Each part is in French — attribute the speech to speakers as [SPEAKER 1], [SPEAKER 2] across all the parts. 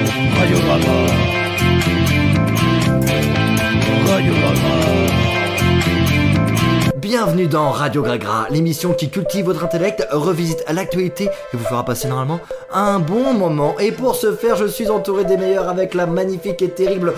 [SPEAKER 1] Radio Mama. Radio Mama.
[SPEAKER 2] Bienvenue dans Radio Gragra, l'émission qui cultive votre intellect, revisite l'actualité et vous fera passer normalement un bon moment. Et pour ce faire, je suis entouré des meilleurs avec la magnifique et terrible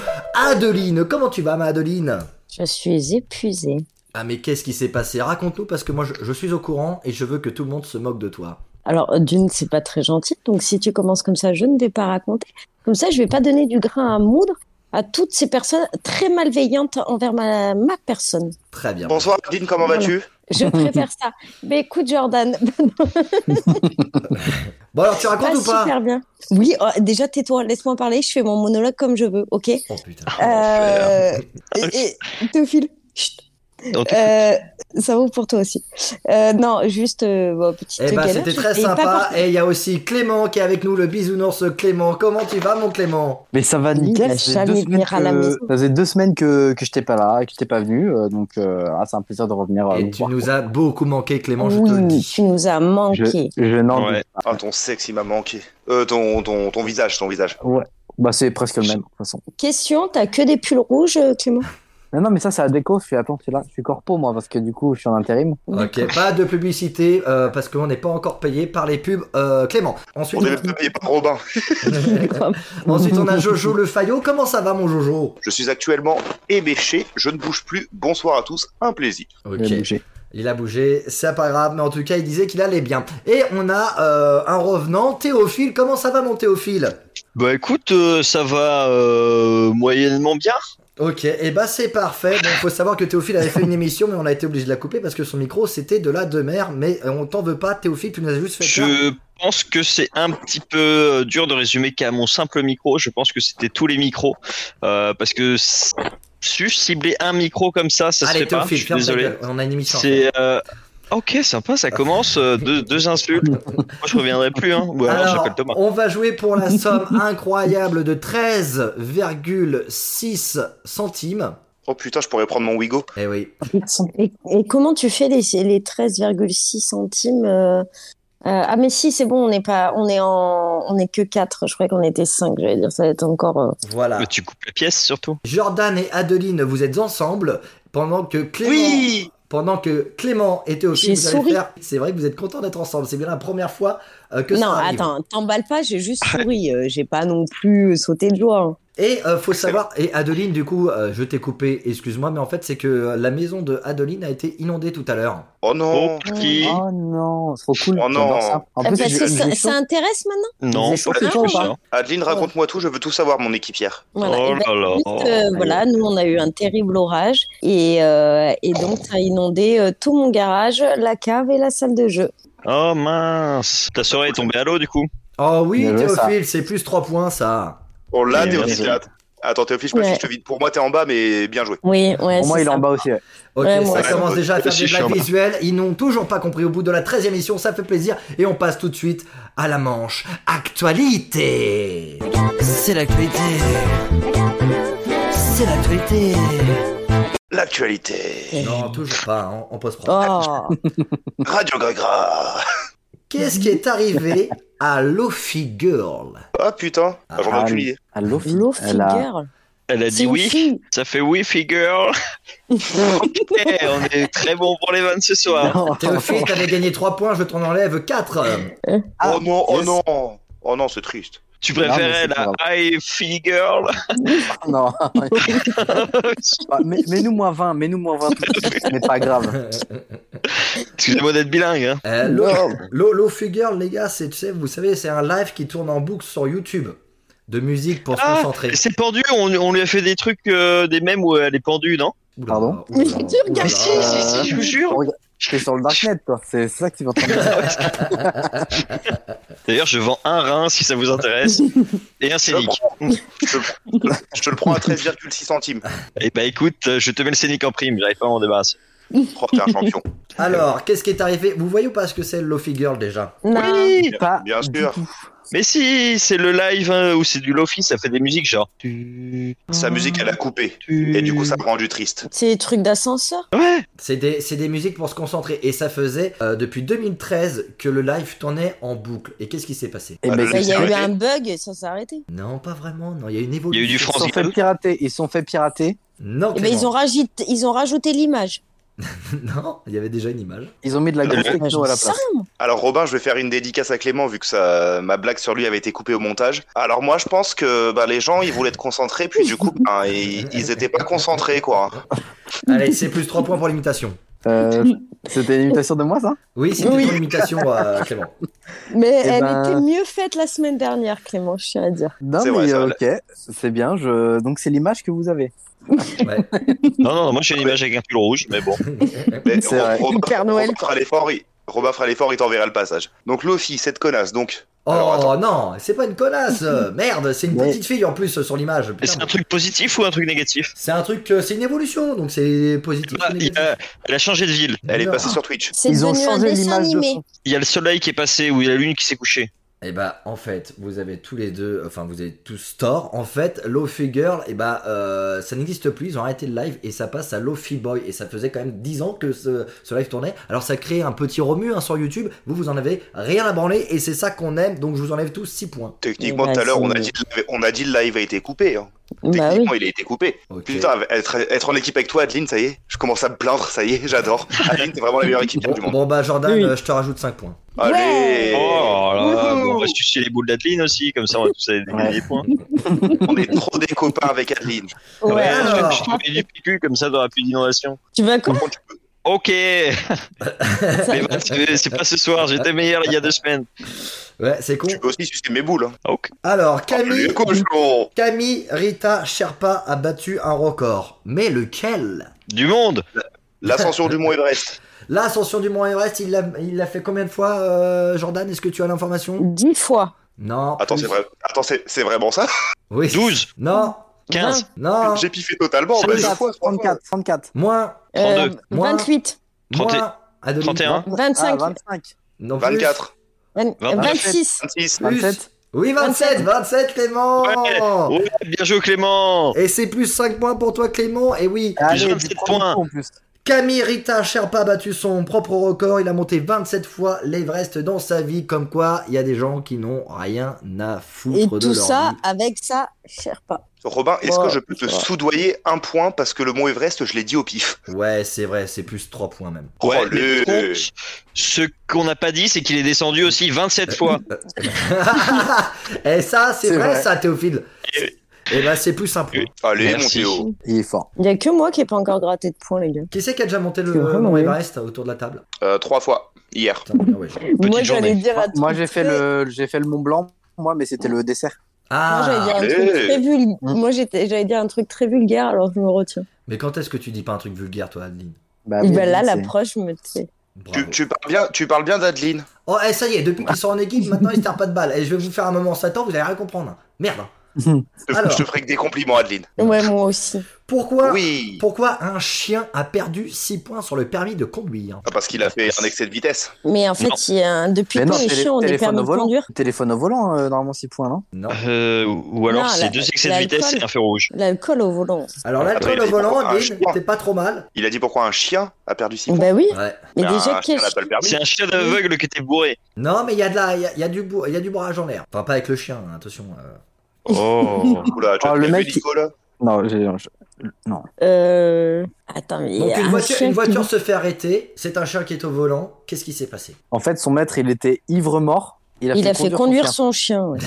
[SPEAKER 2] Adeline. Comment tu vas, ma Adeline
[SPEAKER 3] Je suis épuisée.
[SPEAKER 2] Ah, mais qu'est-ce qui s'est passé Raconte-nous parce que moi je, je suis au courant et je veux que tout le monde se moque de toi.
[SPEAKER 3] Alors, euh, d'une, c'est pas très gentil. Donc, si tu commences comme ça, je ne vais pas raconter. Comme ça, je vais pas donner du grain à moudre à toutes ces personnes très malveillantes envers ma, ma personne.
[SPEAKER 2] Très bien.
[SPEAKER 4] Bonsoir Adeline, comment
[SPEAKER 3] Voilà.
[SPEAKER 4] vas-tu
[SPEAKER 3] Je préfère ça. Mais écoute, Jordan, bah,
[SPEAKER 2] Bon, alors tu racontes
[SPEAKER 3] pas
[SPEAKER 2] ou pas
[SPEAKER 3] super bien. Oui, oh, déjà, tais-toi, laisse-moi parler. Je fais mon monologue comme je veux, ok
[SPEAKER 2] Oh putain.
[SPEAKER 3] Ah, Euh, et, et- Théophile, chut.
[SPEAKER 4] On
[SPEAKER 3] Euh, ça vaut pour toi aussi. Euh, non, juste euh, bon, petite
[SPEAKER 2] Eh ben,
[SPEAKER 3] galère,
[SPEAKER 2] c'était
[SPEAKER 3] je
[SPEAKER 2] très
[SPEAKER 3] paye pas
[SPEAKER 2] sympa. Et il y a aussi Clément qui est avec nous, le bisounours Clément. Comment tu vas, mon Clément
[SPEAKER 5] Mais ça va
[SPEAKER 3] Oui,
[SPEAKER 5] nickel.
[SPEAKER 3] la
[SPEAKER 5] ça,
[SPEAKER 3] chaîne
[SPEAKER 5] faisait deux semaines
[SPEAKER 3] venir à la
[SPEAKER 5] que-
[SPEAKER 3] maison.
[SPEAKER 5] ça faisait deux semaines que, que j'étais pas là, que j'étais pas venu. euh, donc, euh, ah, c'est un plaisir de revenir. euh,
[SPEAKER 2] Et
[SPEAKER 5] vous
[SPEAKER 2] tu
[SPEAKER 5] voir,
[SPEAKER 2] nous
[SPEAKER 5] quoi.
[SPEAKER 2] as beaucoup manqué, Clément, je te le
[SPEAKER 3] Oui,
[SPEAKER 2] dis.
[SPEAKER 3] tu nous as
[SPEAKER 5] Je,
[SPEAKER 3] manqué.
[SPEAKER 5] je n'en
[SPEAKER 4] Ouais.
[SPEAKER 5] doute pas.
[SPEAKER 4] Ah, ton sexe, il m'a manqué. Euh, ton, ton, ton visage, ton visage.
[SPEAKER 5] Bah, c'est presque le même, de toute façon.
[SPEAKER 3] Question, t'as que des pulls rouges, euh, Clément
[SPEAKER 5] Non, non, mais ça, c'est la déco. Je suis, attends, je suis là. Je suis corpo, moi, parce que du coup, je suis en intérim.
[SPEAKER 2] Ok, pas de publicité euh, parce qu'on n'est pas encore payé par les pubs. Euh, Clément, ensuite,
[SPEAKER 4] On est même payé par Robin.
[SPEAKER 3] D'accord.
[SPEAKER 2] ensuite on a Jojo le Fayot. Comment ça va, mon Jojo
[SPEAKER 4] Je suis actuellement ébéché, je ne bouge plus. Bonsoir à tous, un plaisir.
[SPEAKER 2] Ok,
[SPEAKER 6] Eh ben,
[SPEAKER 5] J'ai bougé.
[SPEAKER 2] il a bougé, c'est pas grave, mais en tout cas, il disait qu'il allait bien. Et on a euh, un revenant, Théophile. Comment ça va, mon Théophile
[SPEAKER 6] Bah écoute, euh, ça va euh, moyennement bien.
[SPEAKER 2] Ok, et bah c'est parfait. Bon, faut savoir que Théophile avait fait une émission, mais on a été obligé de la couper parce que son micro c'était de la demeure. Mais euh, on t'en veut pas, Théophile, tu nous as juste fait peur.
[SPEAKER 6] Je pense que c'est un petit peu euh, dur de résumer qu'à mon simple micro. Je pense que c'était tous les micros. Euh, parce que s- su cibler un micro comme ça, ça se
[SPEAKER 2] Allez,
[SPEAKER 6] fait pas. Je
[SPEAKER 2] Théophile,
[SPEAKER 6] suis
[SPEAKER 2] ferme ta
[SPEAKER 6] désolé.
[SPEAKER 2] gueule, on a une émission. à faire.
[SPEAKER 6] C'est. euh, Ok, sympa, ça commence. euh, deux, deux insultes. Moi, je reviendrai plus. Hein. Ou alors,
[SPEAKER 2] Alors,
[SPEAKER 6] j'appelle Thomas.
[SPEAKER 2] on va jouer pour la somme incroyable de 13,6 centimes.
[SPEAKER 4] Oh putain, je pourrais prendre mon Wigo.
[SPEAKER 2] Eh oui.
[SPEAKER 3] Et, et comment tu fais les, les 13,6 centimes euh, euh, Ah mais si, c'est bon, on n'est pas, on est en, on est que 4. Je croyais qu'on était 5, j'allais dire, ça va être encore... euh,
[SPEAKER 2] Voilà.
[SPEAKER 6] Mais tu coupes la pièce surtout.
[SPEAKER 2] Jordan et Adeline, vous êtes ensemble pendant que Clément,
[SPEAKER 4] Oui
[SPEAKER 2] pendant que Clément et Théophile,
[SPEAKER 3] J'ai
[SPEAKER 2] vous allez
[SPEAKER 3] souri.
[SPEAKER 2] faire. C'est vrai que vous êtes contents d'être ensemble. C'est bien la première fois euh, que
[SPEAKER 3] Non,
[SPEAKER 2] ça arrive.
[SPEAKER 3] attends, t'emballes pas, j'ai juste souri. euh, j'ai pas non plus euh, sauté de joie. hein.
[SPEAKER 2] Et euh, faut savoir, et Adeline, du coup, euh, je t'ai coupé, excuse-moi, mais en fait, c'est que euh, la maison de Adeline a été inondée tout à l'heure.
[SPEAKER 4] Oh non
[SPEAKER 6] Oh, qui
[SPEAKER 5] Oh non, c'est trop cool.
[SPEAKER 4] Oh non.
[SPEAKER 5] j'adore ça. En
[SPEAKER 3] Euh,
[SPEAKER 5] plus,
[SPEAKER 3] Parce
[SPEAKER 5] je-
[SPEAKER 3] que
[SPEAKER 5] je-
[SPEAKER 3] ça,
[SPEAKER 5] je-
[SPEAKER 3] ça intéresse maintenant
[SPEAKER 6] Non, pas
[SPEAKER 5] Vous êtes chaud,
[SPEAKER 6] du
[SPEAKER 3] chaud
[SPEAKER 6] tout,
[SPEAKER 3] ou pas
[SPEAKER 6] ça.
[SPEAKER 4] Adeline, raconte-moi tout, je veux tout savoir, mon équipière.
[SPEAKER 3] Voilà.
[SPEAKER 6] Oh
[SPEAKER 3] Eh ben,
[SPEAKER 6] là là.
[SPEAKER 3] juste, euh, voilà, nous on a eu un terrible orage et, euh, et donc ça a inondé euh, tout mon garage, la cave et la salle de jeu.
[SPEAKER 6] Oh mince. Ta soirée est tombée à l'eau du coup.
[SPEAKER 2] Oh oui,
[SPEAKER 5] Bien joué,
[SPEAKER 2] Théophile, c'est plus 3 points, ça.
[SPEAKER 4] Oh là,
[SPEAKER 6] Oui,
[SPEAKER 4] Théophile.
[SPEAKER 6] merci.
[SPEAKER 4] t'es là. Attends, Théophile, je me
[SPEAKER 3] Ouais.
[SPEAKER 4] fiche, je te vide. Pour moi, t'es en bas, mais bien joué.
[SPEAKER 3] Oui, ouais,
[SPEAKER 5] Pour moi,
[SPEAKER 3] c'est
[SPEAKER 5] il est
[SPEAKER 3] ça.
[SPEAKER 5] en bas aussi. ouais.
[SPEAKER 2] Ok,
[SPEAKER 3] Ouais,
[SPEAKER 2] ça
[SPEAKER 3] moi,
[SPEAKER 2] commence
[SPEAKER 4] ouais,
[SPEAKER 2] déjà à
[SPEAKER 6] moi
[SPEAKER 2] faire
[SPEAKER 6] aussi,
[SPEAKER 2] des
[SPEAKER 6] je suis en
[SPEAKER 2] blagues
[SPEAKER 6] bas.
[SPEAKER 2] visuelles. Ils n'ont toujours pas compris au bout de la 13 e émission, ça fait plaisir. Et on passe tout de suite à la manche actualité. C'est l'actualité. C'est l'actualité.
[SPEAKER 4] L'actualité.
[SPEAKER 2] Non, toujours pas, hein, on pose pas.
[SPEAKER 3] Oh,
[SPEAKER 4] Radio Gagra.
[SPEAKER 2] Qu'est-ce qui est arrivé à Lofi Girl
[SPEAKER 4] Ah putain, Ah, j'en ai
[SPEAKER 5] Ah,
[SPEAKER 4] aucune
[SPEAKER 5] oui.
[SPEAKER 4] idée.
[SPEAKER 5] Ah, Lofi,
[SPEAKER 3] l'eau
[SPEAKER 5] elle a-
[SPEAKER 3] figure.
[SPEAKER 6] Elle a
[SPEAKER 3] C'est
[SPEAKER 6] dit
[SPEAKER 3] une
[SPEAKER 6] oui.
[SPEAKER 3] fille.
[SPEAKER 6] Ça fait oui, figure. ok, on est très bon pour les vannes ce soir.
[SPEAKER 5] Non.
[SPEAKER 3] Oh.
[SPEAKER 2] Théophile, t'avais gagné 3 points, je t'en enlève 4.
[SPEAKER 5] Ah,
[SPEAKER 4] oh non, oh
[SPEAKER 5] yes.
[SPEAKER 4] non. Oh non, c'est triste.
[SPEAKER 6] Tu
[SPEAKER 5] Non, mais
[SPEAKER 6] préférais
[SPEAKER 5] c'est
[SPEAKER 6] la
[SPEAKER 5] pas
[SPEAKER 6] high figure
[SPEAKER 5] Non. Bah, mais- Mets-nous moins 20, mets-nous moins 20. tout de suite, Ce n'est pas grave.
[SPEAKER 6] Excusez-moi d'être bilingue. Hein.
[SPEAKER 2] Euh, Lo- Lo- Lofi Girl, les gars, c'est, tu sais, vous savez, c'est un live qui tourne en boucle sur YouTube de musique pour
[SPEAKER 6] Ah,
[SPEAKER 2] se concentrer.
[SPEAKER 6] C'est pendu, on, on lui a fait des trucs, euh, des mèmes où elle est pendue, non
[SPEAKER 2] Oula,
[SPEAKER 5] Pardon
[SPEAKER 2] oula,
[SPEAKER 3] Mais tu regardes-
[SPEAKER 6] Mais
[SPEAKER 2] oula.
[SPEAKER 6] si, si, si, je vous jure.
[SPEAKER 5] T'es sur le darknet, toi. C'est c'est ça que tu vas entendre.
[SPEAKER 6] D'ailleurs, je vends un rein si ça vous intéresse et un scénic.
[SPEAKER 4] Je te le prends à 13,6 centimes.
[SPEAKER 6] Eh ben, Et bah écoute, euh, je te mets le scénic en prime, j'arrive pas à m'en débarrasser.
[SPEAKER 4] Propre un champion.
[SPEAKER 2] Alors, qu'est-ce qui est arrivé Vous voyez ou pas ce que c'est Lofi Girl déjà
[SPEAKER 3] Non.
[SPEAKER 5] Oui,
[SPEAKER 4] Bien-
[SPEAKER 5] pas
[SPEAKER 4] bien
[SPEAKER 5] du
[SPEAKER 4] sûr.
[SPEAKER 5] tout.
[SPEAKER 6] Mais si, c'est le live hein, où c'est du lofi, ça fait des musiques genre.
[SPEAKER 5] Ah,
[SPEAKER 4] Sa musique, elle a coupé. Et du coup, ça me rend du triste.
[SPEAKER 3] C'est des trucs d'ascenseur
[SPEAKER 6] Ouais,
[SPEAKER 2] C'est des, c'est des musiques pour se concentrer. Et ça faisait euh, depuis 2013 que le live tournait en boucle. Et qu'est-ce qui s'est passé
[SPEAKER 5] Eh
[SPEAKER 4] Ah,
[SPEAKER 5] ben,
[SPEAKER 4] le
[SPEAKER 3] Bah, Il
[SPEAKER 5] ils
[SPEAKER 3] y
[SPEAKER 5] se
[SPEAKER 3] a eu
[SPEAKER 4] arrêté.
[SPEAKER 3] un bug et ça s'est arrêté. Eh
[SPEAKER 2] Non, pas vraiment. Non, il y a une
[SPEAKER 6] il y
[SPEAKER 2] évolution.
[SPEAKER 6] a eu du France
[SPEAKER 5] sont fait
[SPEAKER 6] Gall.
[SPEAKER 5] pirater. Ils se sont fait pirater.
[SPEAKER 2] Non,
[SPEAKER 3] Et ben, ils,
[SPEAKER 2] Clément.
[SPEAKER 3] ont rajouté, ils ont rajouté l'image.
[SPEAKER 2] non, il y avait déjà une image.
[SPEAKER 5] Ils ont mis de la grosse
[SPEAKER 6] Euh,
[SPEAKER 5] techno à la place.
[SPEAKER 4] Alors, Robin, je vais faire une dédicace à Clément, vu que ça, ma blague sur lui avait été coupée au montage. Alors, moi, je pense que bah, les gens, ils voulaient être concentrés, puis du coup, ben, ils ils étaient pas concentrés, quoi.
[SPEAKER 2] Allez, c'est plus 3 points pour l'imitation.
[SPEAKER 5] Euh, C'était une imitation de moi, ça
[SPEAKER 2] Oui, c'était
[SPEAKER 3] Oui.
[SPEAKER 2] pour l'imitation, euh, Clément.
[SPEAKER 3] Mais
[SPEAKER 5] Eh
[SPEAKER 3] elle
[SPEAKER 5] ben-
[SPEAKER 3] était mieux faite la semaine dernière, Clément, je tiens à dire.
[SPEAKER 5] Non,
[SPEAKER 4] C'est
[SPEAKER 5] mais
[SPEAKER 4] vrai, c'est
[SPEAKER 5] euh, ok, c'est bien. Je... Donc, c'est l'image que vous avez.
[SPEAKER 6] Non, non, moi j'ai une image avec un pull rouge, mais bon.
[SPEAKER 4] Mais
[SPEAKER 5] C'est vrai.
[SPEAKER 4] Robin,
[SPEAKER 3] Père Noël,
[SPEAKER 4] Robin fera l'effort, il... Robin fera l'effort, il t'enverra le passage. Donc, Lofi, cette connasse, donc.
[SPEAKER 2] Oh
[SPEAKER 4] Alors, attends.
[SPEAKER 2] non, c'est pas une connasse. euh, Merde, c'est une
[SPEAKER 5] Mais-
[SPEAKER 2] petite fille en plus euh, sur l'image.
[SPEAKER 6] Et
[SPEAKER 2] Putain,
[SPEAKER 6] c'est un truc positif ou un truc négatif
[SPEAKER 2] C'est un truc, euh, c'est une évolution, donc c'est positif.
[SPEAKER 6] Ah, il y a- Elle a changé de ville.
[SPEAKER 4] Elle est
[SPEAKER 2] Non.
[SPEAKER 4] passée sur Twitch.
[SPEAKER 3] C'est
[SPEAKER 5] Ils ont
[SPEAKER 3] devenu un
[SPEAKER 5] changé
[SPEAKER 3] dessin
[SPEAKER 5] l'image de
[SPEAKER 3] animé.
[SPEAKER 5] son.
[SPEAKER 6] Il y a le soleil qui est passé ou il y a la lune qui s'est couchée.
[SPEAKER 2] Et bah en fait, vous avez tous les deux, enfin vous avez tous tort. En fait, Lofi Girl, et bah euh, ça n'existe plus. Ils ont arrêté le live et ça passe à Lofi Boy. Et ça faisait quand même 10 ans que ce, ce live tournait. Alors ça crée un petit remue hein, sur YouTube. Vous vous en avez rien à branler et c'est ça qu'on aime. Donc je vous enlève tous 6 points.
[SPEAKER 4] Techniquement,
[SPEAKER 3] Ouais,
[SPEAKER 4] tout à l'heure, on, a
[SPEAKER 3] c'est-
[SPEAKER 4] dit le- on a dit le live a été coupé. hein.
[SPEAKER 3] Bah oui.
[SPEAKER 4] Techniquement, il a été coupé.
[SPEAKER 2] Ok.
[SPEAKER 4] Putain, être, être en équipe avec toi, Adeline, ça y est, je commence à me plaindre, ça y est, j'adore. Adeline, t'es vraiment la meilleure équipe du
[SPEAKER 2] Bon,
[SPEAKER 4] monde.
[SPEAKER 2] bon, bah Jordan,
[SPEAKER 5] Oui.
[SPEAKER 2] euh, je te rajoute 5 points.
[SPEAKER 4] Allez,
[SPEAKER 6] Oh là,
[SPEAKER 4] Wouhou
[SPEAKER 6] bon, on va se sucer les boules d'Adeline aussi, comme ça on va tous aller gagner des points.
[SPEAKER 4] on est trop des copains avec Adeline.
[SPEAKER 3] Ouais.
[SPEAKER 6] Ouais,
[SPEAKER 2] alors.
[SPEAKER 6] je te mets du PQ, comme ça t'auras plus d'innovation.
[SPEAKER 3] Tu vas quoi
[SPEAKER 6] Ok Mais bon, c'est c'est pas ce soir, j'étais meilleur il y a deux semaines.
[SPEAKER 2] Ouais, c'est con.
[SPEAKER 4] Tu peux aussi sucer mes boules. hein.
[SPEAKER 6] Ok.
[SPEAKER 2] Alors Camille,
[SPEAKER 4] Le cochon
[SPEAKER 2] Camille Rita Sherpa a battu un record. Mais lequel
[SPEAKER 6] Du monde
[SPEAKER 4] L'ascension du mont Everest.
[SPEAKER 2] L'ascension du Mont Everest, il l'a il l'a fait combien de fois, euh, Jordan Est-ce que tu as l'information
[SPEAKER 3] Dix fois.
[SPEAKER 2] Non.
[SPEAKER 4] Attends,
[SPEAKER 2] plus.
[SPEAKER 4] c'est vrai. Attends, c'est c'est vraiment ça
[SPEAKER 2] Oui.
[SPEAKER 6] 12
[SPEAKER 2] Non,
[SPEAKER 3] hein.
[SPEAKER 6] 15
[SPEAKER 2] non,
[SPEAKER 4] J'ai piffé totalement. bah,
[SPEAKER 5] 34,
[SPEAKER 4] deux fois, Ah. trois fois.
[SPEAKER 5] 34, 34.
[SPEAKER 2] moins,
[SPEAKER 3] Euh,
[SPEAKER 6] 32.
[SPEAKER 2] Moi.
[SPEAKER 3] 28.
[SPEAKER 6] Trente et-
[SPEAKER 2] moins, Adeline.
[SPEAKER 6] 31
[SPEAKER 5] Ah,
[SPEAKER 3] 25.
[SPEAKER 5] 25,
[SPEAKER 2] Non, plus.
[SPEAKER 4] 24,
[SPEAKER 3] vingt-
[SPEAKER 6] Vingt-
[SPEAKER 3] 26.
[SPEAKER 4] 26.
[SPEAKER 2] Plus.
[SPEAKER 5] 27.
[SPEAKER 2] Oui, 27, 27, Clément
[SPEAKER 6] Ouais, bien joué Clément
[SPEAKER 2] Et c'est plus 5 points pour toi, Clément. Et oui,
[SPEAKER 5] Allez, du
[SPEAKER 6] 27
[SPEAKER 5] premier
[SPEAKER 6] points.
[SPEAKER 5] coup, en plus.
[SPEAKER 2] Camille Rita Sherpa a battu son propre record. Il a monté 27 fois l'Everest dans sa vie. Comme quoi, il y a des gens qui n'ont rien à foutre
[SPEAKER 3] Et
[SPEAKER 2] de
[SPEAKER 3] tout
[SPEAKER 2] leur
[SPEAKER 3] ça
[SPEAKER 2] vie.
[SPEAKER 3] avec ça, cher pas.
[SPEAKER 4] Robin, est-ce
[SPEAKER 3] Ouais,
[SPEAKER 4] que je peux te
[SPEAKER 3] ça va.
[SPEAKER 4] soudoyer un point parce que le mont Everest, je l'ai dit au pif
[SPEAKER 2] Ouais, c'est vrai, c'est plus 3 points même.
[SPEAKER 6] Ouais,
[SPEAKER 4] Oh, le-
[SPEAKER 6] mais contre, ce qu'on n'a pas dit, c'est qu'il est descendu aussi 27 fois.
[SPEAKER 2] Et Eh, ça, c'est
[SPEAKER 5] C'est
[SPEAKER 2] vrai,
[SPEAKER 5] vrai.
[SPEAKER 2] ça, Théophile. Et bah, c'est plus un point.
[SPEAKER 4] Allez,
[SPEAKER 6] Merci.
[SPEAKER 4] mon Théo.
[SPEAKER 5] Il est fort.
[SPEAKER 3] Il y a que moi qui ai pas encore gratté de points, les gars.
[SPEAKER 2] Qui c'est qui a déjà monté le
[SPEAKER 5] C'est vraiment
[SPEAKER 2] Mont
[SPEAKER 5] vrai.
[SPEAKER 2] Everest euh, autour de la table
[SPEAKER 4] Euh, trois fois, hier.
[SPEAKER 2] Putain, bien, ouais, j'ai-
[SPEAKER 3] moi,
[SPEAKER 6] journée.
[SPEAKER 3] j'allais dire à tout
[SPEAKER 5] Moi, j'ai fait
[SPEAKER 3] près-
[SPEAKER 5] le, j'ai fait le Mont Blanc. Moi, mais c'était le dessert.
[SPEAKER 3] Moi, j'allais dire
[SPEAKER 2] Ah
[SPEAKER 3] un
[SPEAKER 4] allez.
[SPEAKER 3] truc très vulgaire.
[SPEAKER 5] Mm.
[SPEAKER 3] Moi, j'étais- j'allais dire un truc très vulgaire, alors je me retiens.
[SPEAKER 2] Mais quand est-ce que tu dis pas un truc vulgaire, toi, Adeline
[SPEAKER 5] Bah,
[SPEAKER 3] Et
[SPEAKER 5] oui,
[SPEAKER 3] ben là,
[SPEAKER 5] c'est-
[SPEAKER 3] l'approche me tient.
[SPEAKER 2] Bravo.
[SPEAKER 4] Tu, tu parles bien, tu parles bien d'Adeline.
[SPEAKER 2] Oh, eh, ça y est, depuis qu'ils sont en équipe, maintenant ils se tirent pas de balle. Et je vais vous faire un moment Satan, vous allez rien comprendre. Merde.
[SPEAKER 4] Je te-
[SPEAKER 2] Alors.
[SPEAKER 4] Je te ferai que des compliments, Adeline.
[SPEAKER 3] Ouais, moi aussi.
[SPEAKER 2] Pourquoi,
[SPEAKER 4] Oui.
[SPEAKER 2] pourquoi un chien a perdu 6 points sur le permis de conduire
[SPEAKER 4] Ah, Parce qu'il a fait un excès de vitesse.
[SPEAKER 3] Mais en fait,
[SPEAKER 6] Non.
[SPEAKER 3] il y a un- depuis
[SPEAKER 5] Mais
[SPEAKER 3] quand
[SPEAKER 5] non,
[SPEAKER 3] les
[SPEAKER 5] télé-
[SPEAKER 3] chiens ont des
[SPEAKER 5] téléphone
[SPEAKER 3] permis
[SPEAKER 5] au
[SPEAKER 3] de
[SPEAKER 5] volant.
[SPEAKER 3] conduire
[SPEAKER 5] Téléphone au volant, euh, normalement 6 points, non
[SPEAKER 2] Non.
[SPEAKER 6] Euh, ou ou alors
[SPEAKER 3] Non, la-
[SPEAKER 6] c'est deux excès de
[SPEAKER 3] l'alcool.
[SPEAKER 6] vitesse et un feu rouge.
[SPEAKER 3] L'alcool au volant.
[SPEAKER 2] Alors là,
[SPEAKER 4] Attends,
[SPEAKER 2] toi,
[SPEAKER 4] il
[SPEAKER 2] le
[SPEAKER 4] a dit
[SPEAKER 2] volant,
[SPEAKER 4] pourquoi un
[SPEAKER 2] Adeline,
[SPEAKER 4] chien
[SPEAKER 2] t'es pas trop mal.
[SPEAKER 4] Il a dit pourquoi un chien a perdu 6 points.
[SPEAKER 3] Bah oui,
[SPEAKER 2] Ouais.
[SPEAKER 3] mais
[SPEAKER 4] Ah,
[SPEAKER 3] déjà,
[SPEAKER 4] un
[SPEAKER 3] quel
[SPEAKER 4] chien n'a pas le permis.
[SPEAKER 6] C'est un chien d'aveugle qui était bourré.
[SPEAKER 2] Non, mais il y a de la, il y a, il y a du, bou- il y a du bourrage en l'air. Enfin, pas avec le chien, hein, attention. euh.
[SPEAKER 6] Oh
[SPEAKER 4] Oula, tu
[SPEAKER 5] Oh,
[SPEAKER 4] as
[SPEAKER 5] le
[SPEAKER 4] vu
[SPEAKER 5] mec
[SPEAKER 4] Nico, là
[SPEAKER 5] Non, j'ai. je- Non.
[SPEAKER 3] Euh... Attends, mais il y
[SPEAKER 2] Donc
[SPEAKER 3] a
[SPEAKER 2] une
[SPEAKER 3] un
[SPEAKER 2] voiture,
[SPEAKER 3] chien
[SPEAKER 2] une
[SPEAKER 3] qui-
[SPEAKER 2] voiture se fait arrêter. C'est un chien qui est au volant. Qu'est-ce qui s'est passé
[SPEAKER 5] En fait, son maître, il était ivre mort. Il a
[SPEAKER 3] Il
[SPEAKER 5] fait,
[SPEAKER 3] a fait conduire son chien. ouais.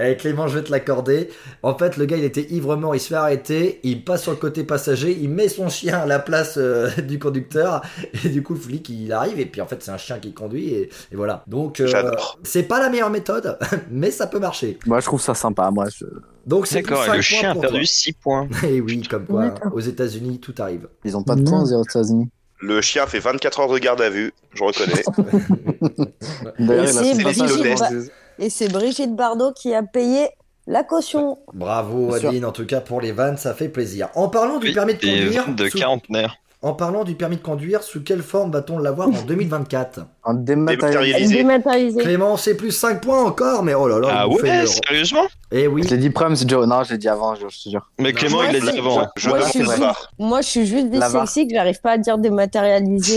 [SPEAKER 2] Eh, Clément, je vais te l'accorder. En fait, le gars, il était ivre mort, il se fait arrêter, il passe sur le côté passager, il met son chien à la place euh, du conducteur, et du coup, le flic, il arrive, et puis en fait, c'est un chien qui conduit, et, et voilà. Donc, euh,
[SPEAKER 4] J'adore.
[SPEAKER 2] c'est pas la meilleure méthode, mais ça peut marcher.
[SPEAKER 5] Moi, je trouve ça sympa. Moi, je-
[SPEAKER 2] Donc, c'est plus
[SPEAKER 6] D'accord, et
[SPEAKER 2] cinq
[SPEAKER 6] le chien
[SPEAKER 2] points
[SPEAKER 6] a
[SPEAKER 2] pour
[SPEAKER 6] perdu 6 points.
[SPEAKER 2] toi. Et oui, comme quoi, hein, aux États-Unis, tout arrive.
[SPEAKER 5] ils ont pas de points aux États-Unis.
[SPEAKER 4] Le chien fait 24 heures de garde à vue, je reconnais.
[SPEAKER 5] D'ailleurs,
[SPEAKER 3] Et
[SPEAKER 5] il a
[SPEAKER 3] c'est
[SPEAKER 5] fait
[SPEAKER 4] Brigitte
[SPEAKER 5] passer le-
[SPEAKER 3] Et c'est Brigitte Bardot qui a payé la caution.
[SPEAKER 2] Bravo,
[SPEAKER 5] Bien sûr.
[SPEAKER 2] Adeline, en tout cas, pour les vannes, ça fait plaisir. En parlant du
[SPEAKER 6] Oui,
[SPEAKER 2] permis de
[SPEAKER 6] Des
[SPEAKER 2] conduire,
[SPEAKER 6] vannes de
[SPEAKER 2] sou-
[SPEAKER 6] quarantenaire.
[SPEAKER 2] En parlant du permis de conduire, sous quelle forme va-t-on l'avoir en 2024
[SPEAKER 5] En dématérialisé.
[SPEAKER 4] Dématérialisé.
[SPEAKER 3] Dématérialisé.
[SPEAKER 2] Clément, c'est plus 5 points encore, mais oh là là.
[SPEAKER 6] Ah
[SPEAKER 2] il nous fait
[SPEAKER 6] ouais,
[SPEAKER 2] le-
[SPEAKER 6] sérieusement
[SPEAKER 2] Eh oui.
[SPEAKER 5] Je l'ai dit Prams, Joe. Non, je l'ai dit avant, Joe, je te jure.
[SPEAKER 6] Mais Clément, il l'a dit
[SPEAKER 3] Merci.
[SPEAKER 6] avant. hein. ouais.
[SPEAKER 4] Je
[SPEAKER 5] Ouais,
[SPEAKER 4] demande
[SPEAKER 5] c'est vrai.
[SPEAKER 4] pas.
[SPEAKER 3] Moi, je suis juste
[SPEAKER 5] La barre.
[SPEAKER 3] dyslexique, j'arrive pas à dire dématérialisé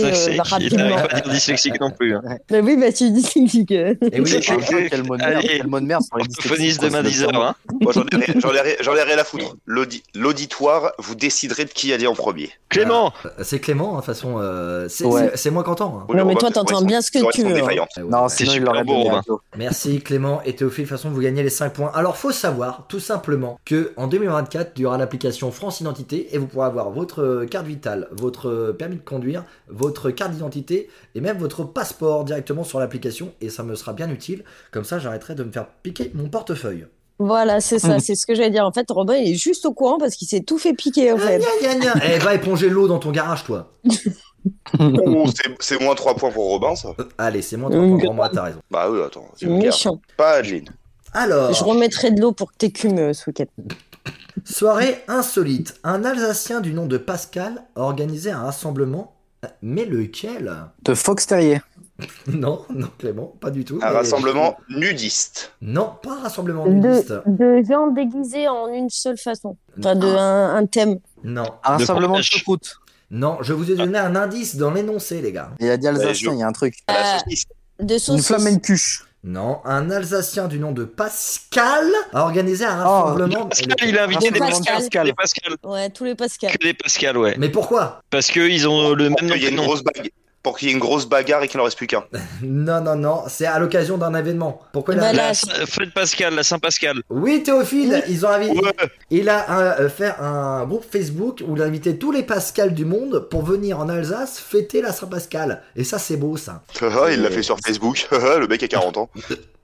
[SPEAKER 6] C'est
[SPEAKER 3] euh,
[SPEAKER 6] vrai que c'est- il n'arrive
[SPEAKER 3] rapidement.
[SPEAKER 6] pas à dire dyslexique non plus. hein.
[SPEAKER 3] Mais oui, bah, tu es dyslexique. euh.
[SPEAKER 2] Eh oui.
[SPEAKER 5] Ah, quel mot de merde,
[SPEAKER 6] Allez.
[SPEAKER 5] quel mot de merde pour les
[SPEAKER 6] Orthophoniste
[SPEAKER 5] dyslexiques,
[SPEAKER 6] demain
[SPEAKER 5] quoi,
[SPEAKER 6] 10h. Hein.
[SPEAKER 4] Moi, j'en ai, rien- j'en ai rien- j'en ai rien à foutre. L'audi- L'auditoire, vous déciderez de qui aller en premier.
[SPEAKER 6] Clément,
[SPEAKER 2] C'est Clément, de toute façon. euh, c'est
[SPEAKER 5] Ouais.
[SPEAKER 2] c'est- c'est moi qu'entends.
[SPEAKER 4] Vous les
[SPEAKER 3] mais
[SPEAKER 4] remarquez,
[SPEAKER 3] toi,
[SPEAKER 4] ils sont-
[SPEAKER 3] t'entends bien ce que
[SPEAKER 4] ils sont
[SPEAKER 3] tu veux, hein.
[SPEAKER 4] défaillants.
[SPEAKER 5] Non,
[SPEAKER 6] C'est
[SPEAKER 5] sinon il
[SPEAKER 6] super
[SPEAKER 5] l'aurait
[SPEAKER 6] beau,
[SPEAKER 5] donné à
[SPEAKER 6] Romain.
[SPEAKER 5] Joe.
[SPEAKER 2] Eh Merci Clément et Théophile, de toute façon vous gagnez les 5 points. Alors faut savoir tout simplement que en 2024, il y aura l'application France Identité et vous pourrez avoir votre euh, carte vitale, votre euh, permis de conduire, votre carte d'identité et même votre passeport directement sur l'application et ça me sera bien utile. Comme ça j'arrêterai de me faire piquer mon portefeuille.
[SPEAKER 3] Voilà, c'est ça,
[SPEAKER 5] Mhm.
[SPEAKER 3] c'est ce que j'allais dire. En fait, Robin, il est juste au courant parce qu'il s'est tout fait piquer, en
[SPEAKER 2] Gna,
[SPEAKER 6] Ah,
[SPEAKER 3] fait.
[SPEAKER 2] gna, gna. Eh va éponger l'eau dans ton garage toi.
[SPEAKER 4] Oh, c'est- C'est moins 3 points pour Robin, ça.
[SPEAKER 2] Euh, allez, c'est moi
[SPEAKER 3] Mmh.
[SPEAKER 2] pour moi, t'as raison.
[SPEAKER 4] Bah oui, attends.
[SPEAKER 3] C'est
[SPEAKER 4] regarde.
[SPEAKER 3] méchant.
[SPEAKER 4] Pas Adeline.
[SPEAKER 2] Alors,
[SPEAKER 6] Ah.
[SPEAKER 3] Je remettrai de l'eau pour que t'écumes euh, ce week-end.
[SPEAKER 2] soirée insolite. Un Alsacien du nom de Pascal a organisé un rassemblement mais lequel
[SPEAKER 5] De Fox Terrier.
[SPEAKER 2] Non, non Clément, pas du tout.
[SPEAKER 4] Un
[SPEAKER 3] Euh,
[SPEAKER 2] mais-
[SPEAKER 4] rassemblement nudiste.
[SPEAKER 2] Non, pas un rassemblement nudiste.
[SPEAKER 3] De, de gens déguisés en une seule façon. Enfin,
[SPEAKER 6] Ah.
[SPEAKER 3] de un, un thème.
[SPEAKER 2] Non,
[SPEAKER 5] Un rassemblement de
[SPEAKER 6] fromage.
[SPEAKER 5] choucroute.
[SPEAKER 2] non, je vous ai donné un indice dans l'énoncé, les gars.
[SPEAKER 5] Il a dit
[SPEAKER 4] Ouais, Joe.
[SPEAKER 5] Alsacien, il y a un truc.
[SPEAKER 4] À la
[SPEAKER 3] Euh,
[SPEAKER 4] saucisse.
[SPEAKER 3] De
[SPEAKER 5] Une
[SPEAKER 3] saucisses.
[SPEAKER 5] flamme cuche.
[SPEAKER 2] Non, un Alsacien du nom de Pascal a organisé un
[SPEAKER 5] Oh,
[SPEAKER 2] rassemblement.
[SPEAKER 6] Pascal, il a invité des
[SPEAKER 3] Rassemblement
[SPEAKER 6] Pascal.
[SPEAKER 5] de Pascal.
[SPEAKER 6] Des Pascal.
[SPEAKER 3] Ouais, tous les Pascal.
[SPEAKER 6] Que des Pascal, ouais.
[SPEAKER 2] Mais pourquoi
[SPEAKER 6] Parce qu'ils ont le
[SPEAKER 4] Pour
[SPEAKER 6] même nom
[SPEAKER 4] qu'il y ait
[SPEAKER 6] que
[SPEAKER 4] une
[SPEAKER 6] nous.
[SPEAKER 4] grosse bague- Pour qu'il y ait une grosse bagarre et qu'il n'en reste plus qu'un.
[SPEAKER 2] Non, non, non, c'est à l'occasion d'un événement. Pourquoi il a...
[SPEAKER 3] Voilà.
[SPEAKER 6] La Saint- Fred Pascal, la Saint-Pascal.
[SPEAKER 2] Oui, Théophile, ils ont invité.
[SPEAKER 6] Ouais.
[SPEAKER 2] Il a euh, fait un groupe Facebook où il a invité tous les Pascal du monde pour venir en Alsace fêter la Saint-Pascal. Et ça, c'est beau, ça.
[SPEAKER 4] Ah, il l'a fait sur Facebook. Ah, Le mec a 40 ans.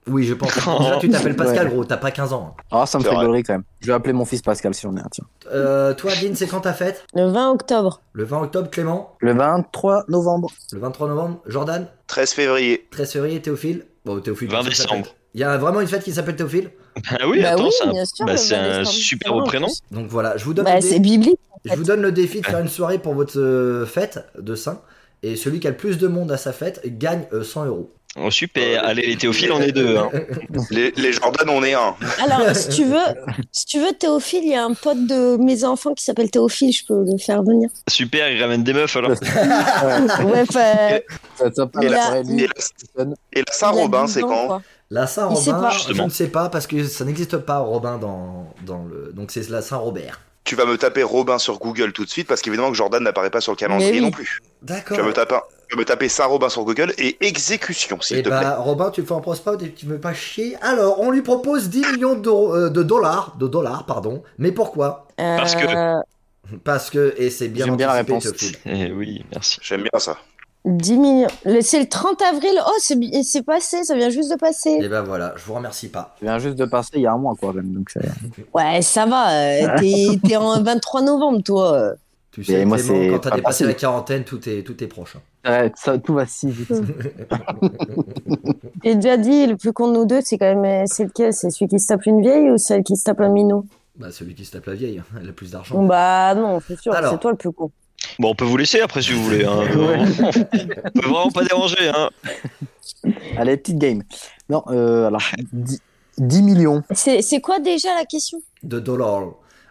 [SPEAKER 2] Oui, je pense.
[SPEAKER 6] Oh.
[SPEAKER 2] Déjà, tu t'appelles Pascal,
[SPEAKER 5] Ouais.
[SPEAKER 2] gros, t'as pas 15 ans. hein.
[SPEAKER 5] Ah, ça me
[SPEAKER 4] C'est
[SPEAKER 5] fait
[SPEAKER 4] vrai.
[SPEAKER 5] gaulerie quand même. Je vais appeler mon fils Pascal si j'en ai un, tiens.
[SPEAKER 2] Euh, toi, Dean, c'est quand ta fête
[SPEAKER 3] Le 20 octobre.
[SPEAKER 2] Le 20 octobre, Clément
[SPEAKER 5] Le 23 novembre.
[SPEAKER 2] Le 23 novembre, Jordan
[SPEAKER 4] 13 février.
[SPEAKER 2] 13 février, Théophile. Bon, Théophile.
[SPEAKER 6] 20
[SPEAKER 2] qu'est-ce que ça
[SPEAKER 6] décembre.
[SPEAKER 2] s'appelle Il y a vraiment une fête qui s'appelle Théophile.
[SPEAKER 6] Ah oui,
[SPEAKER 3] bah
[SPEAKER 6] attends,
[SPEAKER 3] oui,
[SPEAKER 6] ça.
[SPEAKER 3] bien sûr.
[SPEAKER 6] bah,
[SPEAKER 3] le
[SPEAKER 6] c'est
[SPEAKER 3] 20
[SPEAKER 6] un
[SPEAKER 3] décembre,
[SPEAKER 6] super
[SPEAKER 3] c'est
[SPEAKER 6] beau
[SPEAKER 3] vrai, en
[SPEAKER 6] prénom.
[SPEAKER 3] plus.
[SPEAKER 2] Donc voilà, je vous donne,
[SPEAKER 3] Bah,
[SPEAKER 2] le,
[SPEAKER 3] c'est
[SPEAKER 2] dé-
[SPEAKER 3] biblique.
[SPEAKER 2] je vous donne le défi de faire une soirée pour votre euh, fête de Saint. Et celui qui a le plus de monde à sa fête gagne euh, 100 euros.
[SPEAKER 6] Oh, super. Allez, les Théophiles, on est deux. hein.
[SPEAKER 4] Les, les Jordan, on est un.
[SPEAKER 3] Alors, si tu veux, si tu veux, Théophile, il y a un pote de mes enfants qui s'appelle Théophile, je peux le faire venir.
[SPEAKER 6] Super, ils ramènent des meufs alors. Ah.
[SPEAKER 3] Ouais,
[SPEAKER 5] bah,
[SPEAKER 3] enfin,
[SPEAKER 5] Ça, ça parle
[SPEAKER 3] Et la-
[SPEAKER 5] après, lui.
[SPEAKER 4] Et la, et la Saint-Robin, c'est quand
[SPEAKER 2] La
[SPEAKER 3] Il sait
[SPEAKER 2] Saint-Robin,
[SPEAKER 3] pas.
[SPEAKER 2] je
[SPEAKER 6] Justement.
[SPEAKER 2] ne sais pas parce que ça n'existe pas Robin dans, dans le. Donc c'est la Saint-Robert.
[SPEAKER 4] Tu vas me taper Robin sur Google tout de suite parce qu'évidemment que Jordan n'apparaît pas sur le calendrier
[SPEAKER 3] Mais oui.
[SPEAKER 4] non plus.
[SPEAKER 2] D'accord.
[SPEAKER 4] Tu vas me taper, un- tu vas me taper Saint-Robin sur Google et exécution,
[SPEAKER 2] Et
[SPEAKER 5] Eh
[SPEAKER 4] s'il te plaît.
[SPEAKER 2] bah, Robin, tu le fais en prospout et tu me fais pas chier. Alors, on lui propose 10 millions d'euros- euh, de dollars. De dollars, pardon. Mais pourquoi
[SPEAKER 3] Euh,
[SPEAKER 6] Parce que-
[SPEAKER 2] Parce que. Et c'est bien
[SPEAKER 5] J'aime bien la
[SPEAKER 2] anticipé,
[SPEAKER 5] réponse.
[SPEAKER 2] Théophile.
[SPEAKER 6] Eh oui, merci.
[SPEAKER 4] J'aime bien ça.
[SPEAKER 3] 10 millions. Le- C'est le 30 avril. Oh, c'est bi- c'est passé, ça vient juste de passer.
[SPEAKER 2] Et ben voilà, je vous remercie pas.
[SPEAKER 5] Je viens juste de passer il y a un mois, quoi, même. Donc, c'est-
[SPEAKER 3] Ouais, ça va. euh, T'es t'es en 23 novembre, toi. euh.
[SPEAKER 2] Tu sais,
[SPEAKER 5] moi,
[SPEAKER 2] Clément,
[SPEAKER 5] c'est
[SPEAKER 2] quand t'as
[SPEAKER 5] pas
[SPEAKER 2] dépassé
[SPEAKER 5] facile.
[SPEAKER 2] la quarantaine, tout est, tout est proche. hein.
[SPEAKER 5] Ouais, ça, tout va si vite.
[SPEAKER 3] J'ai déjà dit, le plus con de nous deux, c'est quand même euh, c'est lequel C'est celui qui se tape une vieille ou celle qui se tape un minot
[SPEAKER 2] Bah, celui qui se tape la vieille, hein, elle a plus d'argent.
[SPEAKER 3] Bon, Bah non, c'est sûr,
[SPEAKER 2] Alors.
[SPEAKER 3] c'est toi le plus con.
[SPEAKER 6] Bon, on peut vous laisser après si vous voulez. Hein. on peut vraiment pas déranger. Hein.
[SPEAKER 5] Allez, petite game. Non, euh, alors, 10, 10 millions.
[SPEAKER 3] C'est c'est quoi déjà la question
[SPEAKER 2] De dollars.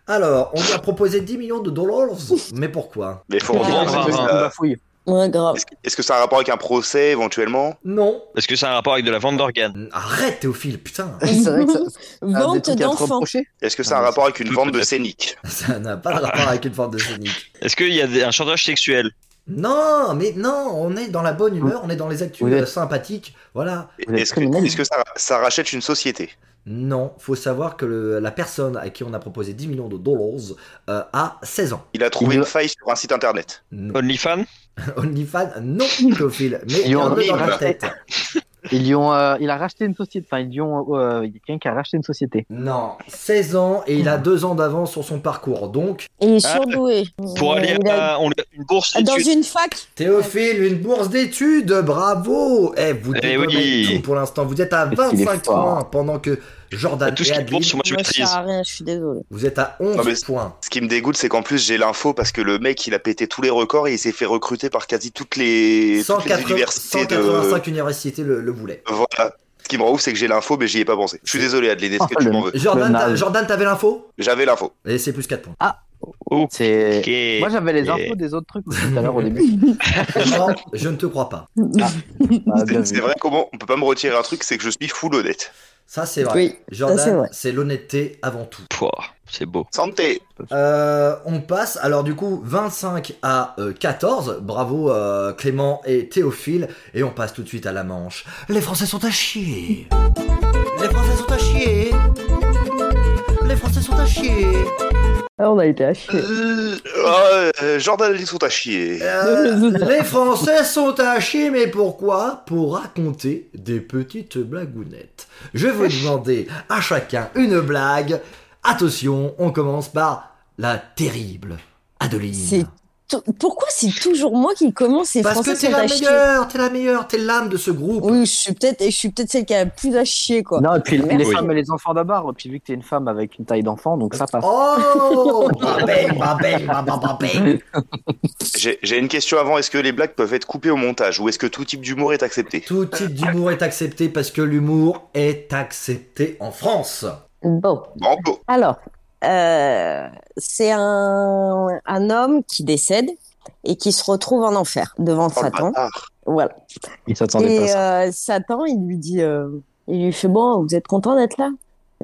[SPEAKER 2] Alors, on lui a proposé 10 millions de dollars. mais pourquoi
[SPEAKER 4] Mais faut
[SPEAKER 3] Ah.
[SPEAKER 4] revenir
[SPEAKER 5] Parce
[SPEAKER 4] parce
[SPEAKER 5] que
[SPEAKER 4] que
[SPEAKER 5] c'est
[SPEAKER 6] Ah.
[SPEAKER 5] une
[SPEAKER 4] ça-
[SPEAKER 5] bafouille.
[SPEAKER 3] Ouais, grave.
[SPEAKER 4] Est-ce que- est-ce que ça a un rapport avec un procès éventuellement
[SPEAKER 2] Non.
[SPEAKER 6] Est-ce que ça a un rapport avec de la vente d'organes
[SPEAKER 2] Arrête, Théophile, putain.
[SPEAKER 5] C'est vrai que ça, ça a des
[SPEAKER 3] Vente
[SPEAKER 5] trucs à te
[SPEAKER 3] d'enfants.
[SPEAKER 5] reprocher.
[SPEAKER 4] Est-ce que ça a
[SPEAKER 5] Ah,
[SPEAKER 4] un
[SPEAKER 5] mais
[SPEAKER 4] rapport avec une
[SPEAKER 6] peut-
[SPEAKER 4] vente de
[SPEAKER 6] peut-être.
[SPEAKER 4] scénic
[SPEAKER 2] Ça n'a pas de rapport avec une forme de scénique.
[SPEAKER 6] Est-ce qu'il y a des- un chantage sexuel
[SPEAKER 2] Non, mais non, on est dans la bonne humeur, on est dans les actus
[SPEAKER 5] Vous êtes-
[SPEAKER 2] euh, sympathiques. Voilà.
[SPEAKER 5] Vous êtes
[SPEAKER 4] Est-ce que,
[SPEAKER 5] criminel.
[SPEAKER 4] est-ce que ça, ça rachète une société
[SPEAKER 2] Non, faut savoir que le- la personne à qui on a proposé 10 millions de dollars euh, a 16 ans.
[SPEAKER 4] Il a trouvé
[SPEAKER 5] Il
[SPEAKER 4] une
[SPEAKER 5] doit-
[SPEAKER 4] faille sur un site internet.
[SPEAKER 2] Non.
[SPEAKER 6] OnlyFans
[SPEAKER 2] OnlyFans, non, Théophile, mais il y
[SPEAKER 5] Ils ont
[SPEAKER 2] en a dans la
[SPEAKER 5] racheté.
[SPEAKER 2] tête.
[SPEAKER 5] Ils lui ont, euh, il a racheté une société. Enfin, ils lui ont, euh, il y a quelqu'un qui a racheté une société.
[SPEAKER 2] Non, 16 ans et il a 2 ans d'avance sur son parcours. Donc,
[SPEAKER 3] Et il est
[SPEAKER 6] Ah,
[SPEAKER 3] surdoué.
[SPEAKER 6] Pour aller
[SPEAKER 3] Il a-
[SPEAKER 6] à on lui- une bourse
[SPEAKER 3] Dans
[SPEAKER 6] d'études.
[SPEAKER 3] une fac
[SPEAKER 2] Théophile, une bourse d'études, bravo Eh, vous
[SPEAKER 6] Eh
[SPEAKER 2] déconnez
[SPEAKER 6] oui.
[SPEAKER 2] tout pour l'instant, vous êtes à
[SPEAKER 5] Est-ce qu'il est
[SPEAKER 2] 25
[SPEAKER 5] fort
[SPEAKER 2] points pendant que Jordan
[SPEAKER 6] Tout
[SPEAKER 2] et
[SPEAKER 6] ce qui
[SPEAKER 2] Adeline.
[SPEAKER 6] bourse, moi je
[SPEAKER 3] Moi, je
[SPEAKER 6] maîtrise.
[SPEAKER 3] sers à rien, je suis désolée.
[SPEAKER 2] Vous êtes à 11
[SPEAKER 4] Non, mais-
[SPEAKER 2] points.
[SPEAKER 4] Ce qui me dégoûte, c'est qu'en plus, j'ai l'info parce que le mec, il a pété tous les records et il s'est fait recruter par quasi toutes les, toutes les
[SPEAKER 2] 180
[SPEAKER 4] universités de.
[SPEAKER 2] 185 universités le, le boulet.
[SPEAKER 4] Voilà. Ce qui me rend ouf, c'est que j'ai l'info, mais j'y ai pas pensé. Je suis désolé, Adeline, est-ce que
[SPEAKER 5] Oh,
[SPEAKER 4] tu
[SPEAKER 5] le-
[SPEAKER 4] m'en veux
[SPEAKER 2] Jordan,
[SPEAKER 5] Connard.
[SPEAKER 2] t'as- Jordan, t'avais l'info
[SPEAKER 4] J'avais l'info.
[SPEAKER 2] Et c'est plus 4 points.
[SPEAKER 5] C'est.
[SPEAKER 6] Ok.
[SPEAKER 5] Moi j'avais les
[SPEAKER 6] Et-
[SPEAKER 5] infos des autres trucs tout à l'heure au début.
[SPEAKER 2] Non, je ne te crois pas.
[SPEAKER 5] Ah, bien
[SPEAKER 4] C'est
[SPEAKER 5] vu.
[SPEAKER 4] c'est vrai comment on peut pas me retirer un truc, c'est que je suis full honnête.
[SPEAKER 2] Ça, c'est vrai.
[SPEAKER 3] Oui, c'est
[SPEAKER 2] Jordan,
[SPEAKER 3] vrai.
[SPEAKER 2] c'est l'honnêteté avant tout.
[SPEAKER 6] Pouah, C'est beau.
[SPEAKER 4] Santé
[SPEAKER 2] Euh, on passe, alors du coup, 25 à euh, 14. Bravo euh, Clément et Théophile. Et on passe tout de suite à la manche. Les Français sont à chier. Les Français sont à chier. Les Français sont à chier.
[SPEAKER 7] Ah, on a été à chier.
[SPEAKER 4] Euh, euh, euh, Jordan, ils sont à chier.
[SPEAKER 2] Euh, les Français sont à chier, mais pourquoi Pour raconter des petites blagounettes. Je vais vous demander à chacun une blague. Attention, on commence par la terrible Adeline.
[SPEAKER 3] C'est Tou- Pourquoi c'est toujours moi qui commence et
[SPEAKER 2] Parce
[SPEAKER 3] Français
[SPEAKER 2] que t'es
[SPEAKER 3] sont
[SPEAKER 2] la
[SPEAKER 3] à chier
[SPEAKER 2] meilleure, t'es la meilleure, t'es l'âme de ce groupe.
[SPEAKER 3] Oui, je suis peut-être et je suis peut-être celle qui a le plus à chier quoi.
[SPEAKER 5] Non, et puis les
[SPEAKER 6] Oui.
[SPEAKER 5] femmes et les enfants d'abord. Et puis vu que t'es une femme avec une taille d'enfant, donc ça passe.
[SPEAKER 2] Oh Babeng, babeng, babeng, babeng.
[SPEAKER 4] J'ai j'ai une question avant, est-ce que les blagues peuvent être coupées au montage ou est-ce que tout type d'humour est accepté
[SPEAKER 2] Tout type d'humour est accepté parce que l'humour est accepté en France.
[SPEAKER 3] Bon,
[SPEAKER 4] Bravo
[SPEAKER 3] alors euh, c'est un, un homme qui décède et qui se retrouve en enfer devant
[SPEAKER 4] Oh, le
[SPEAKER 3] Satan.
[SPEAKER 4] bâtard.
[SPEAKER 3] Voilà.
[SPEAKER 5] Ils s'attendaient pas à
[SPEAKER 3] Et
[SPEAKER 5] ça.
[SPEAKER 3] euh, Satan, il lui dit, euh, il lui fait bon, vous êtes content d'être là.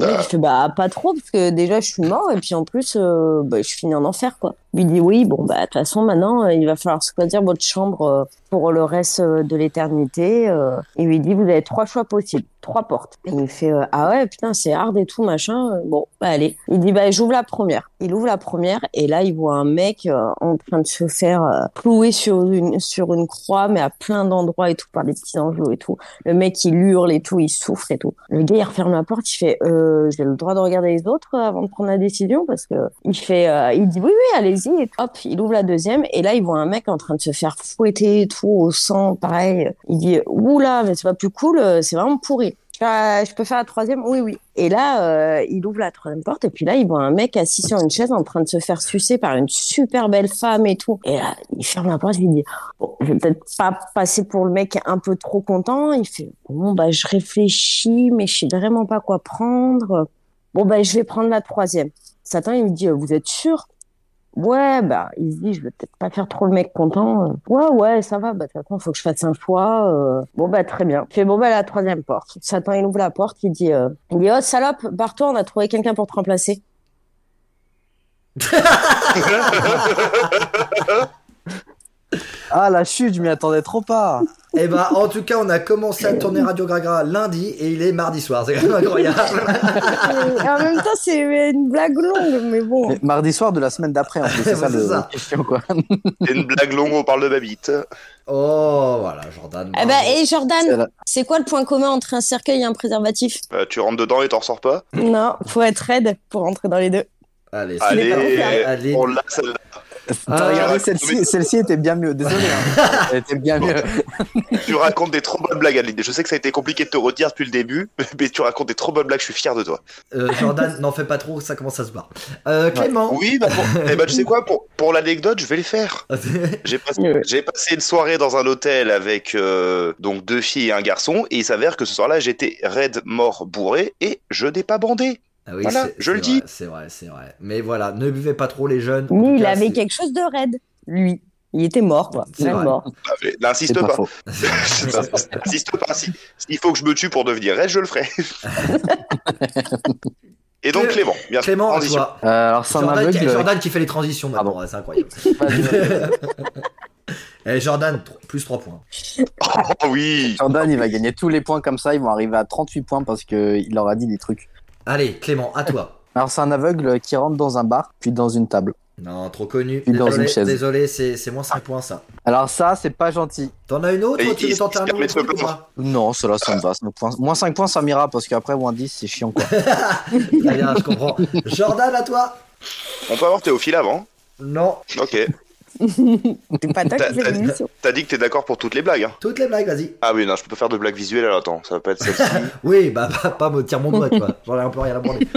[SPEAKER 3] Et il fait bah pas trop parce que déjà je suis mort et puis en plus euh, bah, je finis en enfer quoi. Il lui dit oui bon bah de toute façon maintenant euh, il va falloir choisir votre chambre euh, pour le reste euh, de l'éternité. euh. Il lui dit vous avez trois choix possibles, trois portes. Et il fait euh, ah ouais putain c'est hard et tout machin. euh, Bon bah allez. Il dit bah j'ouvre la première. Il ouvre la première et là il voit un mec euh, en train de se faire euh, clouer sur une sur une croix mais à plein d'endroits et tout par des petits angelots et tout. Le mec, il hurle et tout, il souffre et tout. Le gars, il referme la porte, il fait euh, J'ai le droit de regarder les autres euh, avant de prendre la décision parce que il fait, euh, il dit Oui, oui, allez-y. Et Hop, il ouvre la deuxième et là, il voit un mec en train de se faire fouetter et tout au sang, pareil. Il dit Oula, mais c'est pas plus cool, euh, c'est vraiment pourri. Euh, je peux faire la troisième Oui, oui. Et là, euh, il ouvre la troisième porte et puis là, il voit un mec assis sur une chaise en train de se faire sucer par une super belle femme et tout. Et là, il ferme la porte, il dit Bon, je vais peut-être pas passer pour le mec un peu trop content. Il fait bon bah je réfléchis, mais je sais vraiment pas quoi prendre. Bon bah je vais prendre la troisième. Satan il me dit euh, vous êtes sûr Ouais bah il se dit je vais peut-être pas faire trop le mec content. Euh, Ouais ouais ça va bah de toute façon faut que je fasse un choix. Euh, Bon bah très bien. Il fait bon bah la troisième porte. Satan il ouvre la porte il dit euh, il dit oh salope barre-toi on a trouvé quelqu'un pour te remplacer.
[SPEAKER 5] Ah la chute, je m'y attendais trop pas.
[SPEAKER 2] Eh ben, en tout cas, on a commencé à tourner Radio Gragra lundi et il est mardi soir. C'est quand même incroyable.
[SPEAKER 3] Et en même temps c'est une blague longue mais bon.
[SPEAKER 5] Mais mardi soir de la semaine d'après, en plus, c'est ça
[SPEAKER 2] Ouais, c'est
[SPEAKER 5] le-
[SPEAKER 2] ça.
[SPEAKER 5] la question quoi.
[SPEAKER 4] C'est une blague longue, on parle de ma bite.
[SPEAKER 2] Oh, voilà, Jordan.
[SPEAKER 3] Eh ben,
[SPEAKER 2] bravo.
[SPEAKER 3] et Jordan,
[SPEAKER 5] la-
[SPEAKER 3] c'est quoi le point commun entre un cercueil et un préservatif
[SPEAKER 4] Euh, tu rentres dedans et t'en ressors pas
[SPEAKER 3] Non, faut être raide pour rentrer dans les deux.
[SPEAKER 2] Allez, c'est-
[SPEAKER 4] Allez,
[SPEAKER 2] Allez.
[SPEAKER 4] on l'a celle-là.
[SPEAKER 5] Attends, regardez, celle-ci celle-ci était bien mieux. Désolé. hein. Elle était bien mieux.
[SPEAKER 4] Tu racontes des trop bonnes blagues, Adeline. Je sais que ça a été compliqué de te redire depuis le début, mais tu racontes des trop bonnes blagues, je suis fier de toi.
[SPEAKER 2] Euh, Jordan, n'en fais pas trop, ça commence à se barrer. Euh, Clément.
[SPEAKER 4] Oui, bah, pour- eh ben, tu sais quoi, pour, pour l'anecdote, je vais le faire.
[SPEAKER 2] Ah
[SPEAKER 4] J'ai passé,
[SPEAKER 7] Ouais.
[SPEAKER 4] j'ai passé une soirée dans un hôtel avec euh, donc deux filles et un garçon, et il s'avère que ce soir-là, j'étais raide, mort, bourré, et je n'ai pas bandé.
[SPEAKER 2] Ah oui,
[SPEAKER 4] Voilà,
[SPEAKER 2] c'est-
[SPEAKER 4] je le
[SPEAKER 2] c'est
[SPEAKER 4] dis.
[SPEAKER 2] vrai, C'est vrai, c'est vrai. Mais voilà, ne buvez pas trop les jeunes. En tout
[SPEAKER 3] Mais il
[SPEAKER 2] cas,
[SPEAKER 3] avait
[SPEAKER 2] c'est-
[SPEAKER 3] quelque chose de raide, lui. Il était mort, quoi.
[SPEAKER 2] C'est
[SPEAKER 3] Même
[SPEAKER 2] vrai.
[SPEAKER 3] mort.
[SPEAKER 4] Ah, mais N'insiste
[SPEAKER 5] C'est pas,
[SPEAKER 4] pas.
[SPEAKER 5] faux.
[SPEAKER 4] N'insiste pas. Si- S'il faut que je me tue pour devenir raide, je le ferai. et donc,
[SPEAKER 2] Clé-
[SPEAKER 4] Clément, bien sûr.
[SPEAKER 2] Clément, à
[SPEAKER 4] transition.
[SPEAKER 2] toi.
[SPEAKER 5] Euh, alors, ça
[SPEAKER 2] Jordan, qui,
[SPEAKER 5] m'aveugle.
[SPEAKER 2] Jordan qui fait les transitions maintenant,
[SPEAKER 5] Pardon.
[SPEAKER 2] ouais, c'est incroyable.
[SPEAKER 5] Jordan,
[SPEAKER 2] Et Jordan, tr- plus 3 points.
[SPEAKER 4] Oh oui
[SPEAKER 5] il va gagner tous les points comme ça. Ils vont arriver à 38 points parce qu'il leur a dit des trucs.
[SPEAKER 2] Allez, Clément, à toi.
[SPEAKER 5] Alors, c'est un aveugle qui rentre dans un bar, puis dans une table.
[SPEAKER 2] Non, trop connu.
[SPEAKER 5] Il est dans une
[SPEAKER 2] Désolé,
[SPEAKER 5] chaise.
[SPEAKER 2] désolé, c'est c'est moins 5 points ça.
[SPEAKER 5] Alors, ça, c'est pas gentil.
[SPEAKER 2] T'en as une autre
[SPEAKER 4] Et
[SPEAKER 2] ou tu
[SPEAKER 4] il-
[SPEAKER 2] veux
[SPEAKER 4] il
[SPEAKER 2] tenter
[SPEAKER 4] se
[SPEAKER 2] un
[SPEAKER 4] permet
[SPEAKER 2] autre
[SPEAKER 4] de se
[SPEAKER 2] truc ou pas
[SPEAKER 5] Non, cela, ça me va. Cinq points- Moins 5 points, ça m'ira parce qu'après, moins 10, c'est chiant quoi.
[SPEAKER 2] Très bien, je comprends. Jordan, à toi
[SPEAKER 4] On peut avoir Théophile avant
[SPEAKER 2] Non.
[SPEAKER 4] hein. Ok.
[SPEAKER 3] C'est pas toi qui fais
[SPEAKER 4] T'as-
[SPEAKER 3] l'émission.
[SPEAKER 4] T'as dit que t'es d'accord pour toutes les blagues. hein
[SPEAKER 2] Toutes les blagues, vas-y.
[SPEAKER 4] Ah oui, non, je peux pas faire de blagues visuelles, alors attends, ça va pas être celle-ci.
[SPEAKER 2] Oui, bah, pas, pas me tire mon doigt, quoi. J'en ai un peu rien à branler.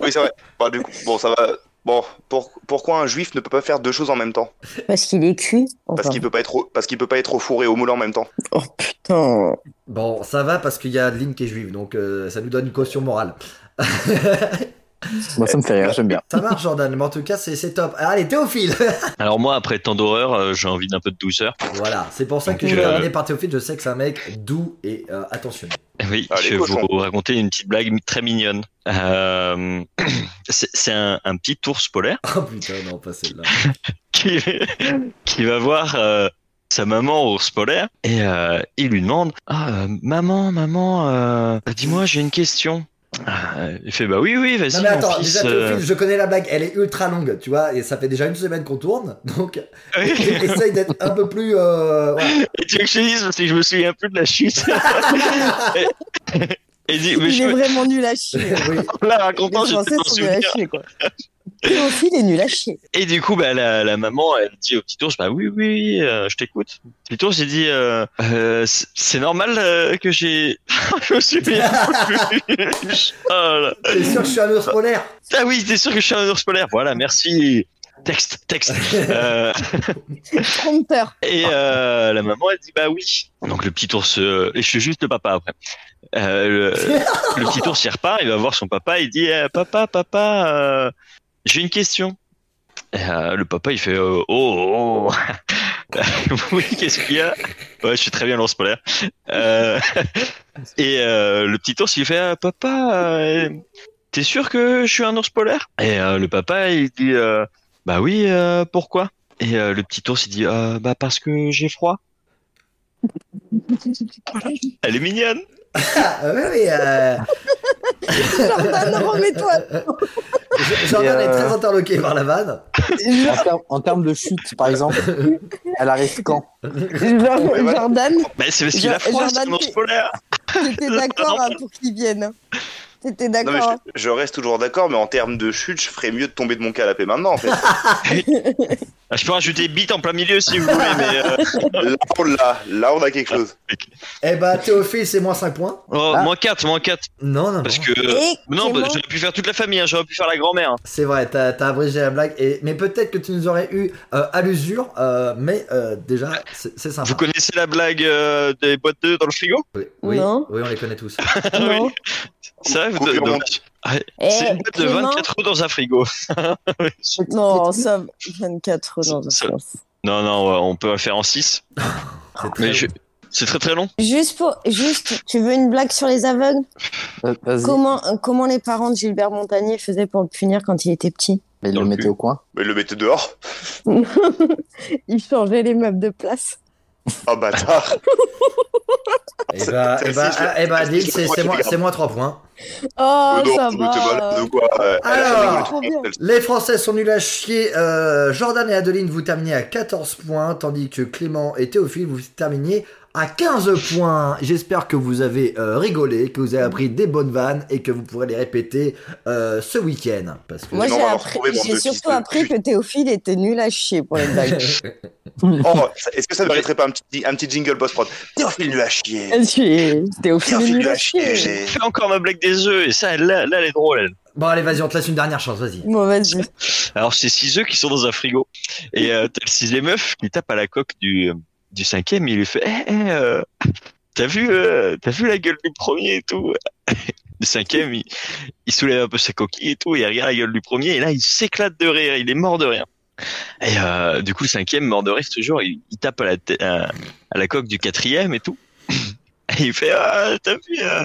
[SPEAKER 4] oui, c'est vrai. Bah, du coup, bon, ça va. Bon, pour- pourquoi un juif ne peut pas faire deux choses en même temps
[SPEAKER 3] Parce qu'il est cuit.
[SPEAKER 4] Parce
[SPEAKER 3] Enfin,
[SPEAKER 4] qu'il peut pas être au- parce qu'il peut pas être au four et au moulin en même temps.
[SPEAKER 3] Oh putain.
[SPEAKER 2] Bon, ça va parce qu'il y a Adeline qui est juive, donc euh, ça nous donne une caution morale.
[SPEAKER 5] Moi, ça me fait rire, j'aime bien.
[SPEAKER 2] Ça marche, Jordan, mais en tout cas, c'est c'est top. Allez, Théophile
[SPEAKER 6] Alors moi, après tant d'horreur, euh, j'ai envie d'un peu de douceur.
[SPEAKER 2] Voilà, c'est pour ça que
[SPEAKER 6] Donc,
[SPEAKER 2] je l'ai
[SPEAKER 6] euh,
[SPEAKER 2] amené par Théophile, je sais que c'est un mec doux et euh, attentionné.
[SPEAKER 6] Eh Oui,
[SPEAKER 4] Allez,
[SPEAKER 6] je vais
[SPEAKER 4] cochon.
[SPEAKER 6] vous raconter une petite blague très mignonne. Euh, C'est c'est un, un petit ours polaire
[SPEAKER 2] Oh putain, non, pas celle-là.
[SPEAKER 6] qui, qui va voir euh, sa maman ours polaire et euh, il lui demande Ah, euh, Maman, maman, euh, dis-moi, j'ai une question. Euh, Il fait Bah oui, oui, vas-y.
[SPEAKER 2] Non mais
[SPEAKER 6] mon
[SPEAKER 2] attends,
[SPEAKER 6] fils,
[SPEAKER 2] déjà
[SPEAKER 6] euh.
[SPEAKER 2] Théophile, je connais la blague, elle est ultra longue, tu vois, et ça fait déjà une semaine qu'on tourne, donc essaye d'être un peu plus... euh, ouais.
[SPEAKER 6] Et tu veux que je te dise parce que je me souviens plus de la chute. et, et dit, mais
[SPEAKER 3] Il
[SPEAKER 6] je
[SPEAKER 3] est
[SPEAKER 6] me
[SPEAKER 3] vraiment nul à chier.
[SPEAKER 2] Oui.
[SPEAKER 6] la
[SPEAKER 3] Les
[SPEAKER 6] racontant, j'étais
[SPEAKER 3] Français
[SPEAKER 6] dans le
[SPEAKER 3] sont nuls à
[SPEAKER 6] souvenir.
[SPEAKER 3] chier, quoi. Théophile est nul à chier.
[SPEAKER 6] Et du coup, bah, la, la maman, elle dit au petit ours, bah oui, oui, euh, je t'écoute. Le petit ours, il dit, euh, Euh, c'est- c'est normal euh, que j'ai, je me souviens plus. Oh là.
[SPEAKER 2] T'es sûr que je suis un ours polaire
[SPEAKER 6] ah oui, t'es sûr que je suis un ours polaire. Voilà, merci. Texte, texte. Euh,
[SPEAKER 3] Trompeur.
[SPEAKER 6] Et euh, la maman, elle dit bah oui. Donc le petit ours, euh, et je suis juste le papa après. Euh, le, le petit ours, il repart, il va voir son papa, il dit eh, papa, papa, euh, j'ai une question. Et, euh, le papa, il fait euh, oh, oh. oui, qu'est-ce qu'il y a Ouais, je suis très bien l'ours polaire. Euh, et euh, le petit ours, il fait Ah, papa, euh, t'es sûr que je suis un ours polaire Et euh, le papa, il dit euh, bah oui, euh, pourquoi et euh, le petit ours il dit euh, bah parce que j'ai froid. Elle est mignonne.
[SPEAKER 2] Ah, oui, oui, euh,
[SPEAKER 3] Jordan, remets-toi.
[SPEAKER 2] J- Jordan
[SPEAKER 5] Et,
[SPEAKER 2] est
[SPEAKER 5] euh,
[SPEAKER 2] très interloqué par la vanne.
[SPEAKER 5] En, termes- en termes de chute, par exemple, elle arrive quand
[SPEAKER 4] Ouais, ouais.
[SPEAKER 3] Jordan,
[SPEAKER 6] Mais c'est parce qu'il a
[SPEAKER 3] Jo-
[SPEAKER 6] froid,
[SPEAKER 3] Jordan
[SPEAKER 6] c'est un ours
[SPEAKER 3] qui-
[SPEAKER 6] polaire.
[SPEAKER 3] t'étais d'accord hein, pour qu'il vienne. T'étais
[SPEAKER 4] Non, mais je,
[SPEAKER 3] d'accord. hein.
[SPEAKER 4] je reste toujours d'accord, mais en termes de chute, je ferais mieux de tomber de mon canapé maintenant, en fait.
[SPEAKER 6] Ah, je peux rajouter bite en plein milieu si vous voulez, mais euh,
[SPEAKER 4] là, on l'a. là, on a quelque chose.
[SPEAKER 2] Eh bah Théophile, c'est moins 5 points.
[SPEAKER 6] oh,
[SPEAKER 5] Ah.
[SPEAKER 6] moins 4, moins 4
[SPEAKER 2] Non, non, non.
[SPEAKER 6] parce que
[SPEAKER 3] Et
[SPEAKER 6] non, bah,
[SPEAKER 3] Clément,
[SPEAKER 6] j'aurais pu faire toute la famille, hein, j'aurais pu faire la grand-mère. hein.
[SPEAKER 2] C'est vrai, t'as t'as abrégé la blague, et... mais peut-être que tu nous aurais eu euh, à l'usure, euh, mais euh, déjà, c'est c'est sympa.
[SPEAKER 6] Vous connaissez la blague euh, des boîtes d'œufs dans le frigo
[SPEAKER 2] Oui, oui,
[SPEAKER 3] Non.
[SPEAKER 2] oui, on les connaît tous.
[SPEAKER 3] non.
[SPEAKER 6] Ça, vous
[SPEAKER 4] Coupure
[SPEAKER 6] donc,
[SPEAKER 4] mondiale.
[SPEAKER 3] Eh,
[SPEAKER 6] c'est une boîte de
[SPEAKER 3] Clément,
[SPEAKER 6] 24 œufs dans un frigo.
[SPEAKER 3] Non, ça, 24 dans un
[SPEAKER 6] Ça-
[SPEAKER 3] sens.
[SPEAKER 6] Non, non, ouais, on peut la faire en 6.
[SPEAKER 2] C'est très
[SPEAKER 6] Mais je- c'est très très long.
[SPEAKER 3] Juste pour, juste, tu veux une blague sur les aveugles
[SPEAKER 5] Euh, Vas-y,
[SPEAKER 3] Comment, euh, comment les parents de Gilbert Montagnier faisaient pour le punir quand il était petit
[SPEAKER 5] mais il
[SPEAKER 6] Dans
[SPEAKER 5] le
[SPEAKER 6] le
[SPEAKER 5] mettait
[SPEAKER 6] cul.
[SPEAKER 5] au coin.
[SPEAKER 4] Mais le mettez dehors.
[SPEAKER 3] Ils changeaient les meubles de place.
[SPEAKER 4] Oh, bâtard.
[SPEAKER 2] Eh bah, eh bah,
[SPEAKER 4] Celle-ci, je-
[SPEAKER 2] ah, eh bah,
[SPEAKER 4] celle-ci,
[SPEAKER 2] Adil,
[SPEAKER 4] je
[SPEAKER 2] c'est
[SPEAKER 4] crois
[SPEAKER 2] c'est
[SPEAKER 4] que
[SPEAKER 2] moins,
[SPEAKER 4] je l'ai
[SPEAKER 2] c'est moins 3 points.
[SPEAKER 3] Oh,
[SPEAKER 6] Euh,
[SPEAKER 4] non,
[SPEAKER 3] ça
[SPEAKER 4] mais
[SPEAKER 3] va. Ah,
[SPEAKER 4] t'es malade ou quoi Euh, elle a
[SPEAKER 2] Alors,
[SPEAKER 4] rigolé tout le
[SPEAKER 3] trop
[SPEAKER 4] temps,
[SPEAKER 3] bien.
[SPEAKER 2] Les Français sont nuls à chier. Euh, Jordan et Adeline, vous terminez à 14 points, tandis que Clément et Théophile, vous terminez à 15 points. J'espère que vous avez euh, rigolé, que vous avez appris des bonnes vannes et que vous pourrez les répéter euh, ce week-end. Parce que...
[SPEAKER 3] Moi,
[SPEAKER 4] Sinon, on
[SPEAKER 3] j'ai
[SPEAKER 4] va leur
[SPEAKER 3] appris-
[SPEAKER 4] trouver, bande de
[SPEAKER 3] j'ai
[SPEAKER 4] fils
[SPEAKER 3] surtout
[SPEAKER 4] de
[SPEAKER 3] appris
[SPEAKER 4] pute.
[SPEAKER 3] que Théophile était nul à chier pour les blagues.
[SPEAKER 4] Oh, ça- est-ce que ça ne mériterait pas un petit, un petit jingle post-prod Théophile lui a chier.
[SPEAKER 3] Théophile est
[SPEAKER 4] Théophile
[SPEAKER 3] nul
[SPEAKER 4] lui
[SPEAKER 3] à
[SPEAKER 4] a
[SPEAKER 3] chier.
[SPEAKER 4] chier. j'ai-
[SPEAKER 6] Fais encore ma blague des œufs et ça, là, là elle est drôle. elle.
[SPEAKER 2] bon, allez, vas-y, on te laisse une dernière chance, vas-y.
[SPEAKER 3] Bon, vas-y.
[SPEAKER 6] Alors, c'est six œufs qui sont dans un frigo. Et euh, t'as le sixième œuf qui tape à la coque du, du cinquième. Il lui fait Eh, eh, euh, T'as vu, euh, t'as vu la gueule du premier et tout Le cinquième, il, il soulève un peu sa coquille et tout. Il regarde la gueule du premier. Et là, il s'éclate de rire. Il est mort de rire. Et euh, du coup, le cinquième, mort de rire toujours, il, il tape à la, tête- à, à la coque du quatrième et tout. Et il fait Ah, t'as vu, euh,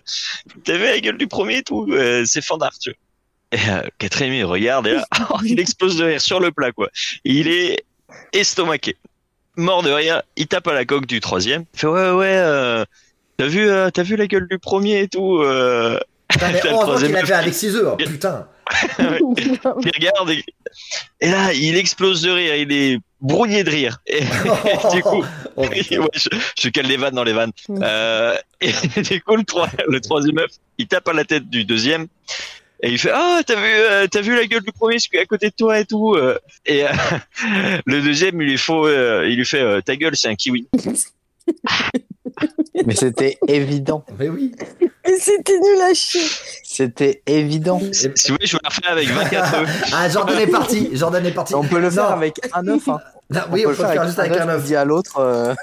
[SPEAKER 6] t'as vu la gueule du premier et tout euh, C'est fandard, tu vois. Et euh, quatrième, il regarde et là, Oh, il explose de rire sur le plat, quoi. Il est estomaqué. Mort de rire, il tape à la coque du troisième. Il fait ouais, ouais, euh, t'as vu, euh, t'as vu la gueule du premier et tout. euh.
[SPEAKER 2] Putain, mais
[SPEAKER 6] Putain, le
[SPEAKER 2] heureusement
[SPEAKER 6] troisième
[SPEAKER 2] qu'il a
[SPEAKER 6] œuf.
[SPEAKER 2] fait avec 6 œufs, hein, putain.
[SPEAKER 6] il regarde et... et là, il explose de rire. Il est brouillé de rire. Et du coup,
[SPEAKER 2] Oh,
[SPEAKER 6] ouais,
[SPEAKER 2] putain.
[SPEAKER 6] je, je cale les vannes dans les vannes.
[SPEAKER 2] Mm.
[SPEAKER 6] Euh, et du coup, le, troi- le troisième œuf, il tape à la tête du deuxième. Et il fait ah t'as vu euh, t'as vu la gueule du premier celui à côté de toi et tout euh. et euh, le deuxième il lui faut euh, il lui fait euh, ta gueule c'est un kiwi
[SPEAKER 5] Mais c'était évident.
[SPEAKER 2] Mais oui.
[SPEAKER 3] Mais c'était nul à chier.
[SPEAKER 5] C'était évident.
[SPEAKER 6] si si vous voulez je vais la refaire avec 24 œufs
[SPEAKER 2] Ah, Jordan est parti. Jordan est parti.
[SPEAKER 5] On peut le
[SPEAKER 2] Non.
[SPEAKER 5] faire avec un œuf. Hein.
[SPEAKER 2] Non, oui, on peut le faire juste avec un
[SPEAKER 5] On
[SPEAKER 2] œuf.
[SPEAKER 5] dit à l'autre. euh,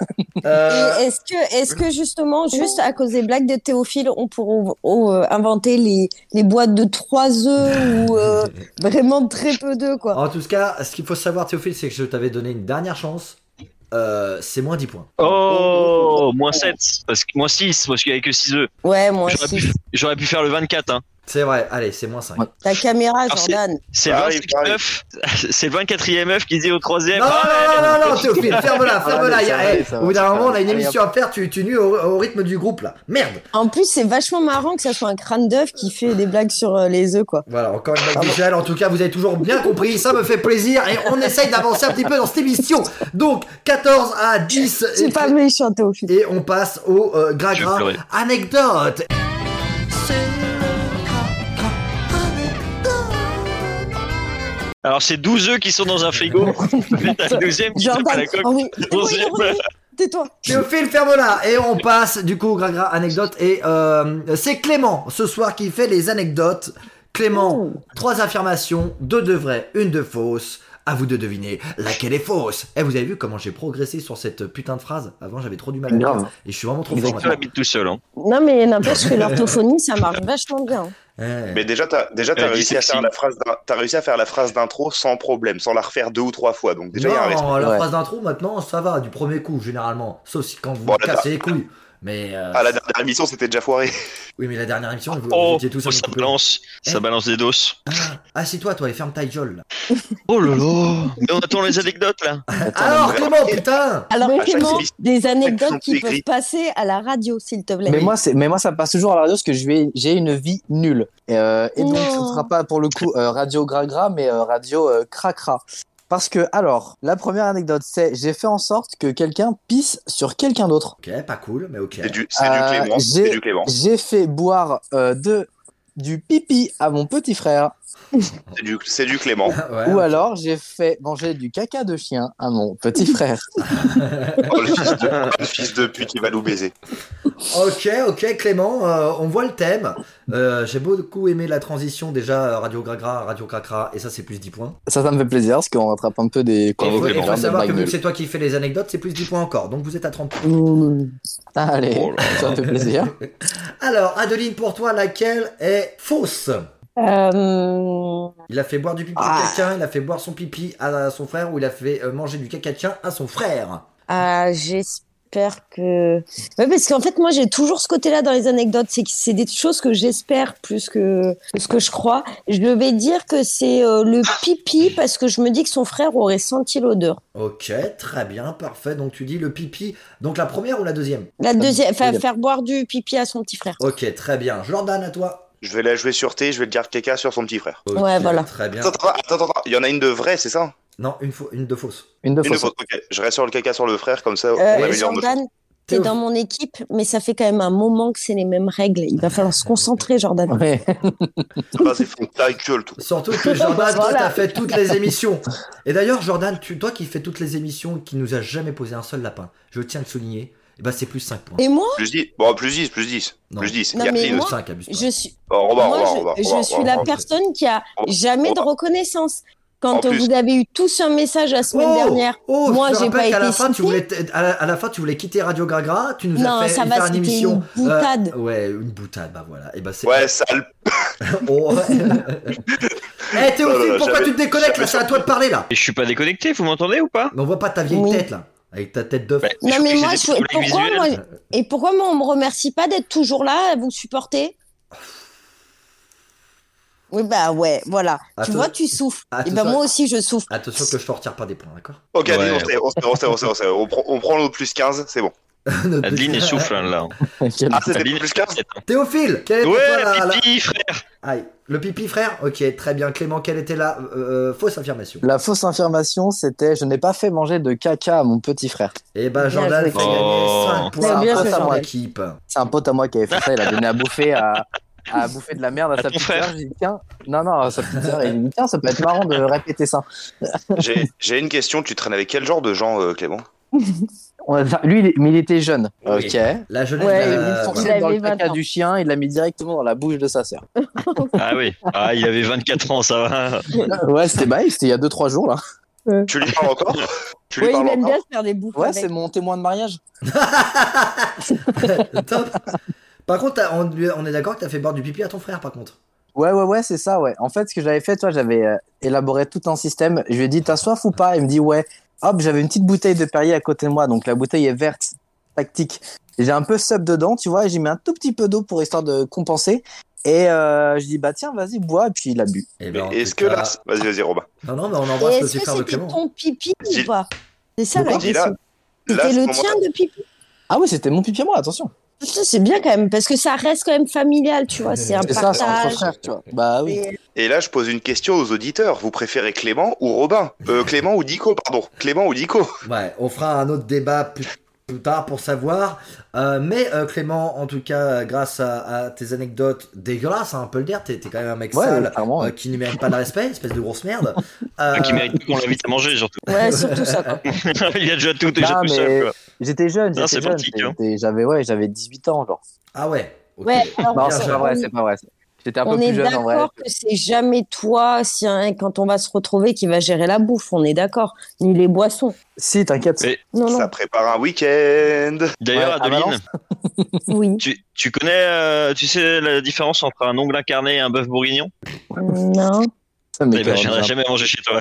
[SPEAKER 2] Euh,
[SPEAKER 3] Et Est-ce que, est-ce que justement, juste à cause des blagues de Théophile, on pourrait on, euh, inventer les, les boîtes de 3 œufs ou euh, vraiment très peu d'œufs, quoi
[SPEAKER 2] En tout cas, ce qu'il faut savoir, Théophile, c'est que je t'avais donné une dernière chance. Euh, c'est moins 10 points.
[SPEAKER 6] oh moins 7 parce que moins 6 parce qu'il y avait que 6 œufs
[SPEAKER 3] Ouais, moi
[SPEAKER 6] J'aurais
[SPEAKER 3] aussi.
[SPEAKER 6] pu- j'aurais pu faire le 24 hein
[SPEAKER 2] C'est vrai, allez, c'est moins 5.
[SPEAKER 5] Ouais.
[SPEAKER 3] Ta caméra,
[SPEAKER 6] Alors, c'est-
[SPEAKER 3] Jordan.
[SPEAKER 6] c'est le
[SPEAKER 4] Ça arrive,
[SPEAKER 6] 25
[SPEAKER 4] ça arrive.
[SPEAKER 6] œuf c'est le 24e œuf qui dit au troisième ah,
[SPEAKER 2] Non, non, non, non, non, non, Théophile, ferme-la, ferme-la.
[SPEAKER 5] Ah,
[SPEAKER 2] il y a-
[SPEAKER 5] ça va,
[SPEAKER 2] eh,
[SPEAKER 5] ça va,
[SPEAKER 2] Au bout d'un
[SPEAKER 5] ça va.
[SPEAKER 2] moment, on a une
[SPEAKER 5] Allez,
[SPEAKER 2] émission à faire, tu, tu nues au, au rythme du groupe là. Merde
[SPEAKER 3] En plus, c'est vachement marrant que ça soit un crâne d'œuf qui fait des blagues sur euh, les œufs, quoi.
[SPEAKER 2] Voilà, encore une blague visuelle. En tout cas, vous avez toujours bien compris, ça me fait plaisir et on essaye d'avancer un petit peu dans cette émission. Donc, 14 à 10.
[SPEAKER 3] C'est
[SPEAKER 2] et-
[SPEAKER 3] pas méchant, Théophile.
[SPEAKER 2] Et on passe au euh, gras
[SPEAKER 6] Je vais
[SPEAKER 2] gras
[SPEAKER 6] pleurer.
[SPEAKER 2] anecdote.
[SPEAKER 6] alors c'est 12 œufs qui sont dans un frigo mais t'as le deuxième qui tape à
[SPEAKER 3] Jordan,
[SPEAKER 6] la coque
[SPEAKER 3] oh oui. Tais-toi,
[SPEAKER 6] Deuxième.
[SPEAKER 3] Jordan, tais-toi.
[SPEAKER 2] Théophile, ferme-la Et on passe du coup au gras gras anecdote. Et euh, c'est Clément ce soir qui fait les anecdotes.
[SPEAKER 5] Oh.
[SPEAKER 2] Clément, trois affirmations, deux de vraies, une de fausse. À vous de deviner laquelle est fausse. Eh, vous avez vu comment j'ai progressé sur cette putain de phrase Avant, j'avais trop du mal à la
[SPEAKER 5] Grave.
[SPEAKER 2] dire. Et je suis vraiment trop fort
[SPEAKER 5] Exactement.
[SPEAKER 6] tu
[SPEAKER 2] maintenant.
[SPEAKER 6] l'habites tout seul hein
[SPEAKER 3] Non, mais n'empêche que l'orthophonie, ça marche vachement bien.
[SPEAKER 2] Eh.
[SPEAKER 4] Mais déjà, t'as déjà t'as
[SPEAKER 6] Euh,
[SPEAKER 4] réussi à
[SPEAKER 6] dyslexie.
[SPEAKER 4] faire la phrase d'in- t'as réussi à faire la phrase d'intro sans problème, sans la refaire deux ou trois fois. Donc déjà, il y a un respect.
[SPEAKER 2] Eh. non, la
[SPEAKER 5] Ouais.
[SPEAKER 2] phrase d'intro, maintenant, ça va, du premier coup, généralement. Sauf si quand vous
[SPEAKER 4] Bon,
[SPEAKER 2] vous
[SPEAKER 4] là,
[SPEAKER 2] cassez les couilles. Mais euh,
[SPEAKER 4] À la dernière émission, c'était déjà foiré.
[SPEAKER 2] oui, mais la dernière émission, vous, vous
[SPEAKER 6] oh
[SPEAKER 2] étiez tous
[SPEAKER 6] oh,
[SPEAKER 2] à me
[SPEAKER 6] ça
[SPEAKER 2] couper.
[SPEAKER 6] balance ça
[SPEAKER 2] Eh.
[SPEAKER 6] balance des doses
[SPEAKER 2] Assis-toi, Ah, toi, et ferme ta gueule. là.
[SPEAKER 6] oh là là mais on attend les anecdotes là
[SPEAKER 2] Alors, Clément, putain
[SPEAKER 3] Alors,
[SPEAKER 4] Mais
[SPEAKER 3] Clément,
[SPEAKER 4] c'est-
[SPEAKER 3] des anecdotes qui
[SPEAKER 4] c'est
[SPEAKER 3] peuvent
[SPEAKER 4] gris.
[SPEAKER 3] passer à la radio, s'il te plaît.
[SPEAKER 5] Mais moi, c'est, mais moi, ça passe toujours à la radio parce que je vais, j'ai une vie nulle. Et, euh, et donc,
[SPEAKER 3] Non.
[SPEAKER 5] ce ne sera pas pour le coup euh, radio gras-gras, mais euh, radio euh, cracra. Parce que, alors, la première anecdote, c'est j'ai fait en sorte que quelqu'un pisse sur quelqu'un d'autre.
[SPEAKER 2] Ok, pas cool, mais ok.
[SPEAKER 4] C'est du, c'est
[SPEAKER 3] Ah,
[SPEAKER 4] du
[SPEAKER 5] Euh,
[SPEAKER 4] Clément.
[SPEAKER 5] j'ai-
[SPEAKER 4] C'est du Clément.
[SPEAKER 5] J'ai fait boire euh, de, du pipi à mon petit frère.
[SPEAKER 4] C'est du, c'est du Clément.
[SPEAKER 2] Ouais.
[SPEAKER 5] Ou alors, j'ai fait manger du caca de chien à mon petit frère.
[SPEAKER 4] Oh, le fils de, le fils de pute, il va nous baiser.
[SPEAKER 2] Ok, ok, Clément, euh, on voit le thème. Euh, J'ai beaucoup aimé la transition déjà, euh, Radio Gragra, Radio Cracra, et ça, c'est plus 10 points.
[SPEAKER 5] Ça, ça me fait plaisir parce qu'on rattrape un peu des.
[SPEAKER 2] Et il
[SPEAKER 6] Bravo,
[SPEAKER 2] faut, et
[SPEAKER 6] Clément.
[SPEAKER 2] faut
[SPEAKER 5] Des
[SPEAKER 2] savoir que
[SPEAKER 5] blagues
[SPEAKER 2] vu que
[SPEAKER 5] nulles.
[SPEAKER 2] c'est toi qui fais les anecdotes, c'est plus 10 points encore, donc vous êtes à 30 points.
[SPEAKER 5] Allez,
[SPEAKER 6] Oh là
[SPEAKER 5] ça me fait plaisir.
[SPEAKER 2] Alors, Adeline, pour toi, laquelle est fausse
[SPEAKER 3] Euh,
[SPEAKER 2] Il a fait boire du pipi
[SPEAKER 3] Ah.
[SPEAKER 2] à quelqu'un, il a fait boire son pipi à son frère, ou il a fait euh, manger du caca de chien à son frère.
[SPEAKER 3] ah, j'espère que. Ouais, parce qu'en fait, moi, j'ai toujours ce côté-là dans les anecdotes. C'est que c'est des choses que j'espère plus que que ce que je crois. Je vais dire que c'est euh, le pipi parce que je me dis que son frère aurait senti l'odeur.
[SPEAKER 2] Ok, très bien, parfait. Donc tu dis le pipi. Donc la première ou la deuxième
[SPEAKER 3] La deuxième, enfin,
[SPEAKER 5] deuxième.
[SPEAKER 3] faire boire du pipi à son petit frère.
[SPEAKER 5] Oh,
[SPEAKER 2] Ok, très bien. Jordan, à toi.
[SPEAKER 4] Je vais la jouer sur T, je vais le dire caca sur son petit frère.
[SPEAKER 2] Ok,
[SPEAKER 3] Ouais, voilà.
[SPEAKER 2] Très bien.
[SPEAKER 4] Attends, attends, attends, attends, il y en a une de vraie, c'est ça
[SPEAKER 2] Non, une, faux- une de fausse.
[SPEAKER 5] Une de
[SPEAKER 4] Une de
[SPEAKER 5] fausse.
[SPEAKER 4] fausse, ok. Je reste sur le caca sur le frère, comme ça, on
[SPEAKER 3] Euh,
[SPEAKER 4] améliore notre-
[SPEAKER 3] Jordan, t'es dans mon équipe, mais ça fait quand même un moment que c'est les mêmes règles. Il va falloir se concentrer, Jordan.
[SPEAKER 5] Ouais.
[SPEAKER 4] Ça va, c'est fou. Ta gueule, tout.
[SPEAKER 2] Surtout que Jordan, toi,
[SPEAKER 7] Voilà.
[SPEAKER 2] t'as fait toutes les émissions. Et d'ailleurs, Jordan, tu, toi qui fais toutes les émissions, qui nous a jamais posé un seul lapin, je tiens à le souligner, eh ben, c'est plus 5 points.
[SPEAKER 3] Et moi,
[SPEAKER 4] Plus 10. Bon, plus 10, plus 10.
[SPEAKER 2] Non.
[SPEAKER 4] Plus 10.
[SPEAKER 3] Non,
[SPEAKER 4] Il y a
[SPEAKER 3] mais
[SPEAKER 4] Clean.
[SPEAKER 2] Plus
[SPEAKER 3] moi,
[SPEAKER 2] 5, abuse pas.
[SPEAKER 3] je suis,
[SPEAKER 4] Bon, Robin,
[SPEAKER 3] Moi,
[SPEAKER 4] Robin,
[SPEAKER 3] je,
[SPEAKER 4] Robin,
[SPEAKER 3] je
[SPEAKER 4] Robin,
[SPEAKER 3] suis
[SPEAKER 4] Robin,
[SPEAKER 3] la
[SPEAKER 4] Robin.
[SPEAKER 3] personne qui a
[SPEAKER 4] Robin,
[SPEAKER 3] jamais de
[SPEAKER 4] Robin.
[SPEAKER 3] reconnaissance. Quand
[SPEAKER 4] En
[SPEAKER 3] euh,
[SPEAKER 4] plus.
[SPEAKER 3] vous avez eu tous un message la semaine dernière,
[SPEAKER 2] oh,
[SPEAKER 3] moi,
[SPEAKER 2] je te
[SPEAKER 3] j'ai
[SPEAKER 2] rappelle
[SPEAKER 3] pas
[SPEAKER 2] qu'à la
[SPEAKER 3] été
[SPEAKER 2] fin, tu
[SPEAKER 3] citée.
[SPEAKER 2] voulais, t- à, la, à la fin, tu voulais quitter Radio Gragra, tu nous
[SPEAKER 3] Non,
[SPEAKER 2] as fait
[SPEAKER 3] ça va,
[SPEAKER 2] faire une
[SPEAKER 3] c'était
[SPEAKER 2] émission.
[SPEAKER 3] une boutade.
[SPEAKER 2] Euh, ouais, une boutade, bah voilà. Et bah c'est.
[SPEAKER 4] Ouais, sale.
[SPEAKER 2] Oh, ouais. Eh,
[SPEAKER 4] Oh là
[SPEAKER 2] Théophile,
[SPEAKER 4] là,
[SPEAKER 2] pourquoi
[SPEAKER 4] j'avais-
[SPEAKER 2] tu te déconnectes là
[SPEAKER 4] j'avais
[SPEAKER 2] C'est à toi de parler là.
[SPEAKER 6] et je suis pas déconnecté vous m'entendez ou pas
[SPEAKER 2] Mais on voit pas ta vieille
[SPEAKER 3] Oui.
[SPEAKER 2] tête là, avec ta tête d'œuf.
[SPEAKER 6] Ouais, Bah, je
[SPEAKER 3] non
[SPEAKER 6] suis
[SPEAKER 3] mais
[SPEAKER 6] obligé
[SPEAKER 3] moi,
[SPEAKER 6] de
[SPEAKER 3] je,
[SPEAKER 6] trouver le
[SPEAKER 3] pourquoi
[SPEAKER 6] visuel.
[SPEAKER 3] moi, et pourquoi moi on me remercie pas d'être toujours là, à vous supporter Oui bah ouais, voilà.
[SPEAKER 2] Attends.
[SPEAKER 3] Tu vois, tu souffres.
[SPEAKER 2] Attends,
[SPEAKER 3] et ben
[SPEAKER 2] ça-
[SPEAKER 3] moi aussi je souffre.
[SPEAKER 2] Ah, Attention que je te retire pas des points, d'accord
[SPEAKER 4] Ok,
[SPEAKER 6] Ouais.
[SPEAKER 4] Adeline, on sait, on sait, on sait, on sait, on sait. On prend, on prend le plus 15, c'est bon.
[SPEAKER 2] Notre
[SPEAKER 6] Adeline
[SPEAKER 2] petit-
[SPEAKER 6] est souffle hein, là
[SPEAKER 5] Quel-
[SPEAKER 4] Ah, c'était
[SPEAKER 6] Adeline
[SPEAKER 4] plus 15
[SPEAKER 2] Théophile, quelle était
[SPEAKER 6] ouais
[SPEAKER 2] toi, la- la-
[SPEAKER 6] pipi frère
[SPEAKER 2] Aïe, le pipi frère Ok, très bien. Clément, quelle était la euh, fausse affirmation
[SPEAKER 5] La fausse affirmation, c'était je n'ai pas fait manger de caca à mon petit frère.
[SPEAKER 2] Et bah Jordan
[SPEAKER 3] joué.
[SPEAKER 2] fait gagner
[SPEAKER 6] Oh.
[SPEAKER 2] 5 points
[SPEAKER 3] Bien
[SPEAKER 2] à
[SPEAKER 3] joué,
[SPEAKER 2] son
[SPEAKER 5] Jordan.
[SPEAKER 2] équipe.
[SPEAKER 5] C'est un pote à moi qui avait fait ça, il a donné à bouffer à, à bouffer de la merde à,
[SPEAKER 6] À
[SPEAKER 5] sa
[SPEAKER 6] ton
[SPEAKER 5] petite
[SPEAKER 6] frère.
[SPEAKER 5] sœur. J'ai dit, tiens, non, non, à sa petite sœur. Elle dit, tiens, ça peut être marrant de répéter ça.
[SPEAKER 4] J'ai j'ai une question, tu traînes avec quel genre de gens, euh, Clément
[SPEAKER 5] On a- Lui, il est- mais il était jeune.
[SPEAKER 2] Oui.
[SPEAKER 5] Ok.
[SPEAKER 2] La jeunesse.
[SPEAKER 5] Il
[SPEAKER 3] Ouais,
[SPEAKER 2] euh,
[SPEAKER 5] a mis une
[SPEAKER 2] voilà.
[SPEAKER 5] fourchette
[SPEAKER 3] Il avait
[SPEAKER 5] dans le
[SPEAKER 3] 20
[SPEAKER 5] caca
[SPEAKER 3] ans.
[SPEAKER 5] du chien, il l'a mis directement dans la bouche de sa sœur.
[SPEAKER 6] Ah oui, ah, il avait 24 ans, ça va.
[SPEAKER 5] ouais, c'était bah, c'était il y a 2-3 jours là.
[SPEAKER 4] Tu lui parles encore Tu lui
[SPEAKER 3] Ouais, il
[SPEAKER 4] parles
[SPEAKER 3] aime
[SPEAKER 4] encore
[SPEAKER 3] bien se faire des bouffes.
[SPEAKER 5] Ouais,
[SPEAKER 3] avec.
[SPEAKER 5] c'est mon témoin de mariage.
[SPEAKER 2] Top. Par contre, t'as- on, lui- on est d'accord que t'as fait boire du pipi à ton frère, par contre.
[SPEAKER 5] Ouais, ouais, ouais, c'est ça, ouais. En fait, ce que j'avais fait, toi, j'avais euh, élaboré tout un système. Je lui ai dit, t'as soif ou pas Il me dit, ouais. Hop, j'avais une petite bouteille de Perrier à côté de moi, donc la bouteille est verte, tactique. J'ai un peu sub dedans, tu vois, et j'ai mis un tout petit peu d'eau pour histoire de compenser. Et euh, je dis, bah tiens, vas-y, bois, et puis il a bu.
[SPEAKER 2] Eh ben, en
[SPEAKER 4] Et Est-ce
[SPEAKER 2] tout
[SPEAKER 4] que là.
[SPEAKER 2] cas-
[SPEAKER 4] Vas-y, vas-y, Robin.
[SPEAKER 2] Non, non, mais on
[SPEAKER 3] Et
[SPEAKER 2] embrasse le
[SPEAKER 3] est-ce que
[SPEAKER 2] petit frère de
[SPEAKER 3] c'était
[SPEAKER 2] Clément.
[SPEAKER 3] ton pipi
[SPEAKER 4] Gilles-
[SPEAKER 3] ou pas C'est ça la
[SPEAKER 4] Pourquoi Gilles-
[SPEAKER 3] question.
[SPEAKER 4] Là,
[SPEAKER 3] C'était
[SPEAKER 4] à ce
[SPEAKER 3] le
[SPEAKER 4] moment-là-
[SPEAKER 3] tien de pipi
[SPEAKER 5] Ah oui, c'était mon pipi à moi, attention.
[SPEAKER 3] Putain, C'est bien quand même, parce que ça reste quand même familial, tu vois. C'est un
[SPEAKER 5] C'est ça, c'est entre
[SPEAKER 3] partage.
[SPEAKER 5] frères, tu vois. Bah oui.
[SPEAKER 3] Et-
[SPEAKER 4] Et là, je pose une question aux auditeurs. Vous préférez Clément ou Robin Euh, Clément ou Dico, pardon. Clément ou Dico
[SPEAKER 2] Ouais, on fera un autre débat plus, plus tard pour savoir. Euh, mais euh, Clément, en tout cas, euh, grâce à, à tes anecdotes dégueulasses, hein, on peut le dire, t'es t'es quand même un mec
[SPEAKER 5] Ouais,
[SPEAKER 2] sale.
[SPEAKER 5] clairement.
[SPEAKER 2] euh, qui ne mérite pas de respect, espèce de grosse merde. Euh,
[SPEAKER 6] Ah, Qui mérite qu'on l'invite à manger, surtout.
[SPEAKER 3] Ouais, surtout ça. quoi.
[SPEAKER 6] il a déjà tout, déjà
[SPEAKER 5] Non,
[SPEAKER 6] tout
[SPEAKER 5] mais-
[SPEAKER 6] seul. Quoi.
[SPEAKER 5] J'étais jeune,
[SPEAKER 6] Non, c'est
[SPEAKER 5] j'étais jeune.
[SPEAKER 6] pratique, hein.
[SPEAKER 5] j'étais- J'avais ouais, j'avais 18 ans, genre.
[SPEAKER 2] Ah ouais. ok.
[SPEAKER 3] Ouais, alors,
[SPEAKER 5] Non,
[SPEAKER 2] bien
[SPEAKER 5] c'est
[SPEAKER 2] sûr.
[SPEAKER 5] pas vrai, c'est pas vrai. J'étais un peu
[SPEAKER 3] on
[SPEAKER 5] plus
[SPEAKER 3] est
[SPEAKER 5] jeune en vrai.
[SPEAKER 3] d'accord que c'est jamais toi, si, hein, quand on va se retrouver, qui va gérer la bouffe. On est d'accord. Ni les boissons.
[SPEAKER 5] Si, t'inquiète.
[SPEAKER 6] Mais-
[SPEAKER 3] Non, non.
[SPEAKER 4] Ça prépare un week-end.
[SPEAKER 6] D'ailleurs,
[SPEAKER 5] Ouais, à
[SPEAKER 6] Adeline,
[SPEAKER 5] Valence.
[SPEAKER 3] Oui.
[SPEAKER 6] tu, tu connais, euh, tu sais la différence entre un ongle incarné et un bœuf bourguignon
[SPEAKER 3] Non.
[SPEAKER 5] Ça, mais
[SPEAKER 6] Eh ben,
[SPEAKER 5] quand
[SPEAKER 6] je
[SPEAKER 5] même.
[SPEAKER 6] n'irai jamais manger chez toi.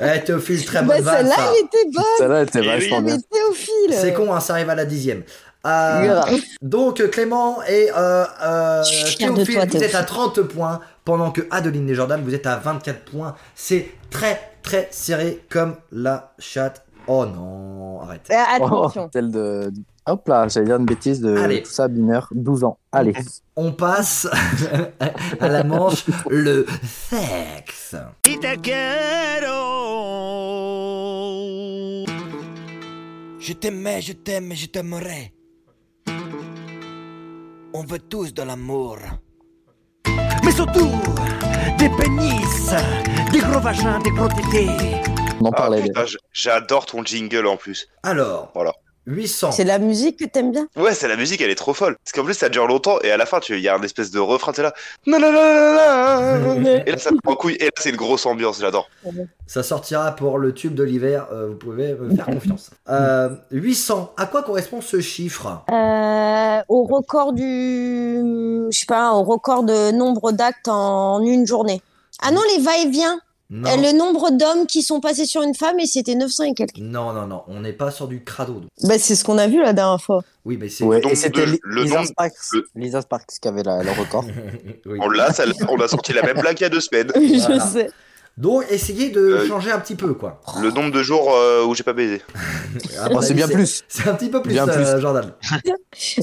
[SPEAKER 2] Eh, Théophile,
[SPEAKER 5] Ah,
[SPEAKER 2] très
[SPEAKER 3] Bah,
[SPEAKER 2] bonne vanne,
[SPEAKER 3] Celle-là,
[SPEAKER 2] ça.
[SPEAKER 3] elle était bonne.
[SPEAKER 5] Celle-là était
[SPEAKER 6] Eh
[SPEAKER 5] vachement
[SPEAKER 6] oui.
[SPEAKER 5] bien. hein.
[SPEAKER 3] Mais Théophile.
[SPEAKER 2] C'est con, hein, ça arrive à la dixième. Euh, donc euh, Clément et euh, euh,
[SPEAKER 3] Je suis fière de
[SPEAKER 2] Théophile,
[SPEAKER 3] toi,
[SPEAKER 2] vous
[SPEAKER 3] Théophile.
[SPEAKER 2] êtes à 30 points, pendant que Adeline et Jordan, vous êtes à 24 points. C'est très très serré comme la chatte. Oh non, arrête.
[SPEAKER 3] Euh, Attention.
[SPEAKER 5] Oh, celle de. Hop là, j'allais dire une bêtise de
[SPEAKER 2] Allez.
[SPEAKER 5] tout ça, Bineur, 12 ans. Allez.
[SPEAKER 2] On passe à la manche le sexe.
[SPEAKER 1] Y te quiero. Je t'aimais, je t'aime et je t'aimerai. On veut tous de l'amour. Mais surtout, des pénis, des gros vagins, des gros tétés.
[SPEAKER 5] On en
[SPEAKER 4] Ah,
[SPEAKER 5] parlait.
[SPEAKER 4] putain, j- J'adore ton jingle en plus.
[SPEAKER 2] Alors,
[SPEAKER 4] Voilà.
[SPEAKER 5] Oh.
[SPEAKER 2] 800.
[SPEAKER 3] C'est la musique que t'aimes bien
[SPEAKER 4] Ouais, c'est la musique, elle est trop folle. Parce qu'en plus, ça dure longtemps et à la fin, tu- il y a un espèce de refrain, t'es là. Na, na, na, na, na. Et là, ça te prend en couille. Et là, c'est une grosse ambiance, j'adore.
[SPEAKER 2] Ça sortira pour le tube de l'hiver, euh, vous pouvez me faire confiance. Euh, 800, à quoi correspond ce chiffre
[SPEAKER 3] Euh, Au record du. Je sais pas, au record de nombre d'actes en une journée. Ah non, les va-et-vient.
[SPEAKER 2] non.
[SPEAKER 3] Euh, Le nombre d'hommes qui sont passés sur une femme et c'était 900 et quelques.
[SPEAKER 2] non, non, non, on n'est pas sur du crado. donc.
[SPEAKER 3] Bah, c'est ce qu'on a vu la dernière fois.
[SPEAKER 2] Oui, mais c'est...
[SPEAKER 5] Ouais,
[SPEAKER 4] nombre
[SPEAKER 5] et c'était
[SPEAKER 4] de-
[SPEAKER 5] Li-
[SPEAKER 4] le
[SPEAKER 5] Lisa
[SPEAKER 4] nombre-
[SPEAKER 5] Sparks,
[SPEAKER 4] le-
[SPEAKER 5] Lisa Sparks qui avait la- le record.
[SPEAKER 2] Oui.
[SPEAKER 4] On l'a, celle- on a sorti la même blague il y a deux semaines.
[SPEAKER 3] Je
[SPEAKER 2] Voilà.
[SPEAKER 3] sais.
[SPEAKER 2] Donc, essayez de
[SPEAKER 4] Euh,
[SPEAKER 2] changer un petit peu, quoi.
[SPEAKER 4] Le nombre de jours euh, où j'ai pas baisé.
[SPEAKER 2] À mon
[SPEAKER 5] Oh, Ah, c'est
[SPEAKER 2] avis,
[SPEAKER 5] bien plus.
[SPEAKER 2] C'est un petit peu plus,
[SPEAKER 5] Bien
[SPEAKER 2] euh,
[SPEAKER 5] plus.
[SPEAKER 2] Jordan.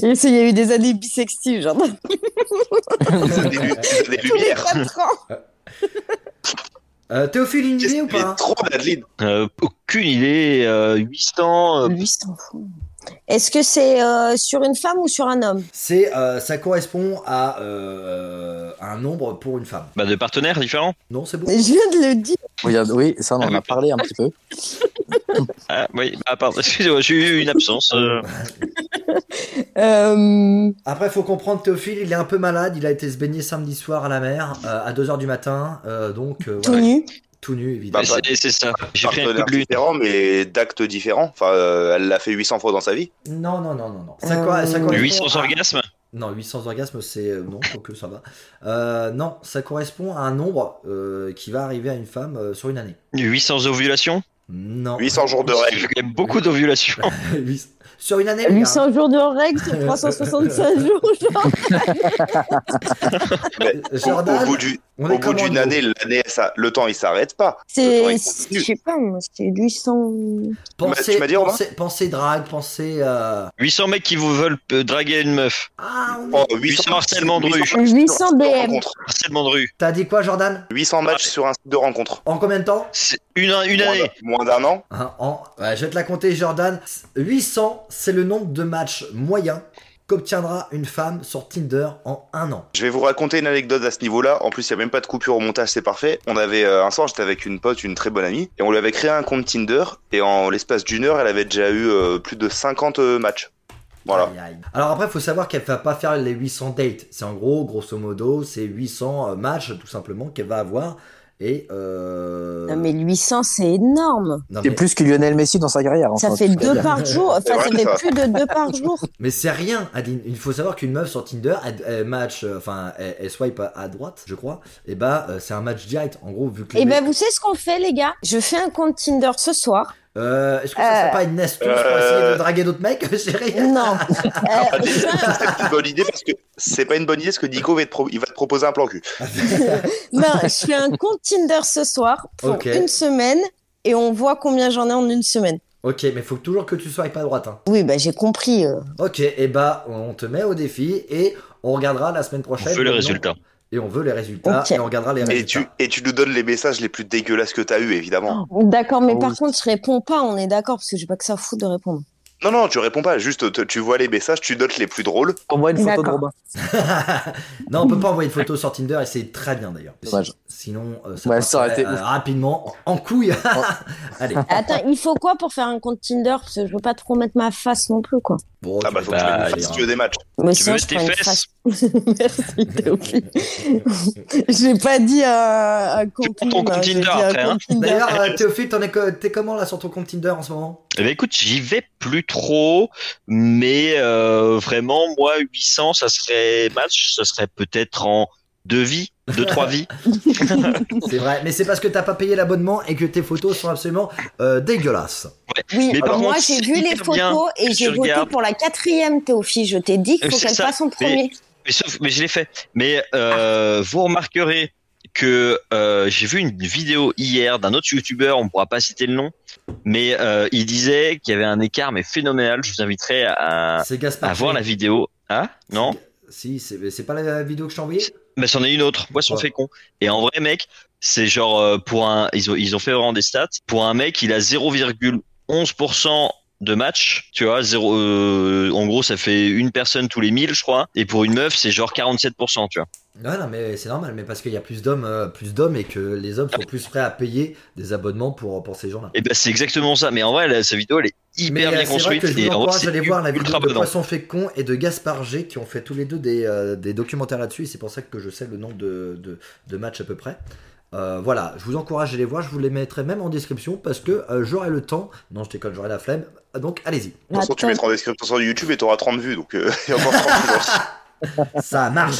[SPEAKER 3] Et c'est- il y a eu des années bisextiles, genre tous
[SPEAKER 4] Des, lu-
[SPEAKER 3] les
[SPEAKER 4] des lumières.
[SPEAKER 3] quatre ans.
[SPEAKER 2] Euh, Théophile, une idée
[SPEAKER 4] Qu'est-ce
[SPEAKER 2] ou
[SPEAKER 4] qu'il
[SPEAKER 2] pas
[SPEAKER 4] est trop d'Adeline.
[SPEAKER 6] Euh, aucune idée, euh, 800. euh,
[SPEAKER 3] Lui s'en fout. Est-ce que c'est euh, sur une femme ou sur un homme
[SPEAKER 2] C'est, euh, ça correspond à euh, un nombre pour une femme.
[SPEAKER 6] bah, de partenaires différents.
[SPEAKER 2] Non, c'est bon.
[SPEAKER 3] Je viens de le dire.
[SPEAKER 5] Regarde, oui, ça, on
[SPEAKER 6] Ah
[SPEAKER 5] en
[SPEAKER 6] oui.
[SPEAKER 5] a parlé un petit peu.
[SPEAKER 6] Ah, oui, ah, pardon, excusez-moi, j'ai eu une absence. euh.
[SPEAKER 3] Euh,
[SPEAKER 2] Après, faut comprendre, Théophile, il est un peu malade. Il a été se baigner samedi soir à la mer euh, à 2h du matin. euh, donc, euh,
[SPEAKER 3] tout
[SPEAKER 2] voilà.
[SPEAKER 3] nu.
[SPEAKER 2] Tout nu, évidemment.
[SPEAKER 4] Bah,
[SPEAKER 6] Mais c'est c'est ça, j'ai pris un coup
[SPEAKER 4] Partenaire
[SPEAKER 6] de lune.
[SPEAKER 4] différent, mais d'actes différents. Enfin, euh, elle l'a fait 800 fois dans sa vie.
[SPEAKER 2] Non, non, non, non. non. Ça,
[SPEAKER 3] Euh,
[SPEAKER 2] cor- ça correspond
[SPEAKER 6] 800
[SPEAKER 2] à-
[SPEAKER 6] orgasmes
[SPEAKER 2] Non, 800 orgasmes, c'est. euh, Non, quoique ça va. Euh, non, ça correspond à un nombre euh, qui va arriver à une femme euh, sur une année.
[SPEAKER 6] 800 ovulations
[SPEAKER 2] Non.
[SPEAKER 4] 800 jours de
[SPEAKER 6] J'ai
[SPEAKER 4] règles.
[SPEAKER 6] fait quand même beaucoup d'ovulations.
[SPEAKER 2] Huit- Sur une année, les gars.
[SPEAKER 3] 800 jours de règles sur 365 jours, genre.
[SPEAKER 4] Au, au
[SPEAKER 2] Jordan,
[SPEAKER 4] bout du-
[SPEAKER 2] Euh, on est
[SPEAKER 4] au bout
[SPEAKER 2] comment,
[SPEAKER 4] d'une
[SPEAKER 2] nous
[SPEAKER 4] année, l'année, ça- le temps, il s'arrête pas.
[SPEAKER 3] C'est,
[SPEAKER 4] Ouais,
[SPEAKER 3] je sais pas, moi, c'est 800.
[SPEAKER 2] Pensez,
[SPEAKER 4] Tu m'as dit, Romain
[SPEAKER 2] pensez, pensez drague, pensez. euh,
[SPEAKER 6] 800 mecs qui vous veulent euh, draguer une meuf.
[SPEAKER 2] Ah, on est-
[SPEAKER 4] Oh,
[SPEAKER 6] 800 harcèlement de rue.
[SPEAKER 3] 800
[SPEAKER 4] de
[SPEAKER 3] DM.
[SPEAKER 4] rencontres.
[SPEAKER 6] Harcèlement de rue.
[SPEAKER 2] T'as dit quoi, Jordan
[SPEAKER 4] 800 matchs sur un site de rencontre.
[SPEAKER 2] En combien de temps
[SPEAKER 6] C'est Une, une
[SPEAKER 4] Moins
[SPEAKER 6] année.
[SPEAKER 4] d'un- Moins d'un an.
[SPEAKER 2] Hein, en... ouais, Je vais te la compter, Jordan. 800, c'est le nombre de matchs moyens qu'obtiendra une femme sur Tinder en un an.
[SPEAKER 4] Je vais vous raconter une anecdote à ce niveau-là. En plus, il n'y a même pas de coupure au montage, c'est parfait. On avait euh, un soir, j'étais avec une pote, une très bonne amie, et on lui avait créé un compte Tinder. Et en l'espace d'une heure, elle avait déjà eu euh, plus de 50 euh, matchs. Voilà.
[SPEAKER 2] Aïe, aïe. Alors après, faut savoir qu'elle va pas faire les 800 dates. C'est en gros, grosso modo, c'est 800 matchs tout simplement qu'elle va avoir. Et euh...
[SPEAKER 3] Non, mais 800, c'est énorme.
[SPEAKER 2] non,
[SPEAKER 5] C'est
[SPEAKER 2] mais-
[SPEAKER 5] plus que Lionel Messi dans sa carrière. en
[SPEAKER 3] Ça fait deux par jour. Enfin, ça
[SPEAKER 4] vrai,
[SPEAKER 3] fait
[SPEAKER 4] ça.
[SPEAKER 3] plus de deux par jour.
[SPEAKER 2] Mais c'est rien, Adeline. Il faut savoir qu'une meuf sur Tinder, elle, elle match, euh, enfin, elle, elle swipe à, à droite, je crois. Et bah, euh, c'est un match direct, en gros, vu que. les
[SPEAKER 3] Et ben,
[SPEAKER 2] mecs-
[SPEAKER 3] vous savez ce qu'on fait, les gars Je fais un compte Tinder ce soir.
[SPEAKER 2] Euh, Est-ce que ça serait
[SPEAKER 3] Euh.
[SPEAKER 2] pas une astuce pour
[SPEAKER 4] Euh.
[SPEAKER 2] essayer de draguer d'autres mecs chérie
[SPEAKER 3] Non.
[SPEAKER 6] Ah,
[SPEAKER 3] Euh, je fais un-
[SPEAKER 4] C'est une bonne idée parce que c'est pas une bonne idée parce que Nico va, te pro- il va te proposer un plan cul.
[SPEAKER 3] Non, je fais un compte Tinder ce soir pour
[SPEAKER 2] Ok.
[SPEAKER 3] une semaine et on voit combien j'en ai en une semaine.
[SPEAKER 2] Ok, mais faut toujours que tu swipes à droite. Hein.
[SPEAKER 3] Oui, bah j'ai compris. euh.
[SPEAKER 2] Ok, et bah, on te met au défi et on regardera la semaine
[SPEAKER 6] On
[SPEAKER 2] prochaine.
[SPEAKER 6] veut les
[SPEAKER 2] le nom-
[SPEAKER 6] résultats.
[SPEAKER 2] Et on veut les résultats
[SPEAKER 3] Ok.
[SPEAKER 2] et on regardera les
[SPEAKER 4] Et
[SPEAKER 2] résultats.
[SPEAKER 4] tu, et tu nous donnes les messages les plus dégueulasses que t'as eu,
[SPEAKER 3] Ah.
[SPEAKER 4] évidemment.
[SPEAKER 3] D'accord, mais
[SPEAKER 5] Oh
[SPEAKER 3] par
[SPEAKER 5] oui.
[SPEAKER 3] contre, je réponds pas, on est d'accord, parce que j'ai pas que ça à foutre de répondre.
[SPEAKER 4] Non, non, tu réponds pas. Juste, te- tu vois les messages, tu notes les plus drôles.
[SPEAKER 5] On voit une photo de
[SPEAKER 3] D'accord.
[SPEAKER 5] Robin.
[SPEAKER 2] non, on peut pas envoyer de photo sur Tinder et c'est très bien d'ailleurs.
[SPEAKER 5] Dommage.
[SPEAKER 2] Sinon, euh, ça
[SPEAKER 5] Ouais,
[SPEAKER 2] partirait,
[SPEAKER 5] ça aurait été
[SPEAKER 2] euh,
[SPEAKER 5] ouf.
[SPEAKER 2] rapidement en couille. Allez.
[SPEAKER 3] Attends, il faut quoi pour faire un compte Tinder Parce que je veux pas trop mettre ma face non plus, quoi.
[SPEAKER 2] Bon,
[SPEAKER 4] Ah
[SPEAKER 2] tu
[SPEAKER 4] bah
[SPEAKER 2] peux
[SPEAKER 4] faut que
[SPEAKER 2] pas hein.
[SPEAKER 6] bah,
[SPEAKER 2] le
[SPEAKER 4] tu me fasses
[SPEAKER 2] faire.
[SPEAKER 4] si tu veux des matchs.
[SPEAKER 3] Mais
[SPEAKER 6] Tu veux
[SPEAKER 3] sinon, je
[SPEAKER 6] tes
[SPEAKER 3] prends une
[SPEAKER 6] fesses
[SPEAKER 3] face. Merci, Théophile. J'ai pas dit euh, un compte
[SPEAKER 6] prends ton
[SPEAKER 3] Tinder,
[SPEAKER 6] compte Tinder
[SPEAKER 3] j'ai dit un
[SPEAKER 6] après, hein.
[SPEAKER 3] compte Tinder.
[SPEAKER 2] D'ailleurs, euh, Théophile, t'en es co- t'es comment là sur ton compte Tinder en ce moment
[SPEAKER 6] Eh ben, écoute, j'y vais plus trop, mais euh, vraiment, moi, 800, ça serait match, ça serait peut-être en deux vies, deux, trois vies.
[SPEAKER 2] C'est vrai, mais c'est parce que t'as pas payé l'abonnement et que tes photos sont absolument euh, dégueulasses.
[SPEAKER 3] Oui,
[SPEAKER 6] Mais par
[SPEAKER 3] moi
[SPEAKER 6] contre,
[SPEAKER 3] j'ai
[SPEAKER 6] c'est
[SPEAKER 3] vu les
[SPEAKER 6] hyper bien
[SPEAKER 3] photos et
[SPEAKER 6] que
[SPEAKER 3] j'ai
[SPEAKER 6] tu
[SPEAKER 3] voté
[SPEAKER 6] regardes.
[SPEAKER 3] pour la quatrième, Théophile. Je t'ai dit qu'il
[SPEAKER 6] Euh,
[SPEAKER 3] faut
[SPEAKER 6] c'est
[SPEAKER 3] qu'elle
[SPEAKER 6] ça,
[SPEAKER 3] fasse en
[SPEAKER 6] mais-
[SPEAKER 3] premier.
[SPEAKER 6] Mais sauf, mais je l'ai fait. Mais euh, vous remarquerez que euh, j'ai vu une vidéo hier d'un autre youtubeur, on ne pourra pas citer le nom, mais euh, il disait qu'il y avait un écart mais phénoménal. Je vous inviterai
[SPEAKER 4] Ah.
[SPEAKER 6] à,
[SPEAKER 2] C'est Gaspard.
[SPEAKER 6] à voir la vidéo. Ah non
[SPEAKER 2] Si, c'est c'est pas la vidéo que je t'ai envoyée
[SPEAKER 6] Mais c'en est une autre. Poisson
[SPEAKER 2] Ouais.
[SPEAKER 6] fécond. Et en vrai, mec, c'est genre euh, pour un, ils ont ils ont fait vraiment des stats. Pour un mec, il a 0,11% de match, tu vois, zéro, euh, en gros ça fait une personne tous les 1000 je crois, et pour une meuf c'est genre 47%, tu vois.
[SPEAKER 2] Ouais, Ah non, mais c'est normal, mais parce qu'il y a plus d'hommes, euh, plus d'hommes et que les hommes sont plus prêts à payer des abonnements pour, pour ces gens-là.
[SPEAKER 6] Et ben c'est exactement ça. Mais en vrai, la, sa vidéo elle est
[SPEAKER 2] Mais
[SPEAKER 6] hyper
[SPEAKER 2] euh,
[SPEAKER 6] bien
[SPEAKER 2] c'est vrai
[SPEAKER 6] construite
[SPEAKER 2] que je
[SPEAKER 6] et
[SPEAKER 2] vous
[SPEAKER 6] en vrai,
[SPEAKER 2] encourage
[SPEAKER 6] c'est
[SPEAKER 2] à aller voir la vidéo
[SPEAKER 6] ultra
[SPEAKER 2] de
[SPEAKER 6] bon.
[SPEAKER 2] Poisson Fécond et de Gaspard G qui ont fait tous les deux des, euh, des documentaires là-dessus et c'est pour ça que je sais le nombre de, de, de matchs à peu près. Euh, voilà, je vous encourage à les voir, je vous les mettrai même en description parce que euh, j'aurai le temps. Non, je déconne, j'aurai la flemme. Donc allez-y,
[SPEAKER 4] De toute façon, tu
[SPEAKER 3] Attends.
[SPEAKER 4] mettras en description sur YouTube et t'auras 30 vues. Donc, euh, il y a encore 30 vues.
[SPEAKER 2] ça marche.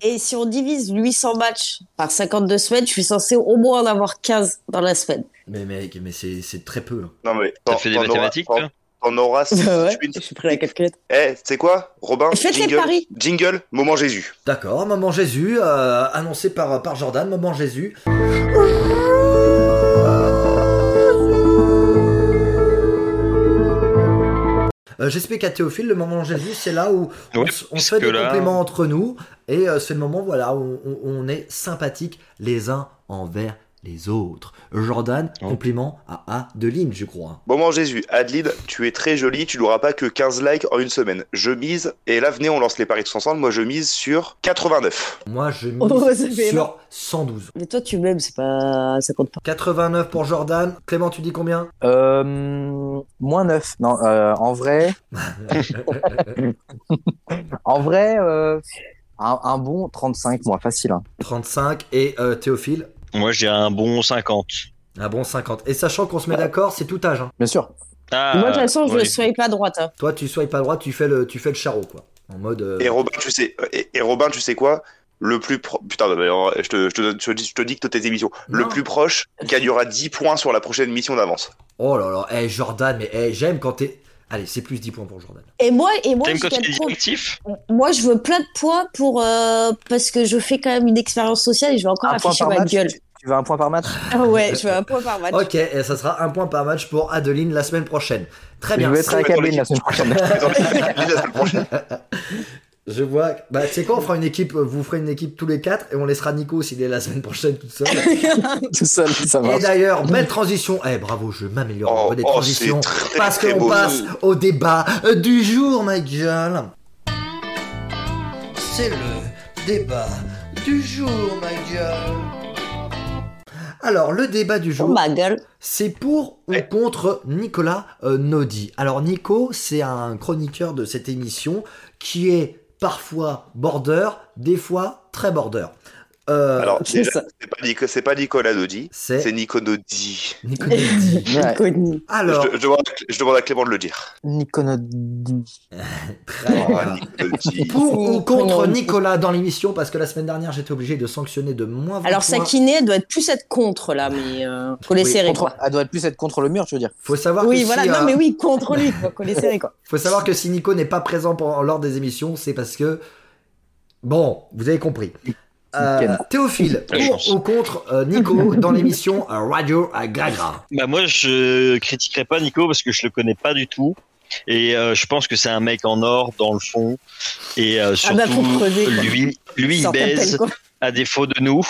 [SPEAKER 3] Et si on divise 800 matchs par 52 semaines, je suis censé au moins en avoir 15 dans la semaine.
[SPEAKER 2] Mais mec, mais c'est c'est très peu. hein.
[SPEAKER 4] Non, mais
[SPEAKER 6] T'as
[SPEAKER 4] t'en-
[SPEAKER 6] fait des
[SPEAKER 4] t'en auras-
[SPEAKER 6] mathématiques, hein.
[SPEAKER 4] t'en-
[SPEAKER 6] toi
[SPEAKER 4] T'en auras 58.
[SPEAKER 3] Bah suis pris la calculette.
[SPEAKER 4] Eh, tu sais quoi, Robin
[SPEAKER 3] Faites les
[SPEAKER 4] jingle,
[SPEAKER 3] paris.
[SPEAKER 4] jingle, moment Jésus.
[SPEAKER 2] D'accord, Maman Jésus, euh, annoncé par, par Jordan, Maman Jésus. Euh, J'explique à Théophile, le moment Jésus, c'est là où on,
[SPEAKER 6] Ouais,
[SPEAKER 2] s- on
[SPEAKER 6] parce
[SPEAKER 2] se fait
[SPEAKER 6] que
[SPEAKER 2] des
[SPEAKER 6] là-
[SPEAKER 2] compliments entre nous et euh, c'est le moment voilà, où on, on est sympathique les uns envers les autres. Jordan,
[SPEAKER 6] Ouais.
[SPEAKER 2] compliment à Adeline, je crois.
[SPEAKER 4] Moment Jésus, Adeline, tu es très jolie, tu n'auras pas que 15 likes en une semaine. Je mise, et là venez, on lance les paris tous ensemble, moi je mise sur 89.
[SPEAKER 2] Moi, je mise
[SPEAKER 3] Oh, ça fait énorme.
[SPEAKER 2] sur 112.
[SPEAKER 3] Mais toi, tu m'aimes, c'est pas. Ça compte pas.
[SPEAKER 2] 89 pour Jordan. Clément, tu dis combien
[SPEAKER 5] Euh, moins 9. Non, euh, en vrai, en vrai euh, un, un bon 35, moi, facile. hein.
[SPEAKER 2] 35 et euh, Théophile
[SPEAKER 6] Moi j'ai un bon 50.
[SPEAKER 2] un Ah bon 50. Et sachant qu'on se met d'accord, c'est tout âge. hein.
[SPEAKER 5] Bien sûr.
[SPEAKER 6] Ah,
[SPEAKER 3] Moi, de toute façon, je
[SPEAKER 6] ouais.
[SPEAKER 3] ne swipe à droite. hein.
[SPEAKER 2] Toi, tu swipes à droite, tu fais le, tu fais le charreau, quoi. En mode. euh,
[SPEAKER 4] Et Robin, tu sais, et, et Robin, tu sais quoi le plus pro... Putain, non, mais, alors, je te, je, te, donne- je te dis- je te dicte tes émissions.
[SPEAKER 2] Non.
[SPEAKER 4] Le plus proche gagnera 10 points sur la prochaine mission d'avance.
[SPEAKER 2] Oh là là, eh, Jordan, mais eh, j'aime quand t'es. Allez, c'est plus 10 points pour Jordan.
[SPEAKER 3] Et moi, et moi,
[SPEAKER 6] T'aimes
[SPEAKER 3] je
[SPEAKER 6] quand tu
[SPEAKER 3] gagne
[SPEAKER 6] es
[SPEAKER 3] trop.
[SPEAKER 6] directif
[SPEAKER 3] Moi, je veux plein de poids pour euh, parce que je fais quand même une expérience sociale et je vais encore
[SPEAKER 5] un point
[SPEAKER 3] afficher
[SPEAKER 5] par
[SPEAKER 3] ma
[SPEAKER 5] match.
[SPEAKER 3] Ah, gueule.
[SPEAKER 5] Tu, tu veux un point par match
[SPEAKER 3] Ah ouais, je veux un point par match.
[SPEAKER 2] Ok, et ça sera un point par match pour Adeline la semaine prochaine. Très bien.
[SPEAKER 5] Je vais être avec
[SPEAKER 4] attends,
[SPEAKER 5] Adeline la semaine prochaine.
[SPEAKER 2] Je vois. Bah, tu sais quoi, on fera une équipe, euh, vous ferez une équipe tous les quatre et on laissera Nico s'il est la semaine prochaine tout seul.
[SPEAKER 5] Tout seul, ça
[SPEAKER 2] et
[SPEAKER 5] marche.
[SPEAKER 2] d'ailleurs, belle transition. Eh, bravo, je m'améliore.
[SPEAKER 4] Oh,
[SPEAKER 2] Envoie des
[SPEAKER 4] oh, c'est
[SPEAKER 2] transitions.
[SPEAKER 4] très,
[SPEAKER 2] Parce
[SPEAKER 4] très
[SPEAKER 2] qu'on
[SPEAKER 4] beau.
[SPEAKER 2] passe au débat euh, du jour, ma gueule. c'est le débat du jour, ma gueule. Alors, le débat du
[SPEAKER 3] Oh
[SPEAKER 2] jour,
[SPEAKER 3] ma gueule.
[SPEAKER 2] c'est pour ou
[SPEAKER 4] Ouais.
[SPEAKER 2] contre Nicolas euh, Naudi. Alors, Nico, c'est un chroniqueur de cette émission qui est parfois border, des fois très border. Euh,
[SPEAKER 4] Alors,
[SPEAKER 3] c'est
[SPEAKER 4] déjà,
[SPEAKER 3] ça.
[SPEAKER 4] c'est pas, Nico- c'est pas Nicolas Dodi, c'est
[SPEAKER 2] c'est
[SPEAKER 4] Nico Dodi.
[SPEAKER 2] Nico Naudi.
[SPEAKER 3] Inconnu.
[SPEAKER 2] Alors,
[SPEAKER 4] Je, je demande, à- je demande à Clément de le dire.
[SPEAKER 5] Niconodi.
[SPEAKER 2] très
[SPEAKER 4] Oh,
[SPEAKER 2] bien.
[SPEAKER 4] Nico Dodi.
[SPEAKER 2] Pour ou
[SPEAKER 3] C'est
[SPEAKER 2] contre
[SPEAKER 3] mignon.
[SPEAKER 2] Nicolas dans l'émission, parce que la semaine dernière j'étais obligé de sanctionner de moins 20
[SPEAKER 3] Alors
[SPEAKER 2] points.
[SPEAKER 3] Sakine elle doit être plus être contre là, mais euh, faut les
[SPEAKER 2] Oui,
[SPEAKER 3] serrer
[SPEAKER 5] Contre-
[SPEAKER 3] quoi.
[SPEAKER 5] Elle doit être plus être contre le mur, tu veux dire.
[SPEAKER 2] Faut savoir
[SPEAKER 3] Oui,
[SPEAKER 2] que
[SPEAKER 3] voilà,
[SPEAKER 2] si,
[SPEAKER 3] non
[SPEAKER 2] euh,
[SPEAKER 3] mais oui, contre lui, quoi, faut les serrer quoi.
[SPEAKER 2] faut savoir que si Nico n'est pas présent pour- lors des émissions, c'est parce que bon, vous avez compris. Euh,
[SPEAKER 5] Nickel.
[SPEAKER 2] Théophile,
[SPEAKER 6] La chance.
[SPEAKER 2] pour ou contre euh, Nico dans l'émission euh, Radio à Gragra.
[SPEAKER 6] Bah moi je critiquerai pas Nico parce que je le connais pas du tout et euh, je pense que c'est un mec en or dans le fond et euh, surtout
[SPEAKER 3] bah, faut creuser, quoi.
[SPEAKER 6] lui lui il
[SPEAKER 3] Sortons tel,
[SPEAKER 6] baise
[SPEAKER 3] quoi.
[SPEAKER 6] à défaut de nous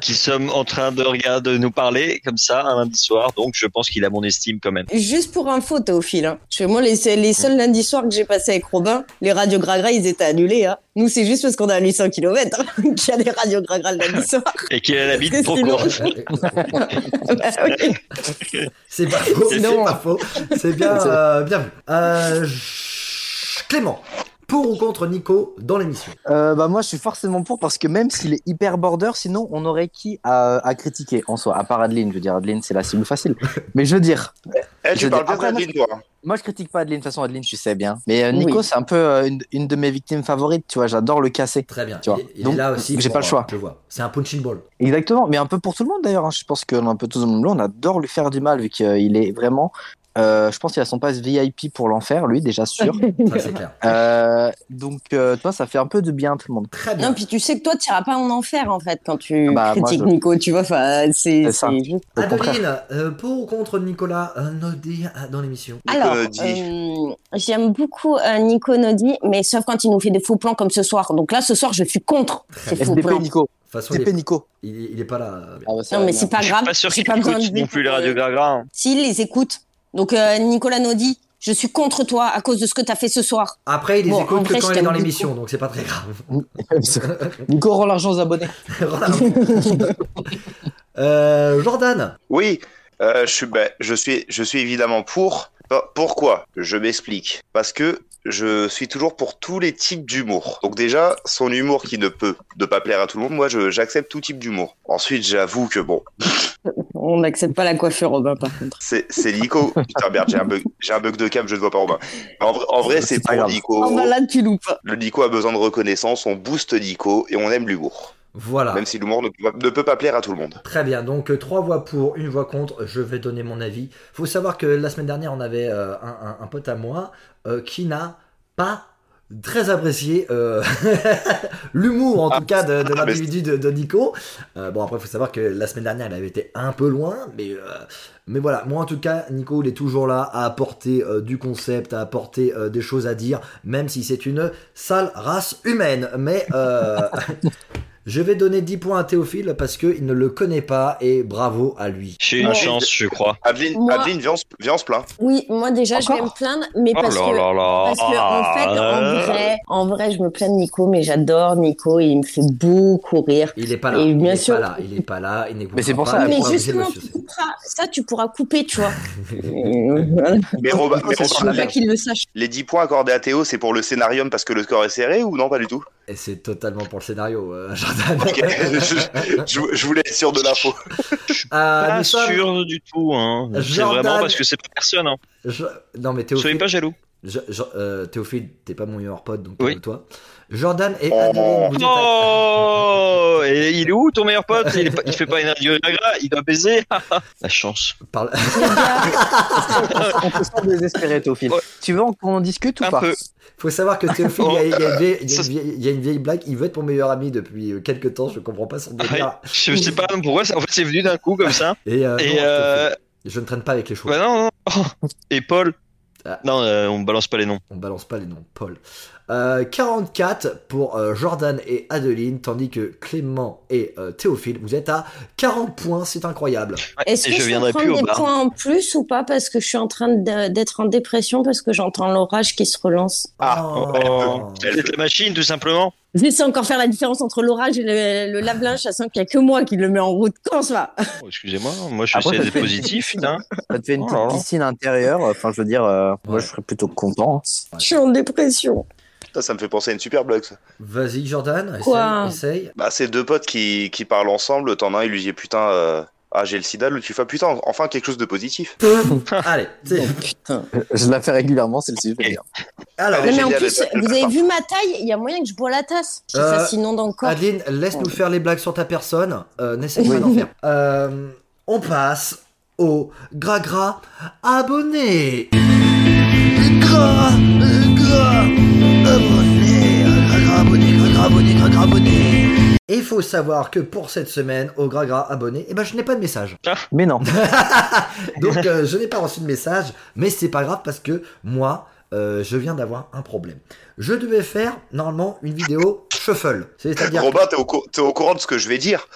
[SPEAKER 6] qui sommes en train de regarder de nous parler comme ça un lundi soir donc je pense qu'il a mon estime quand même.
[SPEAKER 3] Juste pour info, Théophile, hein. Parce que moi, les, seuls- les seuls lundis soirs que j'ai passé avec Robin, les radios Gragra, ils étaient annulés. Hein. Nous, c'est juste parce qu'on a 800 km hein, qu'il y a des radios Gragra le lundi soir.
[SPEAKER 6] Et qu'il a la bite trop
[SPEAKER 3] Sinon-
[SPEAKER 6] courte.
[SPEAKER 3] Bah oui.
[SPEAKER 2] C'est pas faux, c'est
[SPEAKER 3] Sinon-
[SPEAKER 2] pas faux. C'est bien, euh, bien vu. Euh, Clément, pour ou contre Nico dans l'émission
[SPEAKER 5] Euh, bah moi je suis forcément pour parce que même s'il est hyper border, sinon on aurait qui à, à critiquer en soi, à part Adeline. Je veux dire, Adeline c'est la cible facile. Mais je veux dire,
[SPEAKER 4] Eh,
[SPEAKER 5] Je
[SPEAKER 4] tu parles
[SPEAKER 5] veux dire,
[SPEAKER 4] bien
[SPEAKER 5] après,
[SPEAKER 4] d'Adeline, toi. hein.
[SPEAKER 5] moi je critique pas Adeline, de toute façon Adeline tu sais bien. Mais euh, Nico
[SPEAKER 3] Oui.
[SPEAKER 5] c'est un peu euh, une, une de mes victimes favorites, tu vois, j'adore le casser.
[SPEAKER 2] Très bien.
[SPEAKER 5] Tu vois,
[SPEAKER 2] il, il
[SPEAKER 5] donc,
[SPEAKER 2] est là aussi.
[SPEAKER 5] j'ai
[SPEAKER 2] pour,
[SPEAKER 5] pas le
[SPEAKER 2] euh,
[SPEAKER 5] choix.
[SPEAKER 2] Je vois. C'est un punching ball.
[SPEAKER 5] Exactement, mais un peu pour tout le monde d'ailleurs. hein. Je pense que un peu tout le monde, on adore lui faire du mal vu qu'il est vraiment... euh, je pense qu'il a son passe VIP pour l'enfer, lui déjà sûr.
[SPEAKER 2] Ça, c'est clair.
[SPEAKER 5] Euh, donc euh, toi ça fait un peu de bien à tout le monde.
[SPEAKER 2] Très bien.
[SPEAKER 3] Non, puis tu sais que toi, tu n'iras pas en enfer, en fait, quand tu
[SPEAKER 5] Bah, moi,
[SPEAKER 3] critiques
[SPEAKER 5] je-
[SPEAKER 3] Nico, tu vois. Enfin, c'est
[SPEAKER 5] C'est ça.
[SPEAKER 3] c'est juste-
[SPEAKER 5] Au contraire.
[SPEAKER 2] Adeline, euh, pour ou contre Nicolas euh, Nodi euh, dans l'émission
[SPEAKER 4] Nico
[SPEAKER 3] Alors,
[SPEAKER 4] Nodi.
[SPEAKER 3] euh, j'aime beaucoup euh, Nico Nodi, mais sauf quand il nous fait des faux plans comme ce soir. Donc là, ce soir, je suis contre ces faux
[SPEAKER 5] SDP
[SPEAKER 3] plans.
[SPEAKER 5] Nico.
[SPEAKER 2] De toute façon, il
[SPEAKER 5] SDP
[SPEAKER 2] est,
[SPEAKER 5] Nico.
[SPEAKER 2] il- il est pas là. euh, bien.
[SPEAKER 5] Ah bah, c'est
[SPEAKER 3] Non, mais
[SPEAKER 5] vrai, merde.
[SPEAKER 3] c'est pas
[SPEAKER 6] Je suis
[SPEAKER 3] grave.
[SPEAKER 6] pas sûr
[SPEAKER 3] j'ai
[SPEAKER 6] qu'il
[SPEAKER 3] pas besoin de
[SPEAKER 6] écoute non
[SPEAKER 3] dire,
[SPEAKER 6] plus les radios
[SPEAKER 3] euh,
[SPEAKER 6] Gragra. hein.
[SPEAKER 3] S'il les écoute. Donc euh, Nicolas Naudi, je suis contre toi à cause de ce que tu as fait ce soir.
[SPEAKER 2] Après, il les
[SPEAKER 3] Bon,
[SPEAKER 2] écoute
[SPEAKER 3] après,
[SPEAKER 2] que quand
[SPEAKER 3] je
[SPEAKER 2] il est dans
[SPEAKER 3] t'aime
[SPEAKER 2] l'émission, donc c'est pas très grave.
[SPEAKER 5] Nico rend l'argent aux abonnés.
[SPEAKER 2] Voilà. Euh, Jordan,
[SPEAKER 4] Oui, euh, je, suis, ben, je, suis, je suis évidemment pour. Pas- Pourquoi Je m'explique. Parce que je suis toujours pour tous les types d'humour. Donc déjà, son humour qui ne peut ne pas plaire à tout le monde, moi je- j'accepte tout type d'humour. Ensuite, j'avoue que bon,
[SPEAKER 3] On n'accepte pas la coiffure, Robin, par contre.
[SPEAKER 4] c'est c'est Nico. Putain merde, j'ai un, bug- j'ai un bug de câble, je ne vois pas Robin. En, vrai- en vrai,
[SPEAKER 5] C'est
[SPEAKER 4] c'est
[SPEAKER 5] pas
[SPEAKER 4] pour
[SPEAKER 5] grave.
[SPEAKER 4] Nico.
[SPEAKER 3] Oh, bah là, tu loupes.
[SPEAKER 4] Le Nico a besoin de reconnaissance, on booste Nico et on aime l'humour.
[SPEAKER 5] Ah.
[SPEAKER 2] voilà.
[SPEAKER 4] Même si l'humour ne, peut pas- ne peut pas plaire à tout le monde.
[SPEAKER 2] Très bien, donc euh, trois voix pour, une voix contre, je vais donner mon avis. Faut savoir que la semaine dernière, on avait euh, un, un- un pote à moi euh, qui n'a pas très apprécié euh, l'humour, en tout cas, de, de
[SPEAKER 4] ah, mais-
[SPEAKER 2] l'individu de, de Nico. Euh, bon, après, faut savoir que la semaine dernière, il avait été un peu loin, mais, euh, mais voilà, moi en tout cas, Nico, il est toujours là à apporter euh, du concept, à apporter euh, des choses à dire, même si c'est une sale race humaine. Mais... euh, Je vais donner 10 points à Théophile parce qu'il ne le connaît pas et bravo à lui.
[SPEAKER 6] J'ai une
[SPEAKER 3] Ouais.
[SPEAKER 6] chance je crois.
[SPEAKER 4] Adeline,
[SPEAKER 3] Moi-
[SPEAKER 4] Adeline viens, on se- viens, on se plaint.
[SPEAKER 3] Oui, moi déjà, je vais
[SPEAKER 5] Encore
[SPEAKER 3] me plaindre, mais
[SPEAKER 6] Oh
[SPEAKER 3] parce
[SPEAKER 6] là
[SPEAKER 3] que.
[SPEAKER 6] là là.
[SPEAKER 3] Parce que, en fait, en
[SPEAKER 6] Ah.
[SPEAKER 3] vrai, en vrai, je me plains de Nico, mais j'adore Nico, il me fait beaucoup rire.
[SPEAKER 2] Il est pas là.
[SPEAKER 3] Et bien
[SPEAKER 2] il est
[SPEAKER 3] sûr-
[SPEAKER 2] pas là. Il est pas là. Il n'écoutera
[SPEAKER 5] Mais c'est pour
[SPEAKER 2] pas,
[SPEAKER 5] ça,
[SPEAKER 2] il
[SPEAKER 3] mais
[SPEAKER 2] pourra vous
[SPEAKER 3] justement,
[SPEAKER 2] émotionner.
[SPEAKER 3] tu couperas, ça, tu pourras couper, tu vois. Euh, voilà.
[SPEAKER 4] Mais Robin, mais
[SPEAKER 3] Je
[SPEAKER 4] Robin,
[SPEAKER 3] veux pas qu'il le sache.
[SPEAKER 4] Les 10 points accordés à Théo, c'est pour le scénarium parce que le score est serré ou non Pas du tout
[SPEAKER 2] Et c'est totalement pour le scénario, euh, Jordan.
[SPEAKER 4] Ok, je, je- je voulais être sûr de l'info.
[SPEAKER 2] Euh,
[SPEAKER 6] Pas
[SPEAKER 2] nous sommes-
[SPEAKER 6] sûr du tout hein. C'est
[SPEAKER 2] Jordan-
[SPEAKER 6] vraiment parce que c'est pas personne hein.
[SPEAKER 2] Je- Non mais
[SPEAKER 6] Soyez
[SPEAKER 2] Théophile,
[SPEAKER 6] pas jaloux.
[SPEAKER 2] je- je- euh, Théophile, t'es pas mon meilleur pote donc
[SPEAKER 6] Oui.
[SPEAKER 2] toi. Jordan et
[SPEAKER 4] Oh.
[SPEAKER 2] Adeline, vous êtes à-
[SPEAKER 6] Oh Et il est où ton meilleur pote il, est pas- il fait pas une radio Viagra, il doit baiser La chance.
[SPEAKER 2] Parle-
[SPEAKER 5] On peut se désespérer, Théophile.
[SPEAKER 6] Ouais.
[SPEAKER 5] Tu veux qu'on en discute ou
[SPEAKER 6] Un
[SPEAKER 5] pas
[SPEAKER 6] peu.
[SPEAKER 2] Faut savoir que Théophile, il y a- il y, a une vieille- il y a
[SPEAKER 6] Ça-
[SPEAKER 2] une vieille- il y a une vieille blague. Il veut être mon meilleur ami depuis euh, quelques temps. Je comprends pas son
[SPEAKER 6] Ouais.
[SPEAKER 2] délire.
[SPEAKER 6] Je sais pas pourquoi, ça- en fait c'est venu d'un coup comme ça.
[SPEAKER 2] Et, euh,
[SPEAKER 6] Et
[SPEAKER 2] non,
[SPEAKER 6] euh,
[SPEAKER 2] Théophile, je ne traîne pas avec les choses.
[SPEAKER 6] Bah non, non. Et Paul
[SPEAKER 2] Ah.
[SPEAKER 6] Non, euh, on balance pas les noms.
[SPEAKER 2] On balance pas les noms, Paul. Euh, 44 pour euh, Jordan et Adeline, tandis que Clément et euh, Théophile, vous êtes à 40 points, c'est incroyable.
[SPEAKER 6] Ouais,
[SPEAKER 3] Est-ce
[SPEAKER 6] et
[SPEAKER 3] que je,
[SPEAKER 6] je
[SPEAKER 3] peux
[SPEAKER 6] viendrai plus
[SPEAKER 3] prendre
[SPEAKER 6] au
[SPEAKER 3] des
[SPEAKER 6] bar.
[SPEAKER 3] points en plus ou pas parce que je suis en train de- d'être en dépression parce que j'entends l'orage qui se relance
[SPEAKER 4] Ah,
[SPEAKER 2] Oh.
[SPEAKER 6] J'allais être la machine tout simplement.
[SPEAKER 3] Je sais encore faire la différence entre l'orage et le, le lave-linge, ça sent qu'il n'y a que moi qui le met en route quand ça.
[SPEAKER 6] Oh, Excusez-moi, moi je
[SPEAKER 5] Après,
[SPEAKER 6] suis
[SPEAKER 5] ça
[SPEAKER 6] d'être
[SPEAKER 5] fait-
[SPEAKER 6] positif, putain.
[SPEAKER 5] Ça te fait une
[SPEAKER 6] Oh là
[SPEAKER 5] petite
[SPEAKER 6] là.
[SPEAKER 5] piscine intérieure. Enfin, je veux dire, euh, moi, je serais plutôt content. hein.
[SPEAKER 3] Je suis en dépression.
[SPEAKER 4] Ça, ça me fait penser à une super blague, ça.
[SPEAKER 2] Vas-y, Jordan,
[SPEAKER 3] Quoi
[SPEAKER 2] essaye. essaye.
[SPEAKER 4] Bah, c'est deux potes qui, qui parlent ensemble. T'en as un, il lui dit putain, euh, ah, j'ai le sida. L'autre, tu fais putain, enfin quelque chose de positif.
[SPEAKER 2] Allez, c'est-
[SPEAKER 5] Je la fais régulièrement, celle-ci. je veux dire.
[SPEAKER 2] alors.
[SPEAKER 3] Non, mais en
[SPEAKER 4] Génial,
[SPEAKER 3] plus,
[SPEAKER 4] elle- elle
[SPEAKER 3] vous
[SPEAKER 4] part.
[SPEAKER 3] avez vu ma taille Il y a moyen que je bois la tasse. Je
[SPEAKER 2] Euh,
[SPEAKER 3] ça s'inonde encore.
[SPEAKER 2] Adeline, laisse-nous faire les blagues sur ta personne. Euh, N'essaye pas
[SPEAKER 5] Oui.
[SPEAKER 2] d'en faire. Euh, on passe au gras gras abonné.
[SPEAKER 1] Gras, gras, abonné, gras, gras, abonné, gras, gras, abonné, gras, gras, abonné.
[SPEAKER 2] Et faut savoir que pour cette semaine, au gras gras abonné, eh ben, je n'ai pas de message.
[SPEAKER 5] Mais non.
[SPEAKER 2] Donc euh, je n'ai pas reçu de message, mais c'est pas grave parce que moi, euh, je viens d'avoir un problème. Je devais faire normalement une vidéo shuffle, c'est-à-dire
[SPEAKER 4] Robin, t'es au, cou- t'es au courant de ce que je vais dire.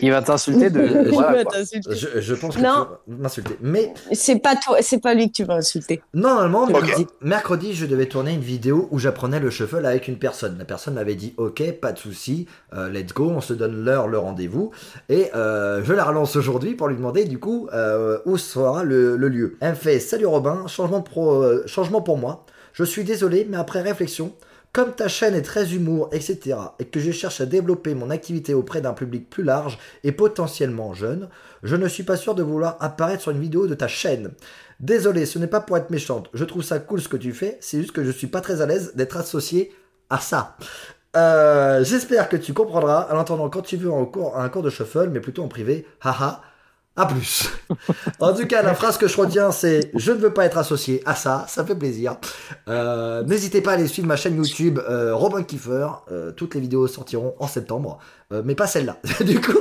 [SPEAKER 5] Il va t'insulter de. voilà, quoi.
[SPEAKER 2] je, je pense que
[SPEAKER 3] Non.
[SPEAKER 2] tu vas m'insulter. Mais
[SPEAKER 3] C'est pas toi, c'est pas lui que tu vas insulter.
[SPEAKER 2] normalement,
[SPEAKER 4] Ok.
[SPEAKER 2] mercredi, mercredi, je devais tourner une vidéo où j'apprenais le shuffle avec une personne. La personne m'avait dit Ok, pas de souci, euh, let's go, on se donne l'heure, le rendez-vous. Et euh, je la relance aujourd'hui pour lui demander du coup euh, où sera le, le lieu. Elle me fait Salut Robin, changement, de pro, euh, changement pour moi. Je suis désolé, mais après réflexion, comme ta chaîne est très humour, etc., et que je cherche à développer mon activité auprès d'un public plus large et potentiellement jeune, je ne suis pas sûr de vouloir apparaître sur une vidéo de ta chaîne. Désolé, ce n'est pas pour être méchante. Je trouve ça cool ce que tu fais, c'est juste que je suis pas très à l'aise d'être associé à ça. Euh, J'espère que tu comprendras. En attendant, quand tu veux en cours, un cours de shuffle, mais plutôt en privé, haha, à plus. en tout cas, la phrase que je retiens, c'est Je ne veux pas être associé à ça, ça fait plaisir. Euh, N'hésitez pas à aller suivre ma chaîne YouTube euh, Robin Kiefer. Euh, toutes les vidéos sortiront en septembre, euh, mais pas celle-là. du coup.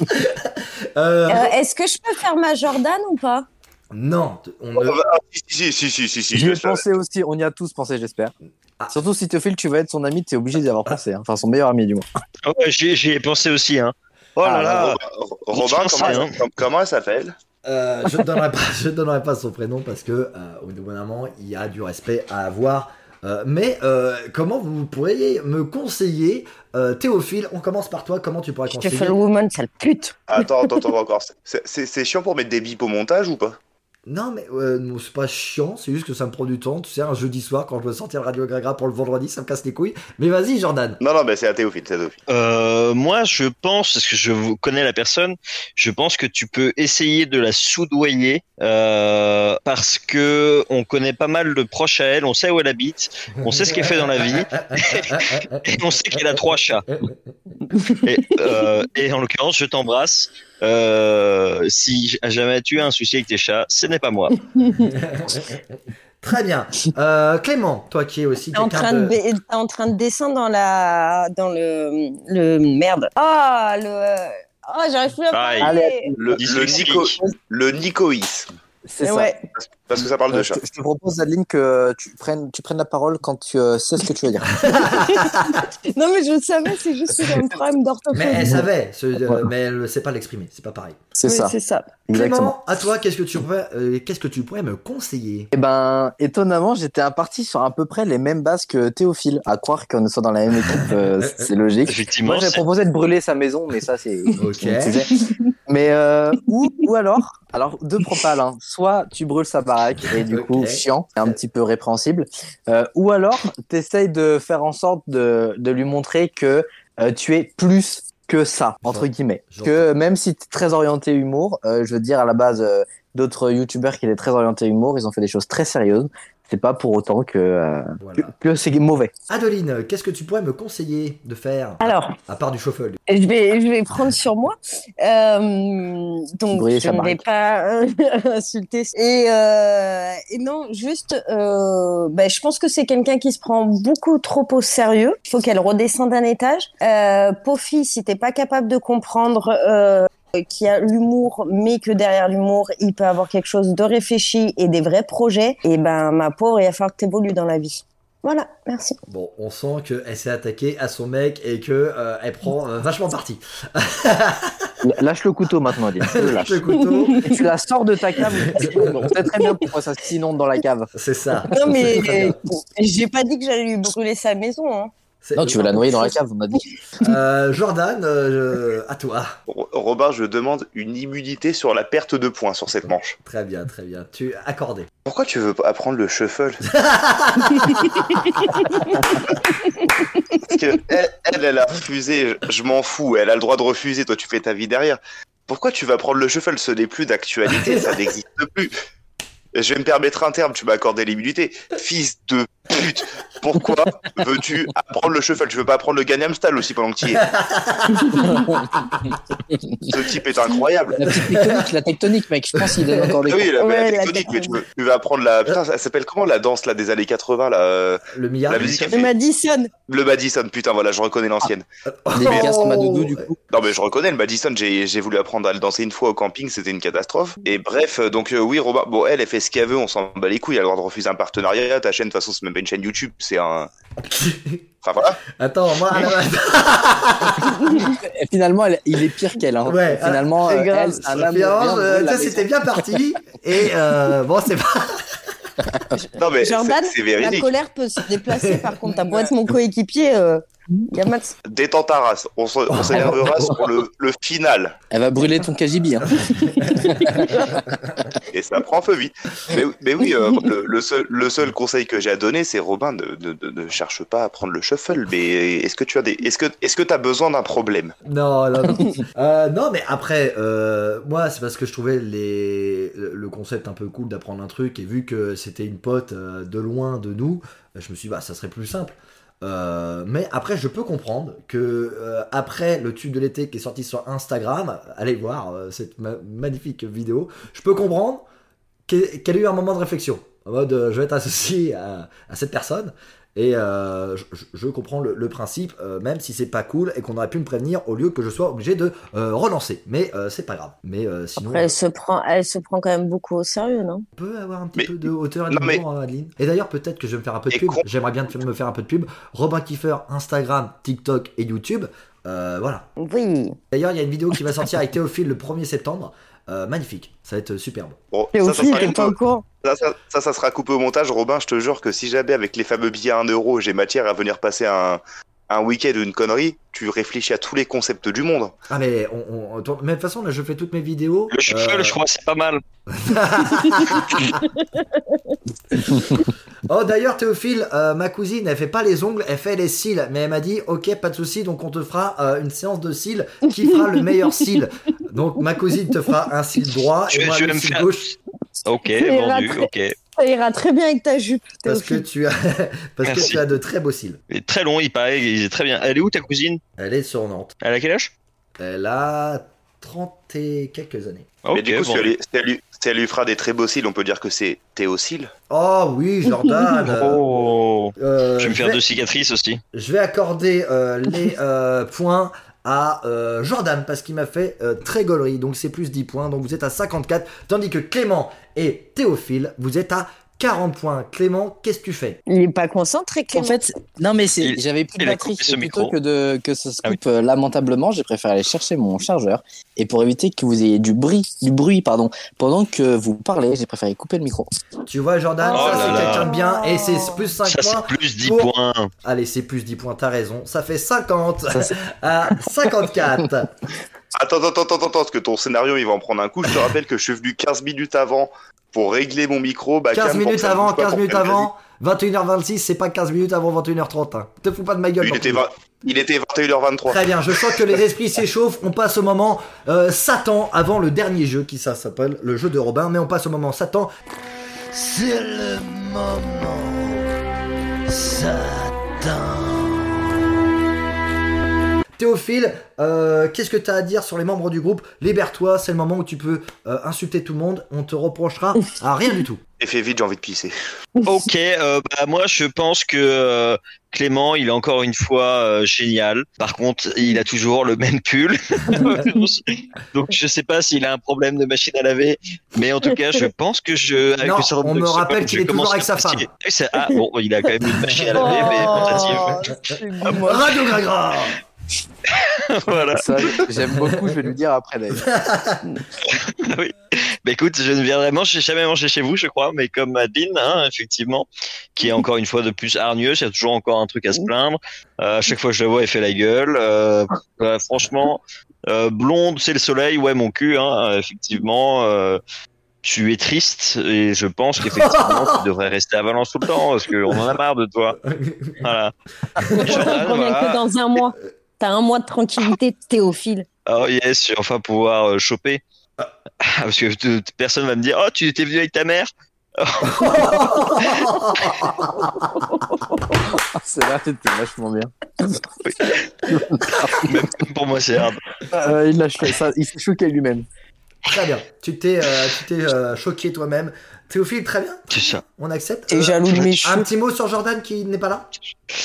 [SPEAKER 2] Euh,
[SPEAKER 3] Euh, Est-ce que je peux faire ma Jordan ou pas
[SPEAKER 2] non, on ne.
[SPEAKER 4] Ah, si, si, si, si, si, si,
[SPEAKER 5] J'y
[SPEAKER 4] je
[SPEAKER 5] ai
[SPEAKER 4] le savais.
[SPEAKER 5] pensé aussi, on y a tous pensé, j'espère.
[SPEAKER 2] Ah.
[SPEAKER 5] Surtout si Théophile, tu vas être son ami, t'es obligé d'y avoir pensé. hein. Enfin, son meilleur ami, du moins.
[SPEAKER 6] Ah ouais, j'y ai- j'y ai pensé aussi, hein. Oh là
[SPEAKER 5] Ah,
[SPEAKER 6] là,
[SPEAKER 4] Robin,
[SPEAKER 6] Je
[SPEAKER 4] Robin,
[SPEAKER 6] pensais,
[SPEAKER 4] comment,
[SPEAKER 6] hein.
[SPEAKER 4] com- comment elle s'appelle
[SPEAKER 2] Euh, je ne donnerai pas, je ne donnerai pas son prénom parce que euh, au bout d'un moment, il y a du respect à avoir. Euh, mais euh, comment vous pourriez me conseiller, euh, Théophile On commence par toi. Comment tu pourrais
[SPEAKER 3] Je te fais
[SPEAKER 2] conseiller
[SPEAKER 3] le woman, sale pute.
[SPEAKER 4] Attends, attends, attends, encore. C'est- C'est c'est chiant pour mettre des bips au montage ou pas
[SPEAKER 2] Non, mais euh, non, c'est pas chiant. C'est juste que ça me prend du temps. Tu sais, un jeudi soir, quand je veux sortir le Radio Gragra pour le vendredi, ça me casse les couilles. Mais vas-y, Jordan.
[SPEAKER 4] Non, non, mais c'est à Théophile, c'est à Théophile.
[SPEAKER 6] Euh, moi je pense, parce que je vous- connais la personne, je pense que tu peux essayer de la soudoyer euh, parce que on connaît pas mal de proches à elle, on sait où elle habite, on sait ce qu'elle fait dans la vie, et on sait qu'elle a trois chats. Et, euh, et en l'occurrence, je t'embrasse. Euh, si à jamais tu as un souci avec tes chats, ce n'est pas moi.
[SPEAKER 2] Très bien. Euh, Clément, toi qui es aussi
[SPEAKER 3] T'es en,
[SPEAKER 2] quelqu'un
[SPEAKER 3] train de...
[SPEAKER 2] de.
[SPEAKER 3] ba- t'es en train de descendre dans la, dans le, le merde. Ah le, oh j'arrive plus à parler.
[SPEAKER 6] Aïe.
[SPEAKER 5] Allez,
[SPEAKER 4] Le, le,
[SPEAKER 6] Dyslexique.
[SPEAKER 4] nico- le nicoïs.
[SPEAKER 5] c'est
[SPEAKER 3] Eh
[SPEAKER 5] ça.
[SPEAKER 3] ouais.
[SPEAKER 4] Parce que ça parle
[SPEAKER 5] Euh,
[SPEAKER 4] de
[SPEAKER 5] je,
[SPEAKER 4] chat.
[SPEAKER 5] te, je te propose, Adeline, que tu prennes, tu prennes la parole quand tu euh, sais ce que tu veux dire.
[SPEAKER 3] Non mais je le savais, c'est juste que j'ai un problème
[SPEAKER 2] Mais
[SPEAKER 3] d'orthophonie.
[SPEAKER 2] elle savait, ce- euh,
[SPEAKER 5] Voilà.
[SPEAKER 2] mais elle ne sait pas l'exprimer. C'est pas pareil.
[SPEAKER 5] C'est
[SPEAKER 3] Oui,
[SPEAKER 5] ça,
[SPEAKER 3] C'est ça.
[SPEAKER 5] exactement.
[SPEAKER 2] Clément, à toi, qu'est-ce que tu pourrais, euh, qu'est-ce que tu pourrais me conseiller
[SPEAKER 5] Eh ben, étonnamment, j'étais parti sur à peu près les mêmes bases que Théophile. À croire qu'on soit dans la même équipe, euh, c'est logique. Moi,
[SPEAKER 6] Effectivement,
[SPEAKER 5] j'avais
[SPEAKER 6] c'est-
[SPEAKER 5] proposé de brûler sa maison, mais ça, c'est
[SPEAKER 2] Ok.
[SPEAKER 5] c'est autre sujet. Mais euh, ou, ou alors, alors deux propales. hein. Soit tu brûles sa baraque et du coup
[SPEAKER 2] Ok.
[SPEAKER 5] chiant, et un petit peu répréhensible. Euh, ou alors, t'essayes de faire en sorte de, de lui montrer que euh, tu es plus que ça entre guillemets.
[SPEAKER 2] J'entends.
[SPEAKER 5] Que même si t'es très orienté humour, euh, je veux dire à la base euh, d'autres youtubeurs qui étaient très orientés humour, ils ont fait des choses très sérieuses. C'est pas pour autant que euh, que,
[SPEAKER 2] Voilà.
[SPEAKER 5] que c'est mauvais.
[SPEAKER 2] Adeline, qu'est-ce que tu pourrais me conseiller de faire
[SPEAKER 3] Alors,
[SPEAKER 2] À part du shuffle.
[SPEAKER 3] je vais, je vais prendre sur moi. Euh, donc,
[SPEAKER 5] Brûler
[SPEAKER 3] je
[SPEAKER 5] sa
[SPEAKER 3] ne vais pas insulter. Et, euh, et non, juste, euh, ben, je pense que c'est quelqu'un qui se prend beaucoup trop au sérieux. Il faut qu'elle redescende un étage. Euh, Pofi, si t'es pas capable de comprendre euh, qu'il y a l'humour, mais que derrière l'humour, il peut avoir quelque chose de réfléchi et des vrais projets, et ben, ma pauvre, il va falloir que t'évolues dans la vie. Voilà, merci.
[SPEAKER 2] Bon, on sent qu'elle s'est attaquée à son mec et que euh, elle prend euh, vachement parti.
[SPEAKER 5] Lâche le couteau maintenant, Adil. Tu le lâches.
[SPEAKER 2] Le couteau,
[SPEAKER 5] tu la sors de ta cave. On sait très bien pourquoi ça s'inonde dans la cave.
[SPEAKER 2] c'est Ah, ça.
[SPEAKER 3] Non, mais
[SPEAKER 2] C'est très
[SPEAKER 3] euh,
[SPEAKER 2] bien.
[SPEAKER 3] j'ai pas dit que j'allais lui brûler sa maison. Hein.
[SPEAKER 2] C'est-
[SPEAKER 5] Non, tu veux la noyer dans la cave, on a dit.
[SPEAKER 2] Euh, Jordan, euh, je- à toi.
[SPEAKER 4] Ro- Robin, je demande une immunité sur la perte de points sur cette manche.
[SPEAKER 2] Très bien, très bien. Tu accordé.
[SPEAKER 4] Pourquoi tu veux pas apprendre le shuffle Parce que elle, elle, elle a refusé, je, je m'en fous, elle a le droit de refuser, toi tu fais ta vie derrière. Pourquoi tu vas prendre le shuffle Ce n'est plus d'actualité, ça n'existe plus. Je vais me permettre un terme, tu m'as accordé l'immunité. Fils de pute, pourquoi veux-tu apprendre le shuffle Tu veux pas apprendre le Gangnam Style aussi pendant que tu y es Ce type est incroyable.
[SPEAKER 5] La petite tectonique, la tectonique, mec. Je pense qu'il donne encore des
[SPEAKER 6] Ah
[SPEAKER 4] Oui, la,
[SPEAKER 3] Ouais,
[SPEAKER 4] la
[SPEAKER 3] la-
[SPEAKER 4] tectonique, mais tu veux, tu veux apprendre la. Putain, ça s'appelle comment la danse là des années 80 là euh,
[SPEAKER 2] Le milliard.
[SPEAKER 4] La musique, elle
[SPEAKER 3] Le
[SPEAKER 4] fait-
[SPEAKER 3] Madison. Ah.
[SPEAKER 4] Le Madison, putain, voilà, je reconnais l'ancienne.
[SPEAKER 2] Oh.
[SPEAKER 5] Dédicace Madoudou, du coup.
[SPEAKER 4] Non, mais je reconnais le Madison, j'ai j'ai voulu apprendre à le danser une fois au camping, c'était une catastrophe. Et bref, euh, donc euh, oui, Robin, bon, elle, elle fait ce qu'elle veut, on s'en bat les couilles, elle a le droit de refuser un partenariat. Ta chaîne, de toute façon, c'est même pas une chaîne YouTube, c'est un. Enfin voilà.
[SPEAKER 2] Attends,
[SPEAKER 5] Ah,
[SPEAKER 2] moi.
[SPEAKER 5] Et finalement, elle- il est pire qu'elle. Hein.
[SPEAKER 2] Ouais,
[SPEAKER 5] finalement,
[SPEAKER 2] c'est
[SPEAKER 5] euh,
[SPEAKER 2] grave.
[SPEAKER 5] elle, c'est un amour,
[SPEAKER 2] Finalement,
[SPEAKER 5] rien de
[SPEAKER 2] euh,
[SPEAKER 5] la
[SPEAKER 2] tu sais,
[SPEAKER 5] maison.
[SPEAKER 2] c'était bien parti. Et euh, bon, c'est pas.
[SPEAKER 4] Non, mais c'est
[SPEAKER 3] Ah. Jordan,
[SPEAKER 4] c'est
[SPEAKER 3] La
[SPEAKER 4] véridique.
[SPEAKER 3] colère peut se déplacer. Par contre, t'as beau être mon coéquipier, euh, y a Max.
[SPEAKER 4] Détends ta race, on se- on s'énervera sur le, le final.
[SPEAKER 5] Elle va brûler ton KGB. Hein.
[SPEAKER 4] Et ça prend feu vite. Mais, mais oui, euh, le, le seul, le seul conseil que j'ai à donner, c'est Robin, ne, ne- ne- ne cherche pas à prendre le shuffle, mais est-ce que tu as des. Est-ce que est-ce que t'as besoin d'un problème
[SPEAKER 2] Non, non, non. Euh, non, mais après, euh, moi, c'est parce que je trouvais les... le le concept un peu cool d'apprendre un truc, et vu que c'était une pote euh, de loin de nous, je me suis dit, bah, ça serait plus simple. Euh, mais après, je peux comprendre que euh, après le tube de l'été qui est sorti sur Instagram, allez voir euh, cette ma- magnifique vidéo, je peux comprendre qu'e- qu'elle a eu un moment de réflexion. En mode, euh, je vais être associé à, à cette personne. Et euh, je, je- je comprends le, le principe, euh, même si c'est pas cool et qu'on aurait pu me prévenir au lieu que je sois obligé de euh, relancer. Mais euh, c'est pas grave. Mais euh, sinon,
[SPEAKER 3] Après, elle se prend, elle se prend quand même beaucoup au sérieux, non
[SPEAKER 2] on peut avoir un petit
[SPEAKER 4] Mais-
[SPEAKER 2] peu de hauteur et
[SPEAKER 4] Non,
[SPEAKER 2] de
[SPEAKER 4] mais-
[SPEAKER 2] humour, hein, Adeline. Et d'ailleurs, peut-être que je vais me faire un peu de
[SPEAKER 4] Et
[SPEAKER 2] pub.
[SPEAKER 4] con-
[SPEAKER 2] J'aimerais bien te- me faire un peu de pub. Robin Kiefer, Instagram, TikTok et YouTube. Euh, voilà.
[SPEAKER 3] Oui.
[SPEAKER 2] D'ailleurs, il y a une vidéo qui va sortir avec Théophile le 1er septembre. Euh, magnifique. Ça va être superbe.
[SPEAKER 4] Bon,
[SPEAKER 3] Et
[SPEAKER 4] ça, ça
[SPEAKER 3] aussi,
[SPEAKER 4] sera
[SPEAKER 3] t'es
[SPEAKER 4] coupé-
[SPEAKER 3] pas au courant.
[SPEAKER 4] ça, ça- ça, ça sera coupé au montage, Robin. Je te jure que si jamais, avec les fameux billets à 1 euro, j'ai matière à venir passer un, un week-end ou une connerie, tu réfléchis à tous les concepts du monde.
[SPEAKER 2] Ah, mais on, on- on tourne- mais de toute façon, là, je fais toutes mes vidéos.
[SPEAKER 6] Le shuffle,
[SPEAKER 2] Euh,
[SPEAKER 6] je crois, c'est pas mal.
[SPEAKER 2] Oh, d'ailleurs, Théophile, euh, ma cousine, elle fait pas les ongles, elle fait les cils. Mais elle m'a dit, ok, pas de souci, donc on te fera euh, une séance de cils qui fera le meilleur cil. Donc ma cousine te fera un cil droit
[SPEAKER 6] Je-
[SPEAKER 2] et moi
[SPEAKER 6] je
[SPEAKER 2] le
[SPEAKER 6] vais me
[SPEAKER 2] cil
[SPEAKER 6] faire-
[SPEAKER 2] gauche.
[SPEAKER 6] Ok,
[SPEAKER 3] C'est
[SPEAKER 6] vendu,
[SPEAKER 3] raté.
[SPEAKER 6] ok.
[SPEAKER 3] Ça ira très bien avec ta jupe.
[SPEAKER 2] Parce que
[SPEAKER 3] Théophile.
[SPEAKER 2] tu as, parce que
[SPEAKER 6] Merci.
[SPEAKER 2] tu as de très beaux cils.
[SPEAKER 6] Mais très long, il paraît, il est très bien. Elle est où ta cousine
[SPEAKER 2] Elle est sur Nantes.
[SPEAKER 6] Elle a quel âge
[SPEAKER 2] Elle a 30 et quelques années.
[SPEAKER 4] Mais
[SPEAKER 6] Ok,
[SPEAKER 4] du coup, si
[SPEAKER 6] vendu.
[SPEAKER 4] elle, si elle lui, si elle lui fera des très beaux cils, on peut dire que c'est Théocile.
[SPEAKER 2] Oh oui, Jordan. euh,
[SPEAKER 6] Oh
[SPEAKER 2] euh,
[SPEAKER 6] Je vais me faire
[SPEAKER 2] vais-
[SPEAKER 6] deux cicatrices aussi.
[SPEAKER 2] je vais accorder euh, les euh, points à euh, Jordan parce qu'il m'a fait euh, très gaulerie. Donc c'est plus 10 points. Donc vous êtes à 54. Tandis que Clément et Théophile, vous êtes à 40 points. Clément, qu'est-ce que tu fais
[SPEAKER 3] Il est pas concentré,
[SPEAKER 5] En
[SPEAKER 3] Clément.
[SPEAKER 5] fait, non, mais c'est,
[SPEAKER 6] Il-
[SPEAKER 5] j'avais plus de
[SPEAKER 6] il a
[SPEAKER 5] batterie.
[SPEAKER 6] coupé ce
[SPEAKER 5] Et plutôt
[SPEAKER 6] micro.
[SPEAKER 5] que, de, que ça se
[SPEAKER 6] Ah oui.
[SPEAKER 5] coupe euh, lamentablement, j'ai préféré aller chercher mon chargeur. Et pour éviter que vous ayez du bruit, du bruit pardon, pendant que vous parlez, j'ai préféré couper le micro.
[SPEAKER 2] Tu vois, Jordan,
[SPEAKER 6] Oh
[SPEAKER 2] ça
[SPEAKER 6] là
[SPEAKER 2] c'est
[SPEAKER 6] là.
[SPEAKER 2] quelqu'un de bien. Et c'est plus 5
[SPEAKER 6] Ça,
[SPEAKER 2] points.
[SPEAKER 6] c'est plus 10
[SPEAKER 2] pour-
[SPEAKER 6] points.
[SPEAKER 2] Allez, c'est plus 10 points, t'as raison. Ça fait 50 à 54.
[SPEAKER 4] Attends, attends, attends, attends, attends, parce que ton scénario, il va en prendre un coup. Je te rappelle que je suis venu 15 minutes avant pour régler mon micro. Bah,
[SPEAKER 2] 15
[SPEAKER 4] calme, pour que
[SPEAKER 2] minutes
[SPEAKER 4] ça
[SPEAKER 2] avant,
[SPEAKER 4] bouge pas,
[SPEAKER 2] 15
[SPEAKER 4] pour
[SPEAKER 2] minutes
[SPEAKER 4] qu'elle me
[SPEAKER 2] avant. 21h26, c'est pas 15 minutes avant 21h30. Hein. Te fous pas de ma gueule.
[SPEAKER 4] dise. Il
[SPEAKER 2] non
[SPEAKER 4] était,
[SPEAKER 2] plus.
[SPEAKER 4] 20 il était 21h23.
[SPEAKER 2] Très bien, je sens que les esprits s'échauffent. On passe au moment euh, Satan avant le dernier jeu qui ça s'appelle le jeu de Robin. Mais on passe au moment Satan.
[SPEAKER 1] C'est le moment. Satan.
[SPEAKER 2] Théophile, euh, qu'est-ce que t'as à dire sur les membres du groupe Libère-toi, c'est le moment où tu peux euh, insulter tout le monde. On te reprochera à rien du tout.
[SPEAKER 4] Et fais vite, j'ai envie de pisser.
[SPEAKER 6] Ok, euh, bah, moi je pense que euh, Clément, il est encore une fois euh, génial. Par contre, il a toujours le même pull. Donc je sais pas s'il a un problème de machine à laver, mais en tout cas, je pense que je.
[SPEAKER 2] Non,
[SPEAKER 6] le syndrome
[SPEAKER 2] on me
[SPEAKER 6] de Stockholm,
[SPEAKER 2] rappelle
[SPEAKER 6] je
[SPEAKER 2] qu'il est toujours
[SPEAKER 6] commence
[SPEAKER 2] avec
[SPEAKER 6] à
[SPEAKER 2] sa
[SPEAKER 6] fatiguer. Oui, c'est- Ah bon, il a quand même une machine à laver, mais
[SPEAKER 3] Oh,
[SPEAKER 6] tentative.
[SPEAKER 3] c'est
[SPEAKER 2] Radio Gragra
[SPEAKER 6] voilà.
[SPEAKER 5] Ça, j'aime beaucoup, je vais lui dire après d'ailleurs.
[SPEAKER 6] Bah écoute, je ne viendrai manger, jamais manger chez vous, je crois, mais comme Adeline, hein, effectivement, qui est encore une fois de plus hargneuse, il y a toujours encore un truc à se plaindre. Euh, à chaque fois que je la vois, elle fait la gueule. Euh, euh, franchement, euh, blonde, c'est le soleil, ouais, mon cul, hein, euh, effectivement. euh, tu es triste et je pense qu'effectivement tu devrais rester à Valence tout le temps parce qu'on en a marre de toi. Voilà.
[SPEAKER 3] Pourtant,
[SPEAKER 6] Jordan,
[SPEAKER 3] il revient
[SPEAKER 6] voilà.
[SPEAKER 3] que dans un mois. T'as un mois de tranquillité, Théophile.
[SPEAKER 6] Oh yes, je vais enfin pouvoir euh, choper. Parce que t- t- personne va me dire Oh, tu étais venu avec ta mère
[SPEAKER 5] Ah, Celle-là, c'était vachement bien.
[SPEAKER 6] Même pour moi, c'est hard.
[SPEAKER 5] Euh, il l'a cho- ça, il s'est choqué lui-même.
[SPEAKER 2] Très bien. Tu t'es euh, tu t'es, euh, choqué toi-même. Théophile, très bien.
[SPEAKER 6] C'est ça.
[SPEAKER 2] On accepte.
[SPEAKER 3] T'es
[SPEAKER 2] Euh,
[SPEAKER 3] jaloux de mes
[SPEAKER 2] un
[SPEAKER 3] choux.
[SPEAKER 2] petit mot sur Jordan qui n'est pas là.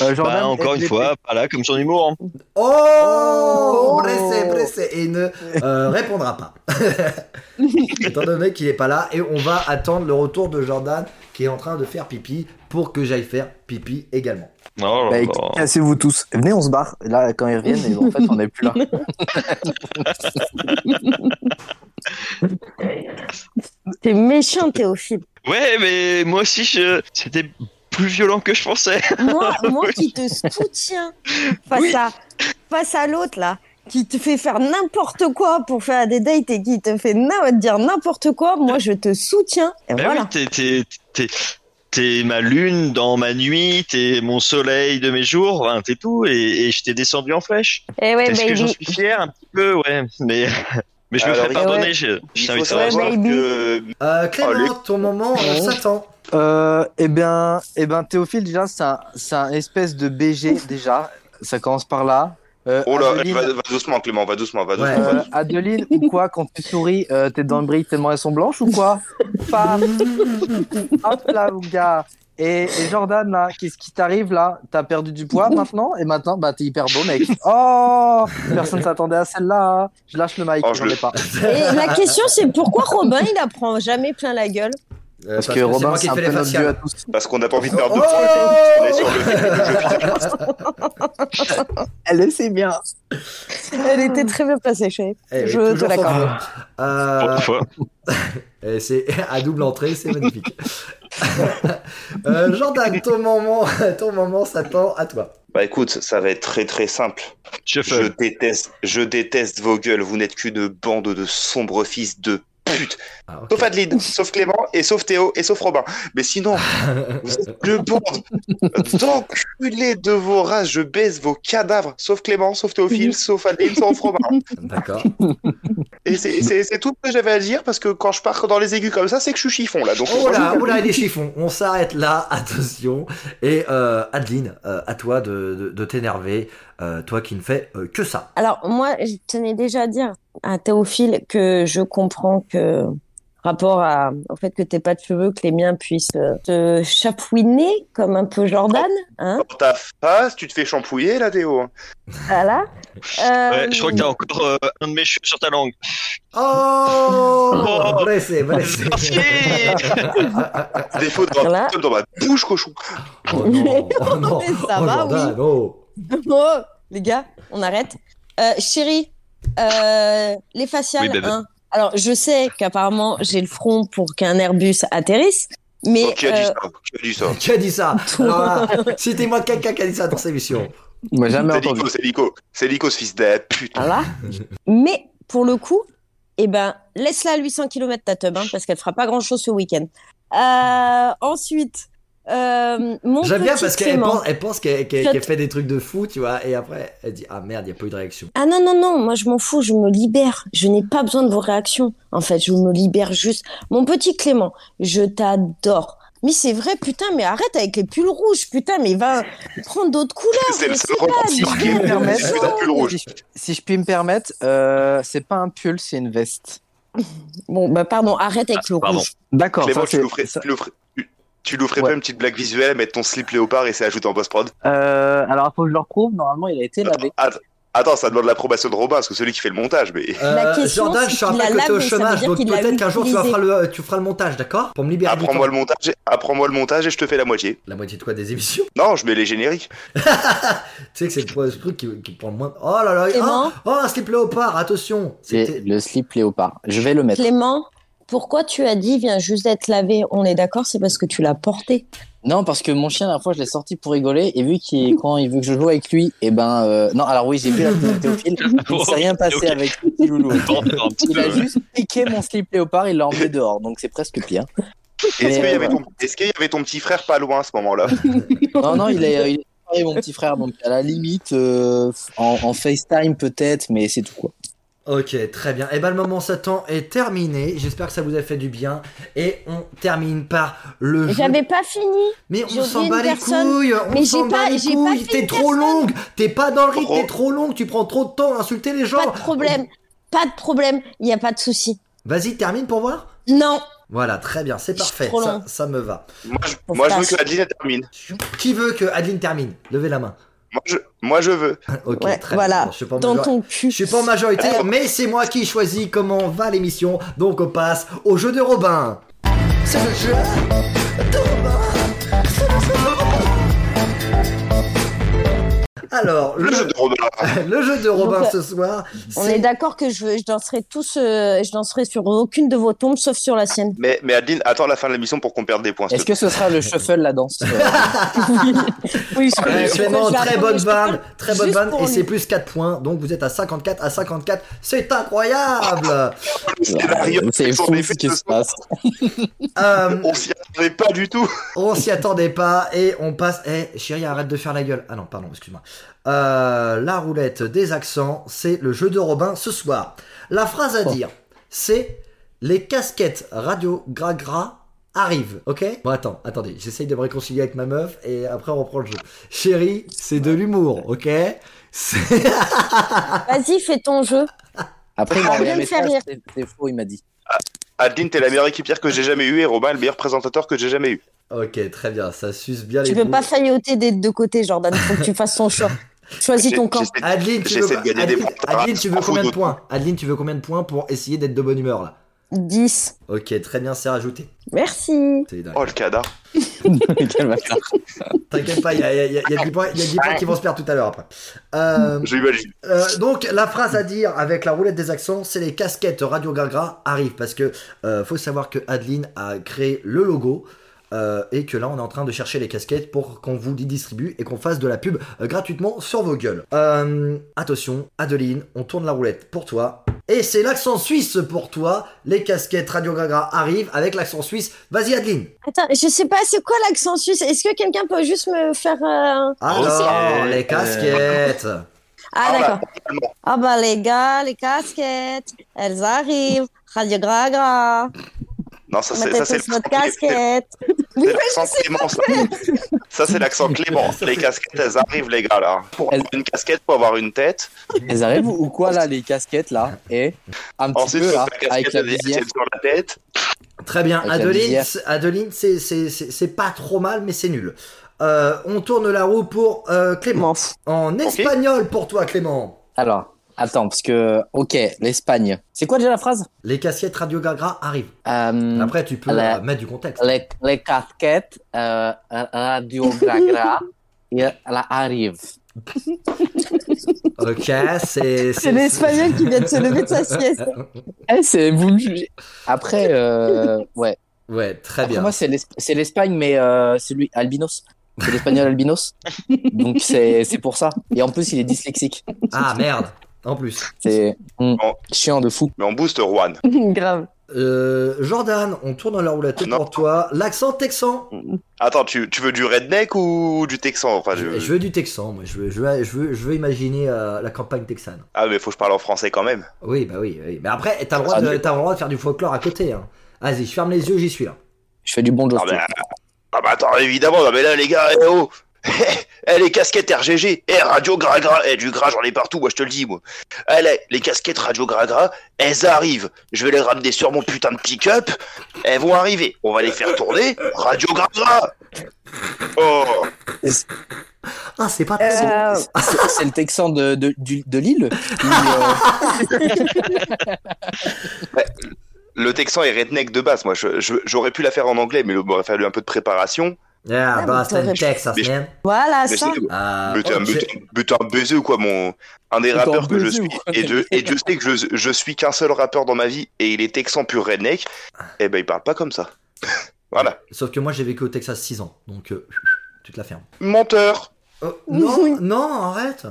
[SPEAKER 5] Euh, Jordan,
[SPEAKER 6] Bah, encore une
[SPEAKER 5] MVP.
[SPEAKER 6] fois, pas là comme son humour. hein.
[SPEAKER 2] Oh,
[SPEAKER 5] Oh.
[SPEAKER 2] pressé, pressé, et ne euh, répondra pas. Étant donné qu'il n'est pas là, et on va attendre le retour de Jordan qui est en train de faire pipi pour que j'aille faire pipi également.
[SPEAKER 6] Oh là
[SPEAKER 5] Bah,
[SPEAKER 6] là.
[SPEAKER 5] cassez-vous tous. Venez, on se barre. Là, quand ils reviennent, en fait, on n'est plus là.
[SPEAKER 3] T'es méchant, Théophile.
[SPEAKER 6] Ouais, mais moi aussi, je... c'était plus violent que je pensais.
[SPEAKER 3] Moi, moi qui te soutiens face à, face à l'autre, là, qui te fait faire n'importe quoi pour faire des dates et qui te fait na- dire n'importe quoi, moi, je te soutiens. Et
[SPEAKER 6] Bah
[SPEAKER 3] voilà.
[SPEAKER 6] oui, t'es- t'es- t'es- t'es ma lune dans ma nuit, t'es mon soleil de mes jours, enfin, t'es tout, et, et je t'ai descendu en flèche.
[SPEAKER 3] Eh ouais,
[SPEAKER 6] Est-ce que j'en
[SPEAKER 3] baby.
[SPEAKER 6] suis fier un petit peu Ouais, mais, mais je me
[SPEAKER 4] Alors,
[SPEAKER 6] ferai
[SPEAKER 4] il-
[SPEAKER 6] pardonner. Je, je
[SPEAKER 4] Il
[SPEAKER 6] t'invite
[SPEAKER 4] faut
[SPEAKER 6] à savoir.
[SPEAKER 4] savoir
[SPEAKER 3] baby.
[SPEAKER 4] que
[SPEAKER 2] Euh, Clément,
[SPEAKER 4] Oh, lui.
[SPEAKER 2] ton moment euh, s'attend.
[SPEAKER 5] Euh, eh bien, eh ben, Théophile, déjà, c'est un, c'est un espèce de BG, déjà. Ça commence par là. Euh,
[SPEAKER 4] Oh là,
[SPEAKER 5] Adeline,
[SPEAKER 4] va, va doucement, Clément, va doucement, va doucement.
[SPEAKER 2] Ouais.
[SPEAKER 4] va
[SPEAKER 5] euh, Adeline, ou quoi, quand tu souris, euh, t'es dans le brique tellement elles sont blanches ou quoi Paf Hop là, mon gars et, et Jordan, là, qu'est-ce qui t'arrive là T'as perdu du poids maintenant Et maintenant, bah, t'es hyper beau, mec. Oh Personne s'attendait à celle-là. hein. Je lâche le mic,
[SPEAKER 4] Oh, je
[SPEAKER 5] j'en
[SPEAKER 4] le-
[SPEAKER 5] ai pas.
[SPEAKER 3] Et la question, c'est pourquoi Robin, il apprend jamais plein la gueule
[SPEAKER 2] Euh,
[SPEAKER 5] Parce, que, Robin, c'est un
[SPEAKER 2] fais
[SPEAKER 5] peu notre dieu à
[SPEAKER 2] faciales.
[SPEAKER 5] tous.
[SPEAKER 4] Parce qu'on n'a pas envie de perdre
[SPEAKER 2] Oh
[SPEAKER 4] de temps. On est sur le
[SPEAKER 5] Elle est, c'est bien.
[SPEAKER 3] Elle était très bien placée, chérie.
[SPEAKER 2] Eh,
[SPEAKER 3] Je
[SPEAKER 2] toujours
[SPEAKER 3] te
[SPEAKER 2] sans
[SPEAKER 3] l'accorde.
[SPEAKER 2] faute. Euh,
[SPEAKER 6] Pour- pour-
[SPEAKER 2] et c'est à double entrée, c'est magnifique. Euh, Jordan, ton moment, ton moment s'attend à toi.
[SPEAKER 4] Bah écoute, ça va être très très simple. Je
[SPEAKER 6] Shuffle.
[SPEAKER 4] déteste, je déteste vos gueules. Vous n'êtes qu'une bande de sombres fils de pute.
[SPEAKER 2] Ah, ok.
[SPEAKER 4] Sauf Adeline, sauf Clément, et sauf Théo, et sauf Robin. Mais sinon, vous êtes le bande d'enculés de vos races. Je baise vos cadavres, sauf Clément, sauf Théophile, sauf Adeline, sauf Robin.
[SPEAKER 2] D'accord.
[SPEAKER 4] Et c'est- c'est c'est tout ce que j'avais à dire parce que quand je pars dans les aigus comme ça, c'est que je suis chiffon là. Donc
[SPEAKER 2] Oh là, oh là, il est chiffon. On s'arrête là, attention. Et euh, Adeline, euh, à toi de, de- de t'énerver, euh, toi qui ne fais euh, que ça.
[SPEAKER 3] Alors, moi, je tenais déjà à dire à Théophile que je comprends que, rapport à, au fait que t'aies pas de cheveux, que les miens puissent euh, te chapouiner comme un peu Jordan, hein,
[SPEAKER 4] dans ta face, tu te fais champouiller là, Théo.
[SPEAKER 3] voilà. Euh,
[SPEAKER 6] Ouais, je crois que t'as encore euh, un de mes cheveux sur ta langue.
[SPEAKER 2] Oh,
[SPEAKER 6] Oh.
[SPEAKER 2] blessé, blessé.
[SPEAKER 6] Merci
[SPEAKER 2] Ah,
[SPEAKER 4] À Défaut de
[SPEAKER 3] Voilà.
[SPEAKER 4] dans ma bouche, cochon.
[SPEAKER 2] Oh non, oh non,
[SPEAKER 3] Mais ça
[SPEAKER 2] oh
[SPEAKER 3] va,
[SPEAKER 2] Jordan, oh.
[SPEAKER 3] Oh, les gars, on arrête. Euh, chérie, euh, les faciales,
[SPEAKER 6] Oui, bébé.
[SPEAKER 3] hein. Alors, je sais qu'apparemment, j'ai le front pour qu'un Airbus atterrisse, mais
[SPEAKER 4] Oh, qui a dit
[SPEAKER 3] euh,
[SPEAKER 4] ça Qui a dit ça
[SPEAKER 2] Qui a dit ça Alors là, Citez-moi quelqu'un qui a dit ça dans cette émission.
[SPEAKER 5] Moi, jamais
[SPEAKER 4] C'est
[SPEAKER 5] entendu.
[SPEAKER 4] Lico, c'est Lico. C'est Lico, ce fils de pute.
[SPEAKER 3] Voilà. Mais pour le coup, eh ben, laisse-la à 800 km ta teub, hein, parce qu'elle fera pas grand-chose ce week-end. Euh, ensuite, euh, mon
[SPEAKER 2] J'aime bien
[SPEAKER 3] petit
[SPEAKER 2] parce qu'elle
[SPEAKER 3] Clément.
[SPEAKER 2] pense, elle pense qu'elle qu'elle-
[SPEAKER 3] Je-
[SPEAKER 2] qu'elle fait des trucs de fou, tu vois, et après elle dit ah merde, il n'y a pas eu de réaction.
[SPEAKER 3] Ah non, non, non, moi je m'en fous, je me libère. Je n'ai pas besoin de vos réactions. En fait, je me libère juste. Mon petit Clément, je t'adore. Mais c'est vrai, putain, mais arrête avec les pulls rouges, putain, mais va prendre d'autres couleurs.
[SPEAKER 4] C'est le
[SPEAKER 3] mais
[SPEAKER 4] seul
[SPEAKER 3] pas
[SPEAKER 4] romantique
[SPEAKER 3] du
[SPEAKER 5] qui
[SPEAKER 3] tout
[SPEAKER 5] me permet-
[SPEAKER 3] jaune.
[SPEAKER 4] C'est un pull rouge.
[SPEAKER 5] Si, si je puis me permettre, euh, c'est pas un pull, c'est une veste.
[SPEAKER 3] Bon, bah pardon, arrête avec le
[SPEAKER 6] pardon.
[SPEAKER 3] rouge.
[SPEAKER 5] D'accord.
[SPEAKER 4] Clément,
[SPEAKER 5] ça,
[SPEAKER 4] tu
[SPEAKER 5] c'est-
[SPEAKER 4] nous ferais,
[SPEAKER 5] ça-
[SPEAKER 4] tu nous ferais- tu- tu nous ferais
[SPEAKER 5] Ouais.
[SPEAKER 4] pas une petite blague visuelle, mettre ton slip léopard et c'est ajouté en post-prod
[SPEAKER 5] Euh, alors, faut que je le retrouve. Normalement, il a été lavé.
[SPEAKER 4] Att- Attends, ça demande l'approbation de Robin, parce que c'est lui qui fait le montage, mais.
[SPEAKER 3] La
[SPEAKER 2] Euh,
[SPEAKER 3] question,
[SPEAKER 2] Jordan,
[SPEAKER 3] c'est
[SPEAKER 2] je te rappelle
[SPEAKER 3] qu'il
[SPEAKER 2] que
[SPEAKER 3] la
[SPEAKER 2] t'es au
[SPEAKER 3] lave, mais ça veut
[SPEAKER 2] chômage,
[SPEAKER 3] dire
[SPEAKER 2] donc
[SPEAKER 3] qu'il l'a
[SPEAKER 2] peut-être qu'un jour tu
[SPEAKER 3] utilisée.
[SPEAKER 2] feras, le, euh, tu feras le montage, d'accord Pour me libérer du
[SPEAKER 4] Apprends-moi
[SPEAKER 2] temps.
[SPEAKER 4] le montage, apprends-moi le montage et je te fais la moitié.
[SPEAKER 2] La moitié de quoi des émissions
[SPEAKER 4] Non, je mets les génériques.
[SPEAKER 2] Tu sais que c'est le truc qui, qui prend le moins. Oh là là
[SPEAKER 3] Clément
[SPEAKER 2] Oh, oh, un slip léopard, attention
[SPEAKER 5] C'est
[SPEAKER 2] C'était.
[SPEAKER 5] le slip léopard. Je vais le mettre.
[SPEAKER 3] Clément, pourquoi tu as dit viens juste d'être lavé On est d'accord, c'est parce que tu l'as porté.
[SPEAKER 5] Non, parce que mon chien, la dernière fois, je l'ai sorti pour rigoler et vu qu'il quand il veut que je joue avec lui, et ben euh, non. Alors oui, j'ai vu la théophile. Il ne s'est rien passé
[SPEAKER 6] Ok.
[SPEAKER 5] avec le petit loulou.
[SPEAKER 6] Bon, un petit
[SPEAKER 5] Il a
[SPEAKER 6] peu.
[SPEAKER 5] juste piqué mon slip léopard, il l'a emmené dehors, donc c'est presque pire.
[SPEAKER 4] Est-ce qu'il y,
[SPEAKER 5] euh,
[SPEAKER 4] avait ton- est-ce qu'il y avait ton petit frère pas loin à ce moment-là
[SPEAKER 5] Non, non, il est, euh, il est pareil, mon petit frère, donc à la limite, euh, en, en FaceTime peut-être, mais c'est tout quoi.
[SPEAKER 2] Ok, très bien. Et ben le moment Satan est terminé. J'espère que ça vous a fait du bien. Et on termine par le jeu.
[SPEAKER 3] J'avais pas fini.
[SPEAKER 2] Mais
[SPEAKER 3] j'ai
[SPEAKER 2] on s'en
[SPEAKER 3] oublié
[SPEAKER 2] bat
[SPEAKER 3] une
[SPEAKER 2] les
[SPEAKER 3] personne.
[SPEAKER 2] couilles, on
[SPEAKER 3] Mais
[SPEAKER 2] s'en
[SPEAKER 3] j'ai
[SPEAKER 2] bat
[SPEAKER 3] pas-
[SPEAKER 2] les
[SPEAKER 3] j'ai pas
[SPEAKER 2] couilles.
[SPEAKER 3] fait
[SPEAKER 2] T'es
[SPEAKER 3] une
[SPEAKER 2] trop longue, t'es pas dans le rythme,
[SPEAKER 4] Trop.
[SPEAKER 2] t'es trop longue, tu prends trop de temps à insulter les gens.
[SPEAKER 3] Pas de problème. Pas de problème. Il n'y a pas de souci.
[SPEAKER 2] Vas-y, termine pour voir.
[SPEAKER 3] Non.
[SPEAKER 2] Voilà, très bien, c'est
[SPEAKER 3] Je suis
[SPEAKER 2] parfait.
[SPEAKER 3] trop
[SPEAKER 2] Ça,
[SPEAKER 3] longue.
[SPEAKER 2] ça me va.
[SPEAKER 4] Moi, je,
[SPEAKER 3] On
[SPEAKER 4] moi, je
[SPEAKER 3] passe.
[SPEAKER 4] veux que Adeline elle termine.
[SPEAKER 2] Qui veut que Adeline termine Levez la main.
[SPEAKER 4] Moi je, moi, je veux.
[SPEAKER 2] Ok,
[SPEAKER 3] Ouais,
[SPEAKER 2] très
[SPEAKER 3] voilà.
[SPEAKER 2] bien. Je suis pas en
[SPEAKER 3] Dans
[SPEAKER 2] majorité.
[SPEAKER 3] ton cul.
[SPEAKER 2] Je suis pas en majorité,
[SPEAKER 4] Alors-
[SPEAKER 2] mais c'est moi qui choisis comment va l'émission. Donc on passe au jeu de Robin. C'est le jeu de Robin. C'est le jeu de Robin. Alors,
[SPEAKER 4] Le jeu de Robin.
[SPEAKER 2] le jeu de Robin
[SPEAKER 3] Donc, euh,
[SPEAKER 2] ce soir,
[SPEAKER 3] On est
[SPEAKER 2] c'est...
[SPEAKER 3] d'accord que je, je danserai tous, euh, je danserai sur aucune de vos tombes sauf sur la sienne.
[SPEAKER 4] Mais, mais Adeline, attends la fin de l'émission pour qu'on perde des points. s'il
[SPEAKER 5] Est-ce
[SPEAKER 4] te plaît.
[SPEAKER 5] que ce sera le shuffle la danse euh,
[SPEAKER 3] Oui, je
[SPEAKER 2] Ouais,
[SPEAKER 3] je- je-
[SPEAKER 2] Clément,
[SPEAKER 3] je
[SPEAKER 2] très
[SPEAKER 3] vais apprendre
[SPEAKER 2] bonne
[SPEAKER 3] les
[SPEAKER 2] vanne,
[SPEAKER 3] choses.
[SPEAKER 2] très bonne
[SPEAKER 3] Juste
[SPEAKER 2] vanne,
[SPEAKER 3] pour
[SPEAKER 2] et
[SPEAKER 3] lui.
[SPEAKER 2] c'est plus 4 points, donc vous êtes à 54 à 54, c'est incroyable
[SPEAKER 4] scénario,
[SPEAKER 5] C'est
[SPEAKER 4] ils sont
[SPEAKER 5] fou
[SPEAKER 4] des
[SPEAKER 5] ce
[SPEAKER 4] faits
[SPEAKER 5] qui
[SPEAKER 4] de
[SPEAKER 5] se passe.
[SPEAKER 2] Euh,
[SPEAKER 4] On s'y attendait pas du tout.
[SPEAKER 2] On s'y attendait pas et on passe. Eh, chérie, arrête de faire la gueule. Ah non, pardon, excuse-moi. Euh, la roulette des accents, c'est le jeu de Robin ce soir. La phrase à
[SPEAKER 5] Oh.
[SPEAKER 2] dire, c'est les casquettes radio gras gras arrivent, ok Bon, attends, attendez, j'essaye de me réconcilier avec ma meuf et après on reprend le jeu. Chérie, c'est de l'humour, ok C'est-
[SPEAKER 3] Vas-y, fais ton jeu.
[SPEAKER 5] Après, il m'a
[SPEAKER 3] Ah,
[SPEAKER 5] envoyé un
[SPEAKER 3] je vais me faire
[SPEAKER 5] message,
[SPEAKER 3] rire.
[SPEAKER 5] c'est- c'est faux, il m'a dit.
[SPEAKER 4] Adeline, t'es la meilleure équipière que j'ai jamais eue et Robin, est le meilleur présentateur que j'ai jamais eu.
[SPEAKER 2] Ok, très bien, ça suce bien
[SPEAKER 3] Tu
[SPEAKER 2] les
[SPEAKER 3] peux
[SPEAKER 2] goûts.
[SPEAKER 3] pas failloter des deux côtés, Jordan. Faut que tu fasses ton choix. Choisis
[SPEAKER 4] J'ai-
[SPEAKER 3] ton camp.
[SPEAKER 4] j'essaie-
[SPEAKER 2] Adeline, tu veux,
[SPEAKER 4] J'essaie de gagner des
[SPEAKER 2] Adeline,
[SPEAKER 4] points.
[SPEAKER 2] Adeline, tu veux
[SPEAKER 4] S'en fout
[SPEAKER 2] combien de
[SPEAKER 4] d'autres.
[SPEAKER 2] points Adeline, tu veux combien de points pour essayer d'être de bonne humeur là
[SPEAKER 3] 10.
[SPEAKER 2] Ok, très bien, c'est rajouté.
[SPEAKER 3] Merci.
[SPEAKER 2] C'est dingue.
[SPEAKER 4] Oh le cadavre.
[SPEAKER 5] Quel bâtard.
[SPEAKER 2] T'inquiète pas, il y a, y a- y a 10 points, y a 10 points qui vont se perdre tout à l'heure après. Euh,
[SPEAKER 4] Je l'imagine.
[SPEAKER 2] euh, donc, la phrase à dire avec la roulette des accents, c'est les casquettes Radio Gagra arrivent. Parce que euh, faut savoir que Adeline a créé le logo. euh, et que là, on est en train de chercher les casquettes pour qu'on vous les distribue et qu'on fasse de la pub euh, gratuitement sur vos gueules. Euh, attention, Adeline, on tourne la roulette pour toi. Et c'est l'accent suisse pour toi. Les casquettes Radio Gagra arrivent avec l'accent suisse. Vas-y, Adeline.
[SPEAKER 3] Attends, je sais pas, c'est quoi l'accent suisse Est-ce que quelqu'un peut juste me faire. euh, un-
[SPEAKER 2] Alors,
[SPEAKER 4] Ok.
[SPEAKER 2] les casquettes.
[SPEAKER 3] Ah,
[SPEAKER 4] Voilà.
[SPEAKER 3] d'accord. Ah, bah, les gars, les casquettes, elles arrivent. Radio Gragra.
[SPEAKER 4] Non, ça c'est
[SPEAKER 3] Mettez
[SPEAKER 4] ça c'est
[SPEAKER 3] tous votre
[SPEAKER 4] l'accent Clé- c'est-
[SPEAKER 3] casquette.
[SPEAKER 4] c'est l'accent Clément. Ça, Ça, c'est l'accent Clément. Les casquettes, elles arrivent les gars là. Pour
[SPEAKER 5] Elles-
[SPEAKER 4] avoir une casquette, pour avoir une tête.
[SPEAKER 5] Elles arrivent ou quoi là, les casquettes là Et un petit
[SPEAKER 4] Ensuite,
[SPEAKER 5] peu
[SPEAKER 4] faut
[SPEAKER 5] là,
[SPEAKER 4] que la
[SPEAKER 5] avec
[SPEAKER 4] casquette
[SPEAKER 5] la
[SPEAKER 4] elle est
[SPEAKER 5] visière.
[SPEAKER 4] sur la tête.
[SPEAKER 2] Très bien,
[SPEAKER 5] Avec la
[SPEAKER 2] Adeline,
[SPEAKER 5] visière.
[SPEAKER 2] c'est- Adeline, c'est- c'est c'est- c'est pas trop mal, mais c'est nul. Euh, on tourne la roue pour euh, Clément.
[SPEAKER 3] M'en fous.
[SPEAKER 2] En espagnol pour toi, Clément.
[SPEAKER 5] Alors, attends, parce que, ok, l'Espagne. C'est quoi déjà la phrase
[SPEAKER 2] Les casquettes Radio Gagra arrivent.
[SPEAKER 5] Euh,
[SPEAKER 2] Après, tu peux
[SPEAKER 5] la-
[SPEAKER 2] euh, mettre du contexte.
[SPEAKER 5] les, les casquettes euh, Radio Gragra, elle arrive.
[SPEAKER 2] Ok, c'est.
[SPEAKER 3] C'est l'espagnol qui vient de se lever de sa sieste.
[SPEAKER 5] Eh, c'est vous me jugez. Après, euh, ouais.
[SPEAKER 2] Ouais, très
[SPEAKER 5] Après,
[SPEAKER 2] bien.
[SPEAKER 5] moi, c'est l'Esp- c'est l'Espagne, mais euh, c'est lui, Albinos. C'est l'espagnol Albinos. Donc, c'est c'est pour ça. Et en plus, il est dyslexique.
[SPEAKER 2] Ah merde, en plus.
[SPEAKER 5] C'est mm,
[SPEAKER 4] Bon.
[SPEAKER 5] chiant de fou.
[SPEAKER 4] Mais on booste Juan.
[SPEAKER 7] Grave.
[SPEAKER 2] Euh, Jordan, on tourne la roulette
[SPEAKER 4] Ah, Non.
[SPEAKER 2] pour toi. L'accent texan.
[SPEAKER 4] Attends, tu, tu veux du redneck ou du texan enfin,
[SPEAKER 2] Je,
[SPEAKER 4] Ah, je-
[SPEAKER 2] je veux du texan, moi. Je veux, je veux, je veux, je veux imaginer euh, la campagne texane.
[SPEAKER 4] Ah, mais faut que je parle en français quand même.
[SPEAKER 2] Oui, bah oui, oui. Mais après, t'as le, droit
[SPEAKER 5] Ah,
[SPEAKER 2] de-
[SPEAKER 5] mais-
[SPEAKER 2] t'as le droit de faire du folklore à côté. Hein. Vas-y, je ferme les yeux, j'y suis là.
[SPEAKER 5] Je fais du bon job.
[SPEAKER 4] ben, Ah, bah, ah bah, attends, évidemment. Non, mais là, les gars, eh, oh. Eh, les casquettes RGG. Eh, Radio Gragra. Eh, du gras, j'en ai partout, moi, je te le dis, moi. Allez, les casquettes Radio Gragra, elles arrivent. Je vais les ramener sur mon putain de pick-up. Elles vont arriver. On va les faire tourner. Radio Gragra. Oh.
[SPEAKER 2] Ah, c'est pas
[SPEAKER 3] Euh,
[SPEAKER 5] C'est c'est le Texan de, de, du- de Lille qui, euh,
[SPEAKER 4] Le Texan est redneck de base, moi. Je- je- J'aurais pu la faire en anglais, mais il m'aurait fallu un peu de préparation.
[SPEAKER 2] Yeah,
[SPEAKER 3] Ah, mais
[SPEAKER 2] Boston,
[SPEAKER 3] t'aurais-
[SPEAKER 2] Texas,
[SPEAKER 4] Mais-
[SPEAKER 2] man.
[SPEAKER 3] Voilà,
[SPEAKER 4] Mais
[SPEAKER 3] Ah, ça.
[SPEAKER 4] c'est-
[SPEAKER 2] Euh,
[SPEAKER 4] Mais t'es un,
[SPEAKER 2] j'ai-
[SPEAKER 4] mais t'es- mais t'es un baiser ou quoi, mon. Un des
[SPEAKER 5] t'es un
[SPEAKER 4] rappeurs que je
[SPEAKER 5] baiser ou
[SPEAKER 4] suis.
[SPEAKER 5] quoi
[SPEAKER 4] Et je, et je sais que je, je suis qu'un seul rappeur dans ma vie et il est texan pur redneck. Eh ben, il parle pas comme ça. voilà.
[SPEAKER 2] Sauf que moi, j'ai vécu au Texas 6 ans, donc euh, tu te la fermes.
[SPEAKER 4] Menteur
[SPEAKER 2] Oh, non, non, arrête.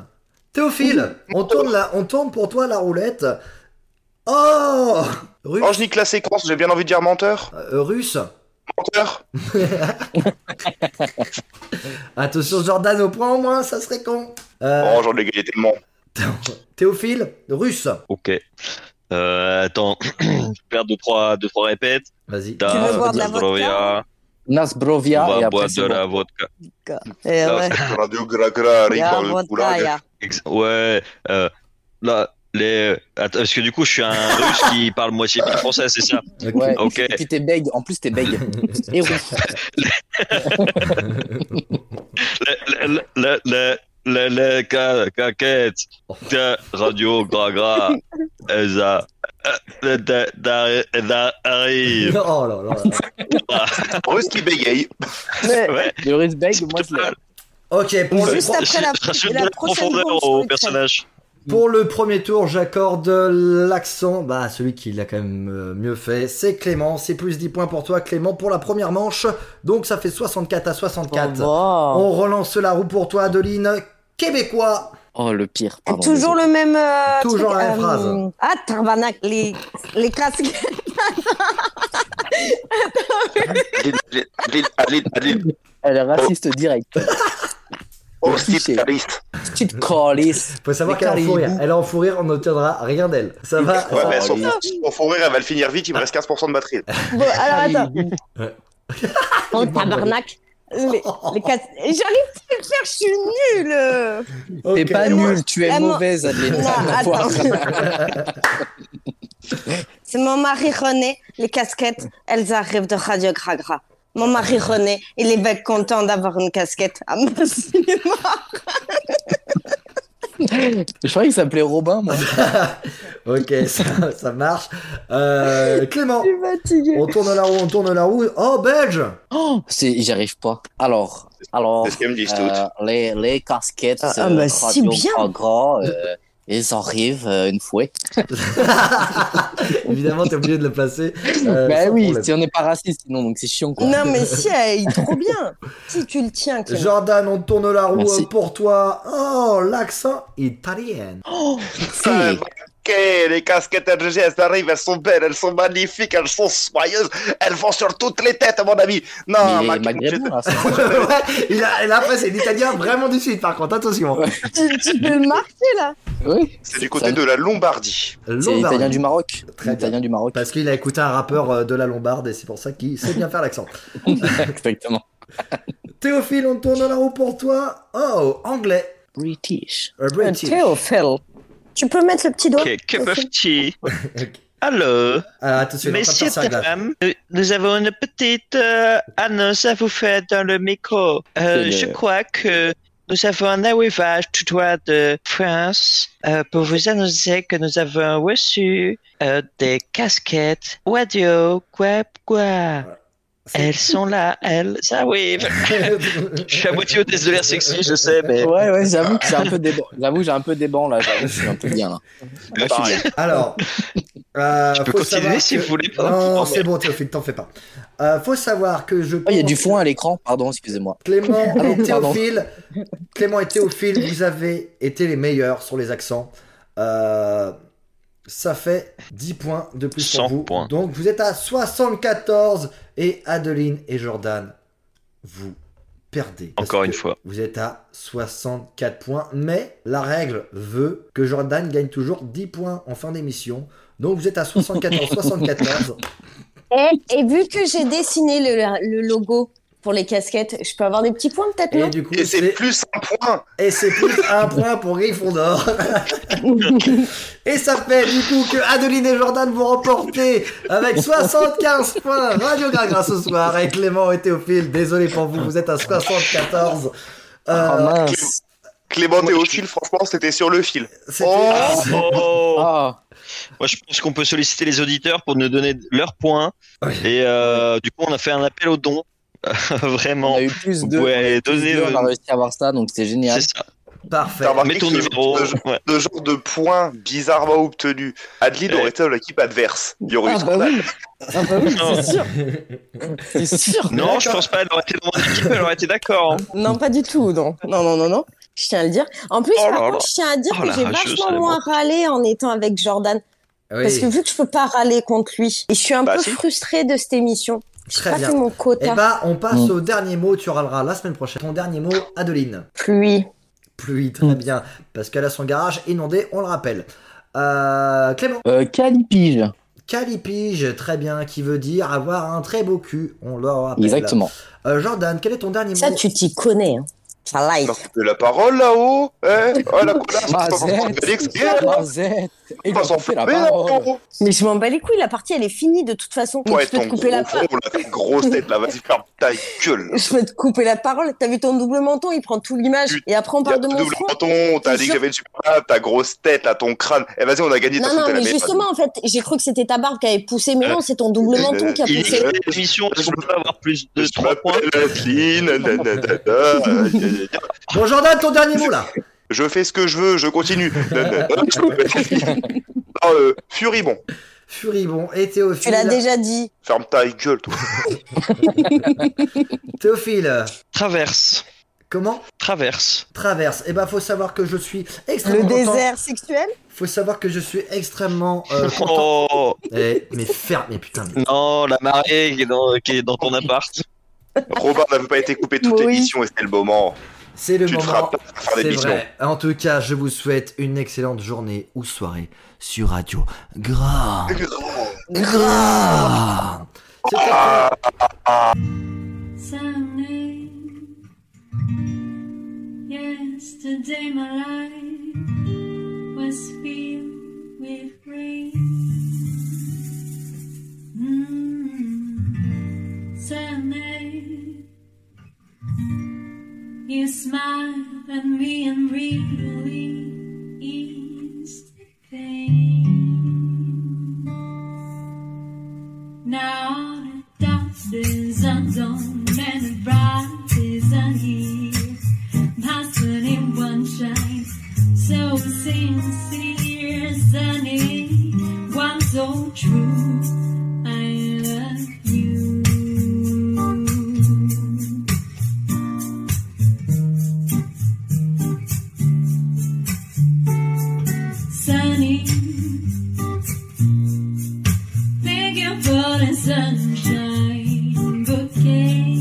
[SPEAKER 2] Théophile, on tourne, la, on tourne pour toi la roulette. Oh Russe,
[SPEAKER 4] Ange nique la séquence, j'ai bien envie de dire menteur.
[SPEAKER 2] euh, russe.
[SPEAKER 4] Menteur
[SPEAKER 2] Attention, Jordan, au point au moins, ça serait con. Euh,
[SPEAKER 4] Oh, j'en ai gagné tellement.
[SPEAKER 2] Théophile, russe.
[SPEAKER 6] Ok. Euh, attends, je perds deux trois, deux, trois répètes.
[SPEAKER 2] Vas-y.
[SPEAKER 6] T'as-
[SPEAKER 3] veux boire de la
[SPEAKER 6] t'as Zdrovia,
[SPEAKER 5] Nasbrovia
[SPEAKER 6] on
[SPEAKER 5] et
[SPEAKER 6] va
[SPEAKER 5] après
[SPEAKER 6] boire
[SPEAKER 5] c'est
[SPEAKER 6] Bah, de
[SPEAKER 5] bon.
[SPEAKER 6] la vodka.
[SPEAKER 3] Eh
[SPEAKER 6] Non,
[SPEAKER 3] ouais.
[SPEAKER 4] Radio Gra Gra,
[SPEAKER 3] Il y a
[SPEAKER 4] Ricard
[SPEAKER 3] un
[SPEAKER 4] le
[SPEAKER 3] bon
[SPEAKER 4] Coulague.
[SPEAKER 3] taille, hein.
[SPEAKER 6] Ex- Ouais, euh, là, les... Attends, parce que du coup, je suis un russe qui parle moitié plus français, c'est ça
[SPEAKER 2] Ok.
[SPEAKER 5] Ouais.
[SPEAKER 6] Ok.
[SPEAKER 5] Et puis t'es bègue, en plus t'es bègue. Et oui.
[SPEAKER 6] La- la- la- la- la- la- ca- Caquette, de radio Gragra, Eza, euh, da- da- da- arrive.
[SPEAKER 2] Oh là là. là.
[SPEAKER 4] Russe qui bégaye.
[SPEAKER 6] Ouais,
[SPEAKER 5] Le Russe bègue, moi je l'ai.
[SPEAKER 2] Ok, pour le,
[SPEAKER 3] Juste
[SPEAKER 2] pro-
[SPEAKER 3] après la-
[SPEAKER 6] je rajoute
[SPEAKER 3] la
[SPEAKER 6] de la
[SPEAKER 3] prochaine bombe
[SPEAKER 6] profondeur
[SPEAKER 3] sur
[SPEAKER 6] au
[SPEAKER 3] le
[SPEAKER 6] personnage.
[SPEAKER 2] pour le premier tour, j'accorde l'accent. Bah, celui qui l'a quand même euh, mieux fait, c'est Clément. C'est plus 10 points pour toi, Clément, pour la première manche. Donc, ça fait 64 à 64.
[SPEAKER 3] Oh,
[SPEAKER 2] On relance la roue pour toi, Adeline. Québécois.
[SPEAKER 5] Oh le pire.
[SPEAKER 3] bon.
[SPEAKER 5] pardon,
[SPEAKER 3] Toujours le même. euh,
[SPEAKER 2] Toujours la même phrase.
[SPEAKER 3] Ah, Tarvanac, les, les classiques.
[SPEAKER 4] Adlib, Adlib, Adlib, Adlib.
[SPEAKER 5] Elle est raciste direct.
[SPEAKER 4] Oh,
[SPEAKER 5] Qui c'est
[SPEAKER 4] Steve Cariste.
[SPEAKER 5] Petite calice.
[SPEAKER 2] Faut savoir
[SPEAKER 5] Mais
[SPEAKER 2] qu'elle est en fou rire.
[SPEAKER 5] caribou.
[SPEAKER 2] Elle est en fou rire, on n'obtiendra rien d'elle. Ça va
[SPEAKER 4] Ouais, mais
[SPEAKER 5] Oh,
[SPEAKER 4] son,
[SPEAKER 5] les-
[SPEAKER 4] son faux rire, elle va le finir vite, il me reste 15% de batterie.
[SPEAKER 3] Bon, alors attends. Oh,
[SPEAKER 2] Les bambins.
[SPEAKER 3] Tabarnak. Les, les classiques. J'arrive pas à le faire, je suis nulle.
[SPEAKER 5] T'es
[SPEAKER 2] Ok.
[SPEAKER 5] pas nul, tu es
[SPEAKER 3] Ah, moi-
[SPEAKER 5] mauvaise, Adeline.
[SPEAKER 3] Non,
[SPEAKER 5] Rien à voir.
[SPEAKER 3] C'est mon mari René, les casquettes, elles arrivent de Radio Gragra. Mon mari René, il est bien content d'avoir une casquette à mon cinéma.
[SPEAKER 5] Je croyais qu'il s'appelait Robin, moi.
[SPEAKER 2] Ok, ça, ça marche. Euh, Clément,
[SPEAKER 7] Je suis fatigué.
[SPEAKER 2] on tourne la roue, on tourne la roue. Oh, belge
[SPEAKER 5] Oh, c'est- j'y arrive pas. Alors, alors.
[SPEAKER 4] C'est ce qu'elle me dit, Stout.
[SPEAKER 5] Euh, les, les casquettes
[SPEAKER 3] Ah, ah,
[SPEAKER 5] euh,
[SPEAKER 3] bah, si
[SPEAKER 5] radio
[SPEAKER 3] bien.
[SPEAKER 5] en gras, euh, ils arrivent euh, une fois.
[SPEAKER 2] Évidemment, t'es obligé de le placer. euh,
[SPEAKER 5] bah
[SPEAKER 2] sans
[SPEAKER 5] oui,
[SPEAKER 2] problème.
[SPEAKER 5] si on n'est pas raciste, sinon, donc c'est chiant quoi.
[SPEAKER 3] Non, mais si, elle est trop bien. Si tu le tiens, Clément.
[SPEAKER 2] Jordan, on tourne la roue
[SPEAKER 5] Merci.
[SPEAKER 2] euh, pour toi. Oh, l'accent italien.
[SPEAKER 5] Si.
[SPEAKER 4] Ok, les casquettes RGG, elles arrivent, elles sont belles, elles sont magnifiques, elles sont soyeuses, elles vont sur toutes les têtes, à mon ami. Non,
[SPEAKER 5] Mais
[SPEAKER 4] ma-
[SPEAKER 5] les maghrébins, là, ça.
[SPEAKER 2] ouais, il a, là, après, c'est l'italien vraiment du sud, par contre, attention. hein.
[SPEAKER 5] Ouais.
[SPEAKER 3] Tu, tu peux le marquer, là.
[SPEAKER 5] Oui.
[SPEAKER 4] c'est du côté
[SPEAKER 5] ça-
[SPEAKER 4] de la Lombardie.
[SPEAKER 5] C'est
[SPEAKER 2] Lombardie.
[SPEAKER 5] l'italien du Maroc.
[SPEAKER 2] Très
[SPEAKER 5] L'italien du Maroc,
[SPEAKER 2] Parce qu'il a écouté un rappeur euh, de la Lombarde et c'est pour ça qu'il sait bien faire l'accent.
[SPEAKER 5] exactement.
[SPEAKER 2] Théophile, on tourne la roue pour toi. Oh, anglais.
[SPEAKER 5] British.
[SPEAKER 2] Euh, British.
[SPEAKER 3] Théophile. Tu peux mettre le petit doigt.
[SPEAKER 6] Ok, cup of tea.
[SPEAKER 2] Ok.
[SPEAKER 6] Allô,
[SPEAKER 2] Alors, Ah, attention, il est en
[SPEAKER 6] messieurs
[SPEAKER 2] train de faire ça à la glace.
[SPEAKER 6] dames, euh, nous avons une petite euh, annonce à vous faire dans le micro. Euh,
[SPEAKER 5] C'est
[SPEAKER 6] je
[SPEAKER 5] le-
[SPEAKER 6] crois que nous avons un arrivage tout droit de France euh, pour vous annoncer que nous avons reçu euh, des casquettes radio quoi quoi. Elles sont là, elles arrivent. Je suis à moitié au test de l'air sexy, je sais, mais...
[SPEAKER 5] Ouais, ouais, j'avoue que j'ai un peu des ban- J'avoue, j'ai un peu des bancs là. J'avoue, je suis un peu bien là.
[SPEAKER 4] Pareil.
[SPEAKER 2] Alors, euh,
[SPEAKER 6] Je peux
[SPEAKER 2] faut
[SPEAKER 6] continuer
[SPEAKER 2] savoir
[SPEAKER 6] si
[SPEAKER 2] que-
[SPEAKER 6] vous voulez pas.
[SPEAKER 2] Non,
[SPEAKER 6] Pardon.
[SPEAKER 2] c'est bon, Théophile, t'en fais pas. Euh, faut savoir que je.
[SPEAKER 5] Oh, il y a du foin à l'écran, pardon, excusez-moi.
[SPEAKER 2] Clément
[SPEAKER 5] Ah non,
[SPEAKER 2] et
[SPEAKER 5] pardon.
[SPEAKER 2] Théophile, Clément et Théophile, vous avez été les meilleurs sur les accents. Euh, ça fait 10 points de plus
[SPEAKER 6] 100
[SPEAKER 2] pour vous.
[SPEAKER 6] points.
[SPEAKER 2] Donc vous êtes à 74 et Adeline et Jordan, vous perdez. Parce
[SPEAKER 6] Encore une
[SPEAKER 2] que
[SPEAKER 6] fois.
[SPEAKER 2] Vous êtes à 64 points, mais la règle veut que Jordan gagne toujours 10 points en fin d'émission. Donc vous êtes à 74, 74.
[SPEAKER 3] Eh, Et, et vu que j'ai dessiné le, le logo, pour les casquettes. Je peux avoir des petits points peut-être,
[SPEAKER 2] Et
[SPEAKER 3] non
[SPEAKER 2] du coup,
[SPEAKER 4] Et c'est
[SPEAKER 2] c'est-
[SPEAKER 4] plus un point
[SPEAKER 2] Et c'est plus un point pour Gryffondor. et ça fait du coup que Adeline et Jordan vont remporter avec 75 points Radio Gaga ce soir. Et Clément et Théophile, désolé pour vous, vous êtes à 74.
[SPEAKER 5] Oh
[SPEAKER 2] Euh,
[SPEAKER 5] mince.
[SPEAKER 4] Clément Théophile, franchement, c'était sur le fil.
[SPEAKER 2] c'était-
[SPEAKER 4] Oh
[SPEAKER 6] Oh
[SPEAKER 5] Oh.
[SPEAKER 6] Moi, je pense qu'on peut solliciter les auditeurs pour nous donner leurs points. Et euh, du coup, on a fait un appel aux dons.
[SPEAKER 5] On
[SPEAKER 6] Vraiment.
[SPEAKER 5] a eu plus de.
[SPEAKER 6] Ouais, donnez.
[SPEAKER 5] on a
[SPEAKER 6] euh,
[SPEAKER 5] réussi à avoir ça, donc c'est génial.
[SPEAKER 6] C'est ça.
[SPEAKER 2] parfait.
[SPEAKER 4] T'as remarqué
[SPEAKER 6] Mets ton
[SPEAKER 4] que-
[SPEAKER 6] numéro.
[SPEAKER 4] que je-
[SPEAKER 6] Ouais.
[SPEAKER 4] Le genre de points bizarrement obtenus. Adeline
[SPEAKER 6] Eh.
[SPEAKER 4] aurait été dans l'équipe adverse. Il y aurait eu
[SPEAKER 5] Ah, bah
[SPEAKER 4] scandale.
[SPEAKER 5] oui. Ah bah oui,
[SPEAKER 6] Non.
[SPEAKER 5] c'est sûr. C'est sûr.
[SPEAKER 6] Non, je pense pas. Elle aurait été dans mon équipe. Elle aurait été d'accord. hein.
[SPEAKER 3] Eh, Non, pas du tout, non. Non, non, non, non. Je tiens à le dire. En plus,
[SPEAKER 6] Oh
[SPEAKER 3] par
[SPEAKER 6] là là.
[SPEAKER 3] contre, je tiens à dire
[SPEAKER 6] Oh
[SPEAKER 3] que
[SPEAKER 6] la
[SPEAKER 3] j'ai
[SPEAKER 6] rageuse,
[SPEAKER 3] vachement
[SPEAKER 6] elle est
[SPEAKER 3] moins râlé en étant avec Jordan.
[SPEAKER 2] Oui.
[SPEAKER 3] Parce que vu que je peux pas râler contre lui, et je suis un
[SPEAKER 4] Bah,
[SPEAKER 3] peu
[SPEAKER 4] si.
[SPEAKER 3] frustrée de cette émission. J'ai
[SPEAKER 2] Très
[SPEAKER 3] pas
[SPEAKER 2] bien.
[SPEAKER 3] fait mon
[SPEAKER 2] Et
[SPEAKER 3] quota.
[SPEAKER 2] bah, on passe
[SPEAKER 5] Mm.
[SPEAKER 2] au dernier mot, tu râleras la semaine prochaine. Ton dernier mot, Adeline.
[SPEAKER 3] Pluie.
[SPEAKER 2] Pluie, très bien. Parce qu'elle a son garage inondé, on le rappelle. Euh, Clément.
[SPEAKER 5] Euh, Calipige.
[SPEAKER 2] Calipige, très bien, qui veut dire avoir un très beau cul, on le rappelle.
[SPEAKER 5] Exactement.
[SPEAKER 2] Euh, Jordan, quel est ton dernier
[SPEAKER 3] Ça,
[SPEAKER 2] mot
[SPEAKER 3] tu t'y connais. hein. Ça like.
[SPEAKER 4] Marque de la parole là-haut hein Oh la connasse, on s'en fout de Félix, viens, là.
[SPEAKER 5] Mazette.
[SPEAKER 4] On
[SPEAKER 5] Il
[SPEAKER 4] va
[SPEAKER 5] va
[SPEAKER 4] s'en
[SPEAKER 5] couper la
[SPEAKER 4] foutre, mais non,
[SPEAKER 5] parole.
[SPEAKER 4] gros.
[SPEAKER 3] Mais je m'en bats les couilles, la partie elle est finie de toute façon.
[SPEAKER 4] Ouais,
[SPEAKER 3] je peux
[SPEAKER 4] ton
[SPEAKER 3] te
[SPEAKER 4] gros
[SPEAKER 3] couper la parole.
[SPEAKER 4] gros, là, ta grosse tête là, vas-y, ferme ta gueule.
[SPEAKER 3] Je peux te couper la parole. T'as vu ton double menton, il prend tout l'image. Et après on
[SPEAKER 4] Y'a
[SPEAKER 3] parle de mon
[SPEAKER 4] double
[SPEAKER 3] front.
[SPEAKER 4] menton, t'as dit que j'avais une super barbe, ta grosse tête là, ton crâne. Eh vas-y, on a gagné, t'as
[SPEAKER 3] Non, non,
[SPEAKER 4] foutu à la
[SPEAKER 3] mais
[SPEAKER 4] merde.
[SPEAKER 3] justement, en fait, j'ai cru que c'était ta barbe qui avait poussé, mais non, c'est ton double
[SPEAKER 4] Euh,
[SPEAKER 3] menton qui a
[SPEAKER 6] Il est
[SPEAKER 3] poussé.
[SPEAKER 4] euh,
[SPEAKER 6] l'émission. Est-ce qu'on peut avoir plus de
[SPEAKER 4] Je
[SPEAKER 6] 3 points
[SPEAKER 4] m'appelle Adeline, nananana, aïe, aïe, aïe.
[SPEAKER 2] Bon, Jordan, ton dernier mot là
[SPEAKER 4] Je fais ce que je veux, je continue. Nanana, je m'appelle Adeline. Non, euh, Furibond,
[SPEAKER 2] Furibond et
[SPEAKER 3] Tu
[SPEAKER 2] Théophile.
[SPEAKER 4] euh,
[SPEAKER 3] l'as déjà dit.
[SPEAKER 4] ferme ta gueule, toi.
[SPEAKER 2] Théophile,
[SPEAKER 6] Traverse.
[SPEAKER 2] comment
[SPEAKER 6] Traverse.
[SPEAKER 2] Traverse. Eh ben, faut savoir que je suis
[SPEAKER 3] Le
[SPEAKER 2] extrêmement. content.
[SPEAKER 3] désert sexuel
[SPEAKER 2] Faut savoir que je suis extrêmement. euh, content.
[SPEAKER 6] Oh
[SPEAKER 2] Eh, mais ferme, mais putain, mais.
[SPEAKER 6] non, la marée qui est dans, qui est dans ton appart.
[SPEAKER 4] Robin n'avait pas été coupé toute
[SPEAKER 3] Oui.
[SPEAKER 4] l'émission et c'était le moment.
[SPEAKER 2] C'est le
[SPEAKER 4] tu te
[SPEAKER 2] moment.
[SPEAKER 4] frappes pas à faire des
[SPEAKER 2] C'est
[SPEAKER 4] missions.
[SPEAKER 2] vrai. En tout cas, je vous souhaite une excellente journée ou soirée sur Radio Gras. Gras C'était-
[SPEAKER 8] Sunday. Yesterday, my life was filled with rain. Mm, Sunday, you smiled at me and released the pain. Now the dust is undone and the bright is unhealed. Passing in one shine, so sincere, sunny, one so true. I love you. Sunny, Thank for the sunshine bouquet.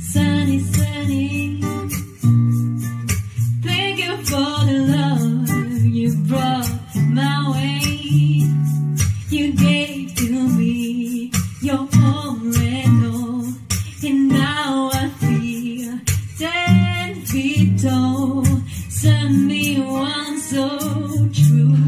[SPEAKER 8] Sunny, sunny. Thank you for the love you brought my way. You gave to me your all and all. And now I feel ten feet tall. Send me one so true. Oh,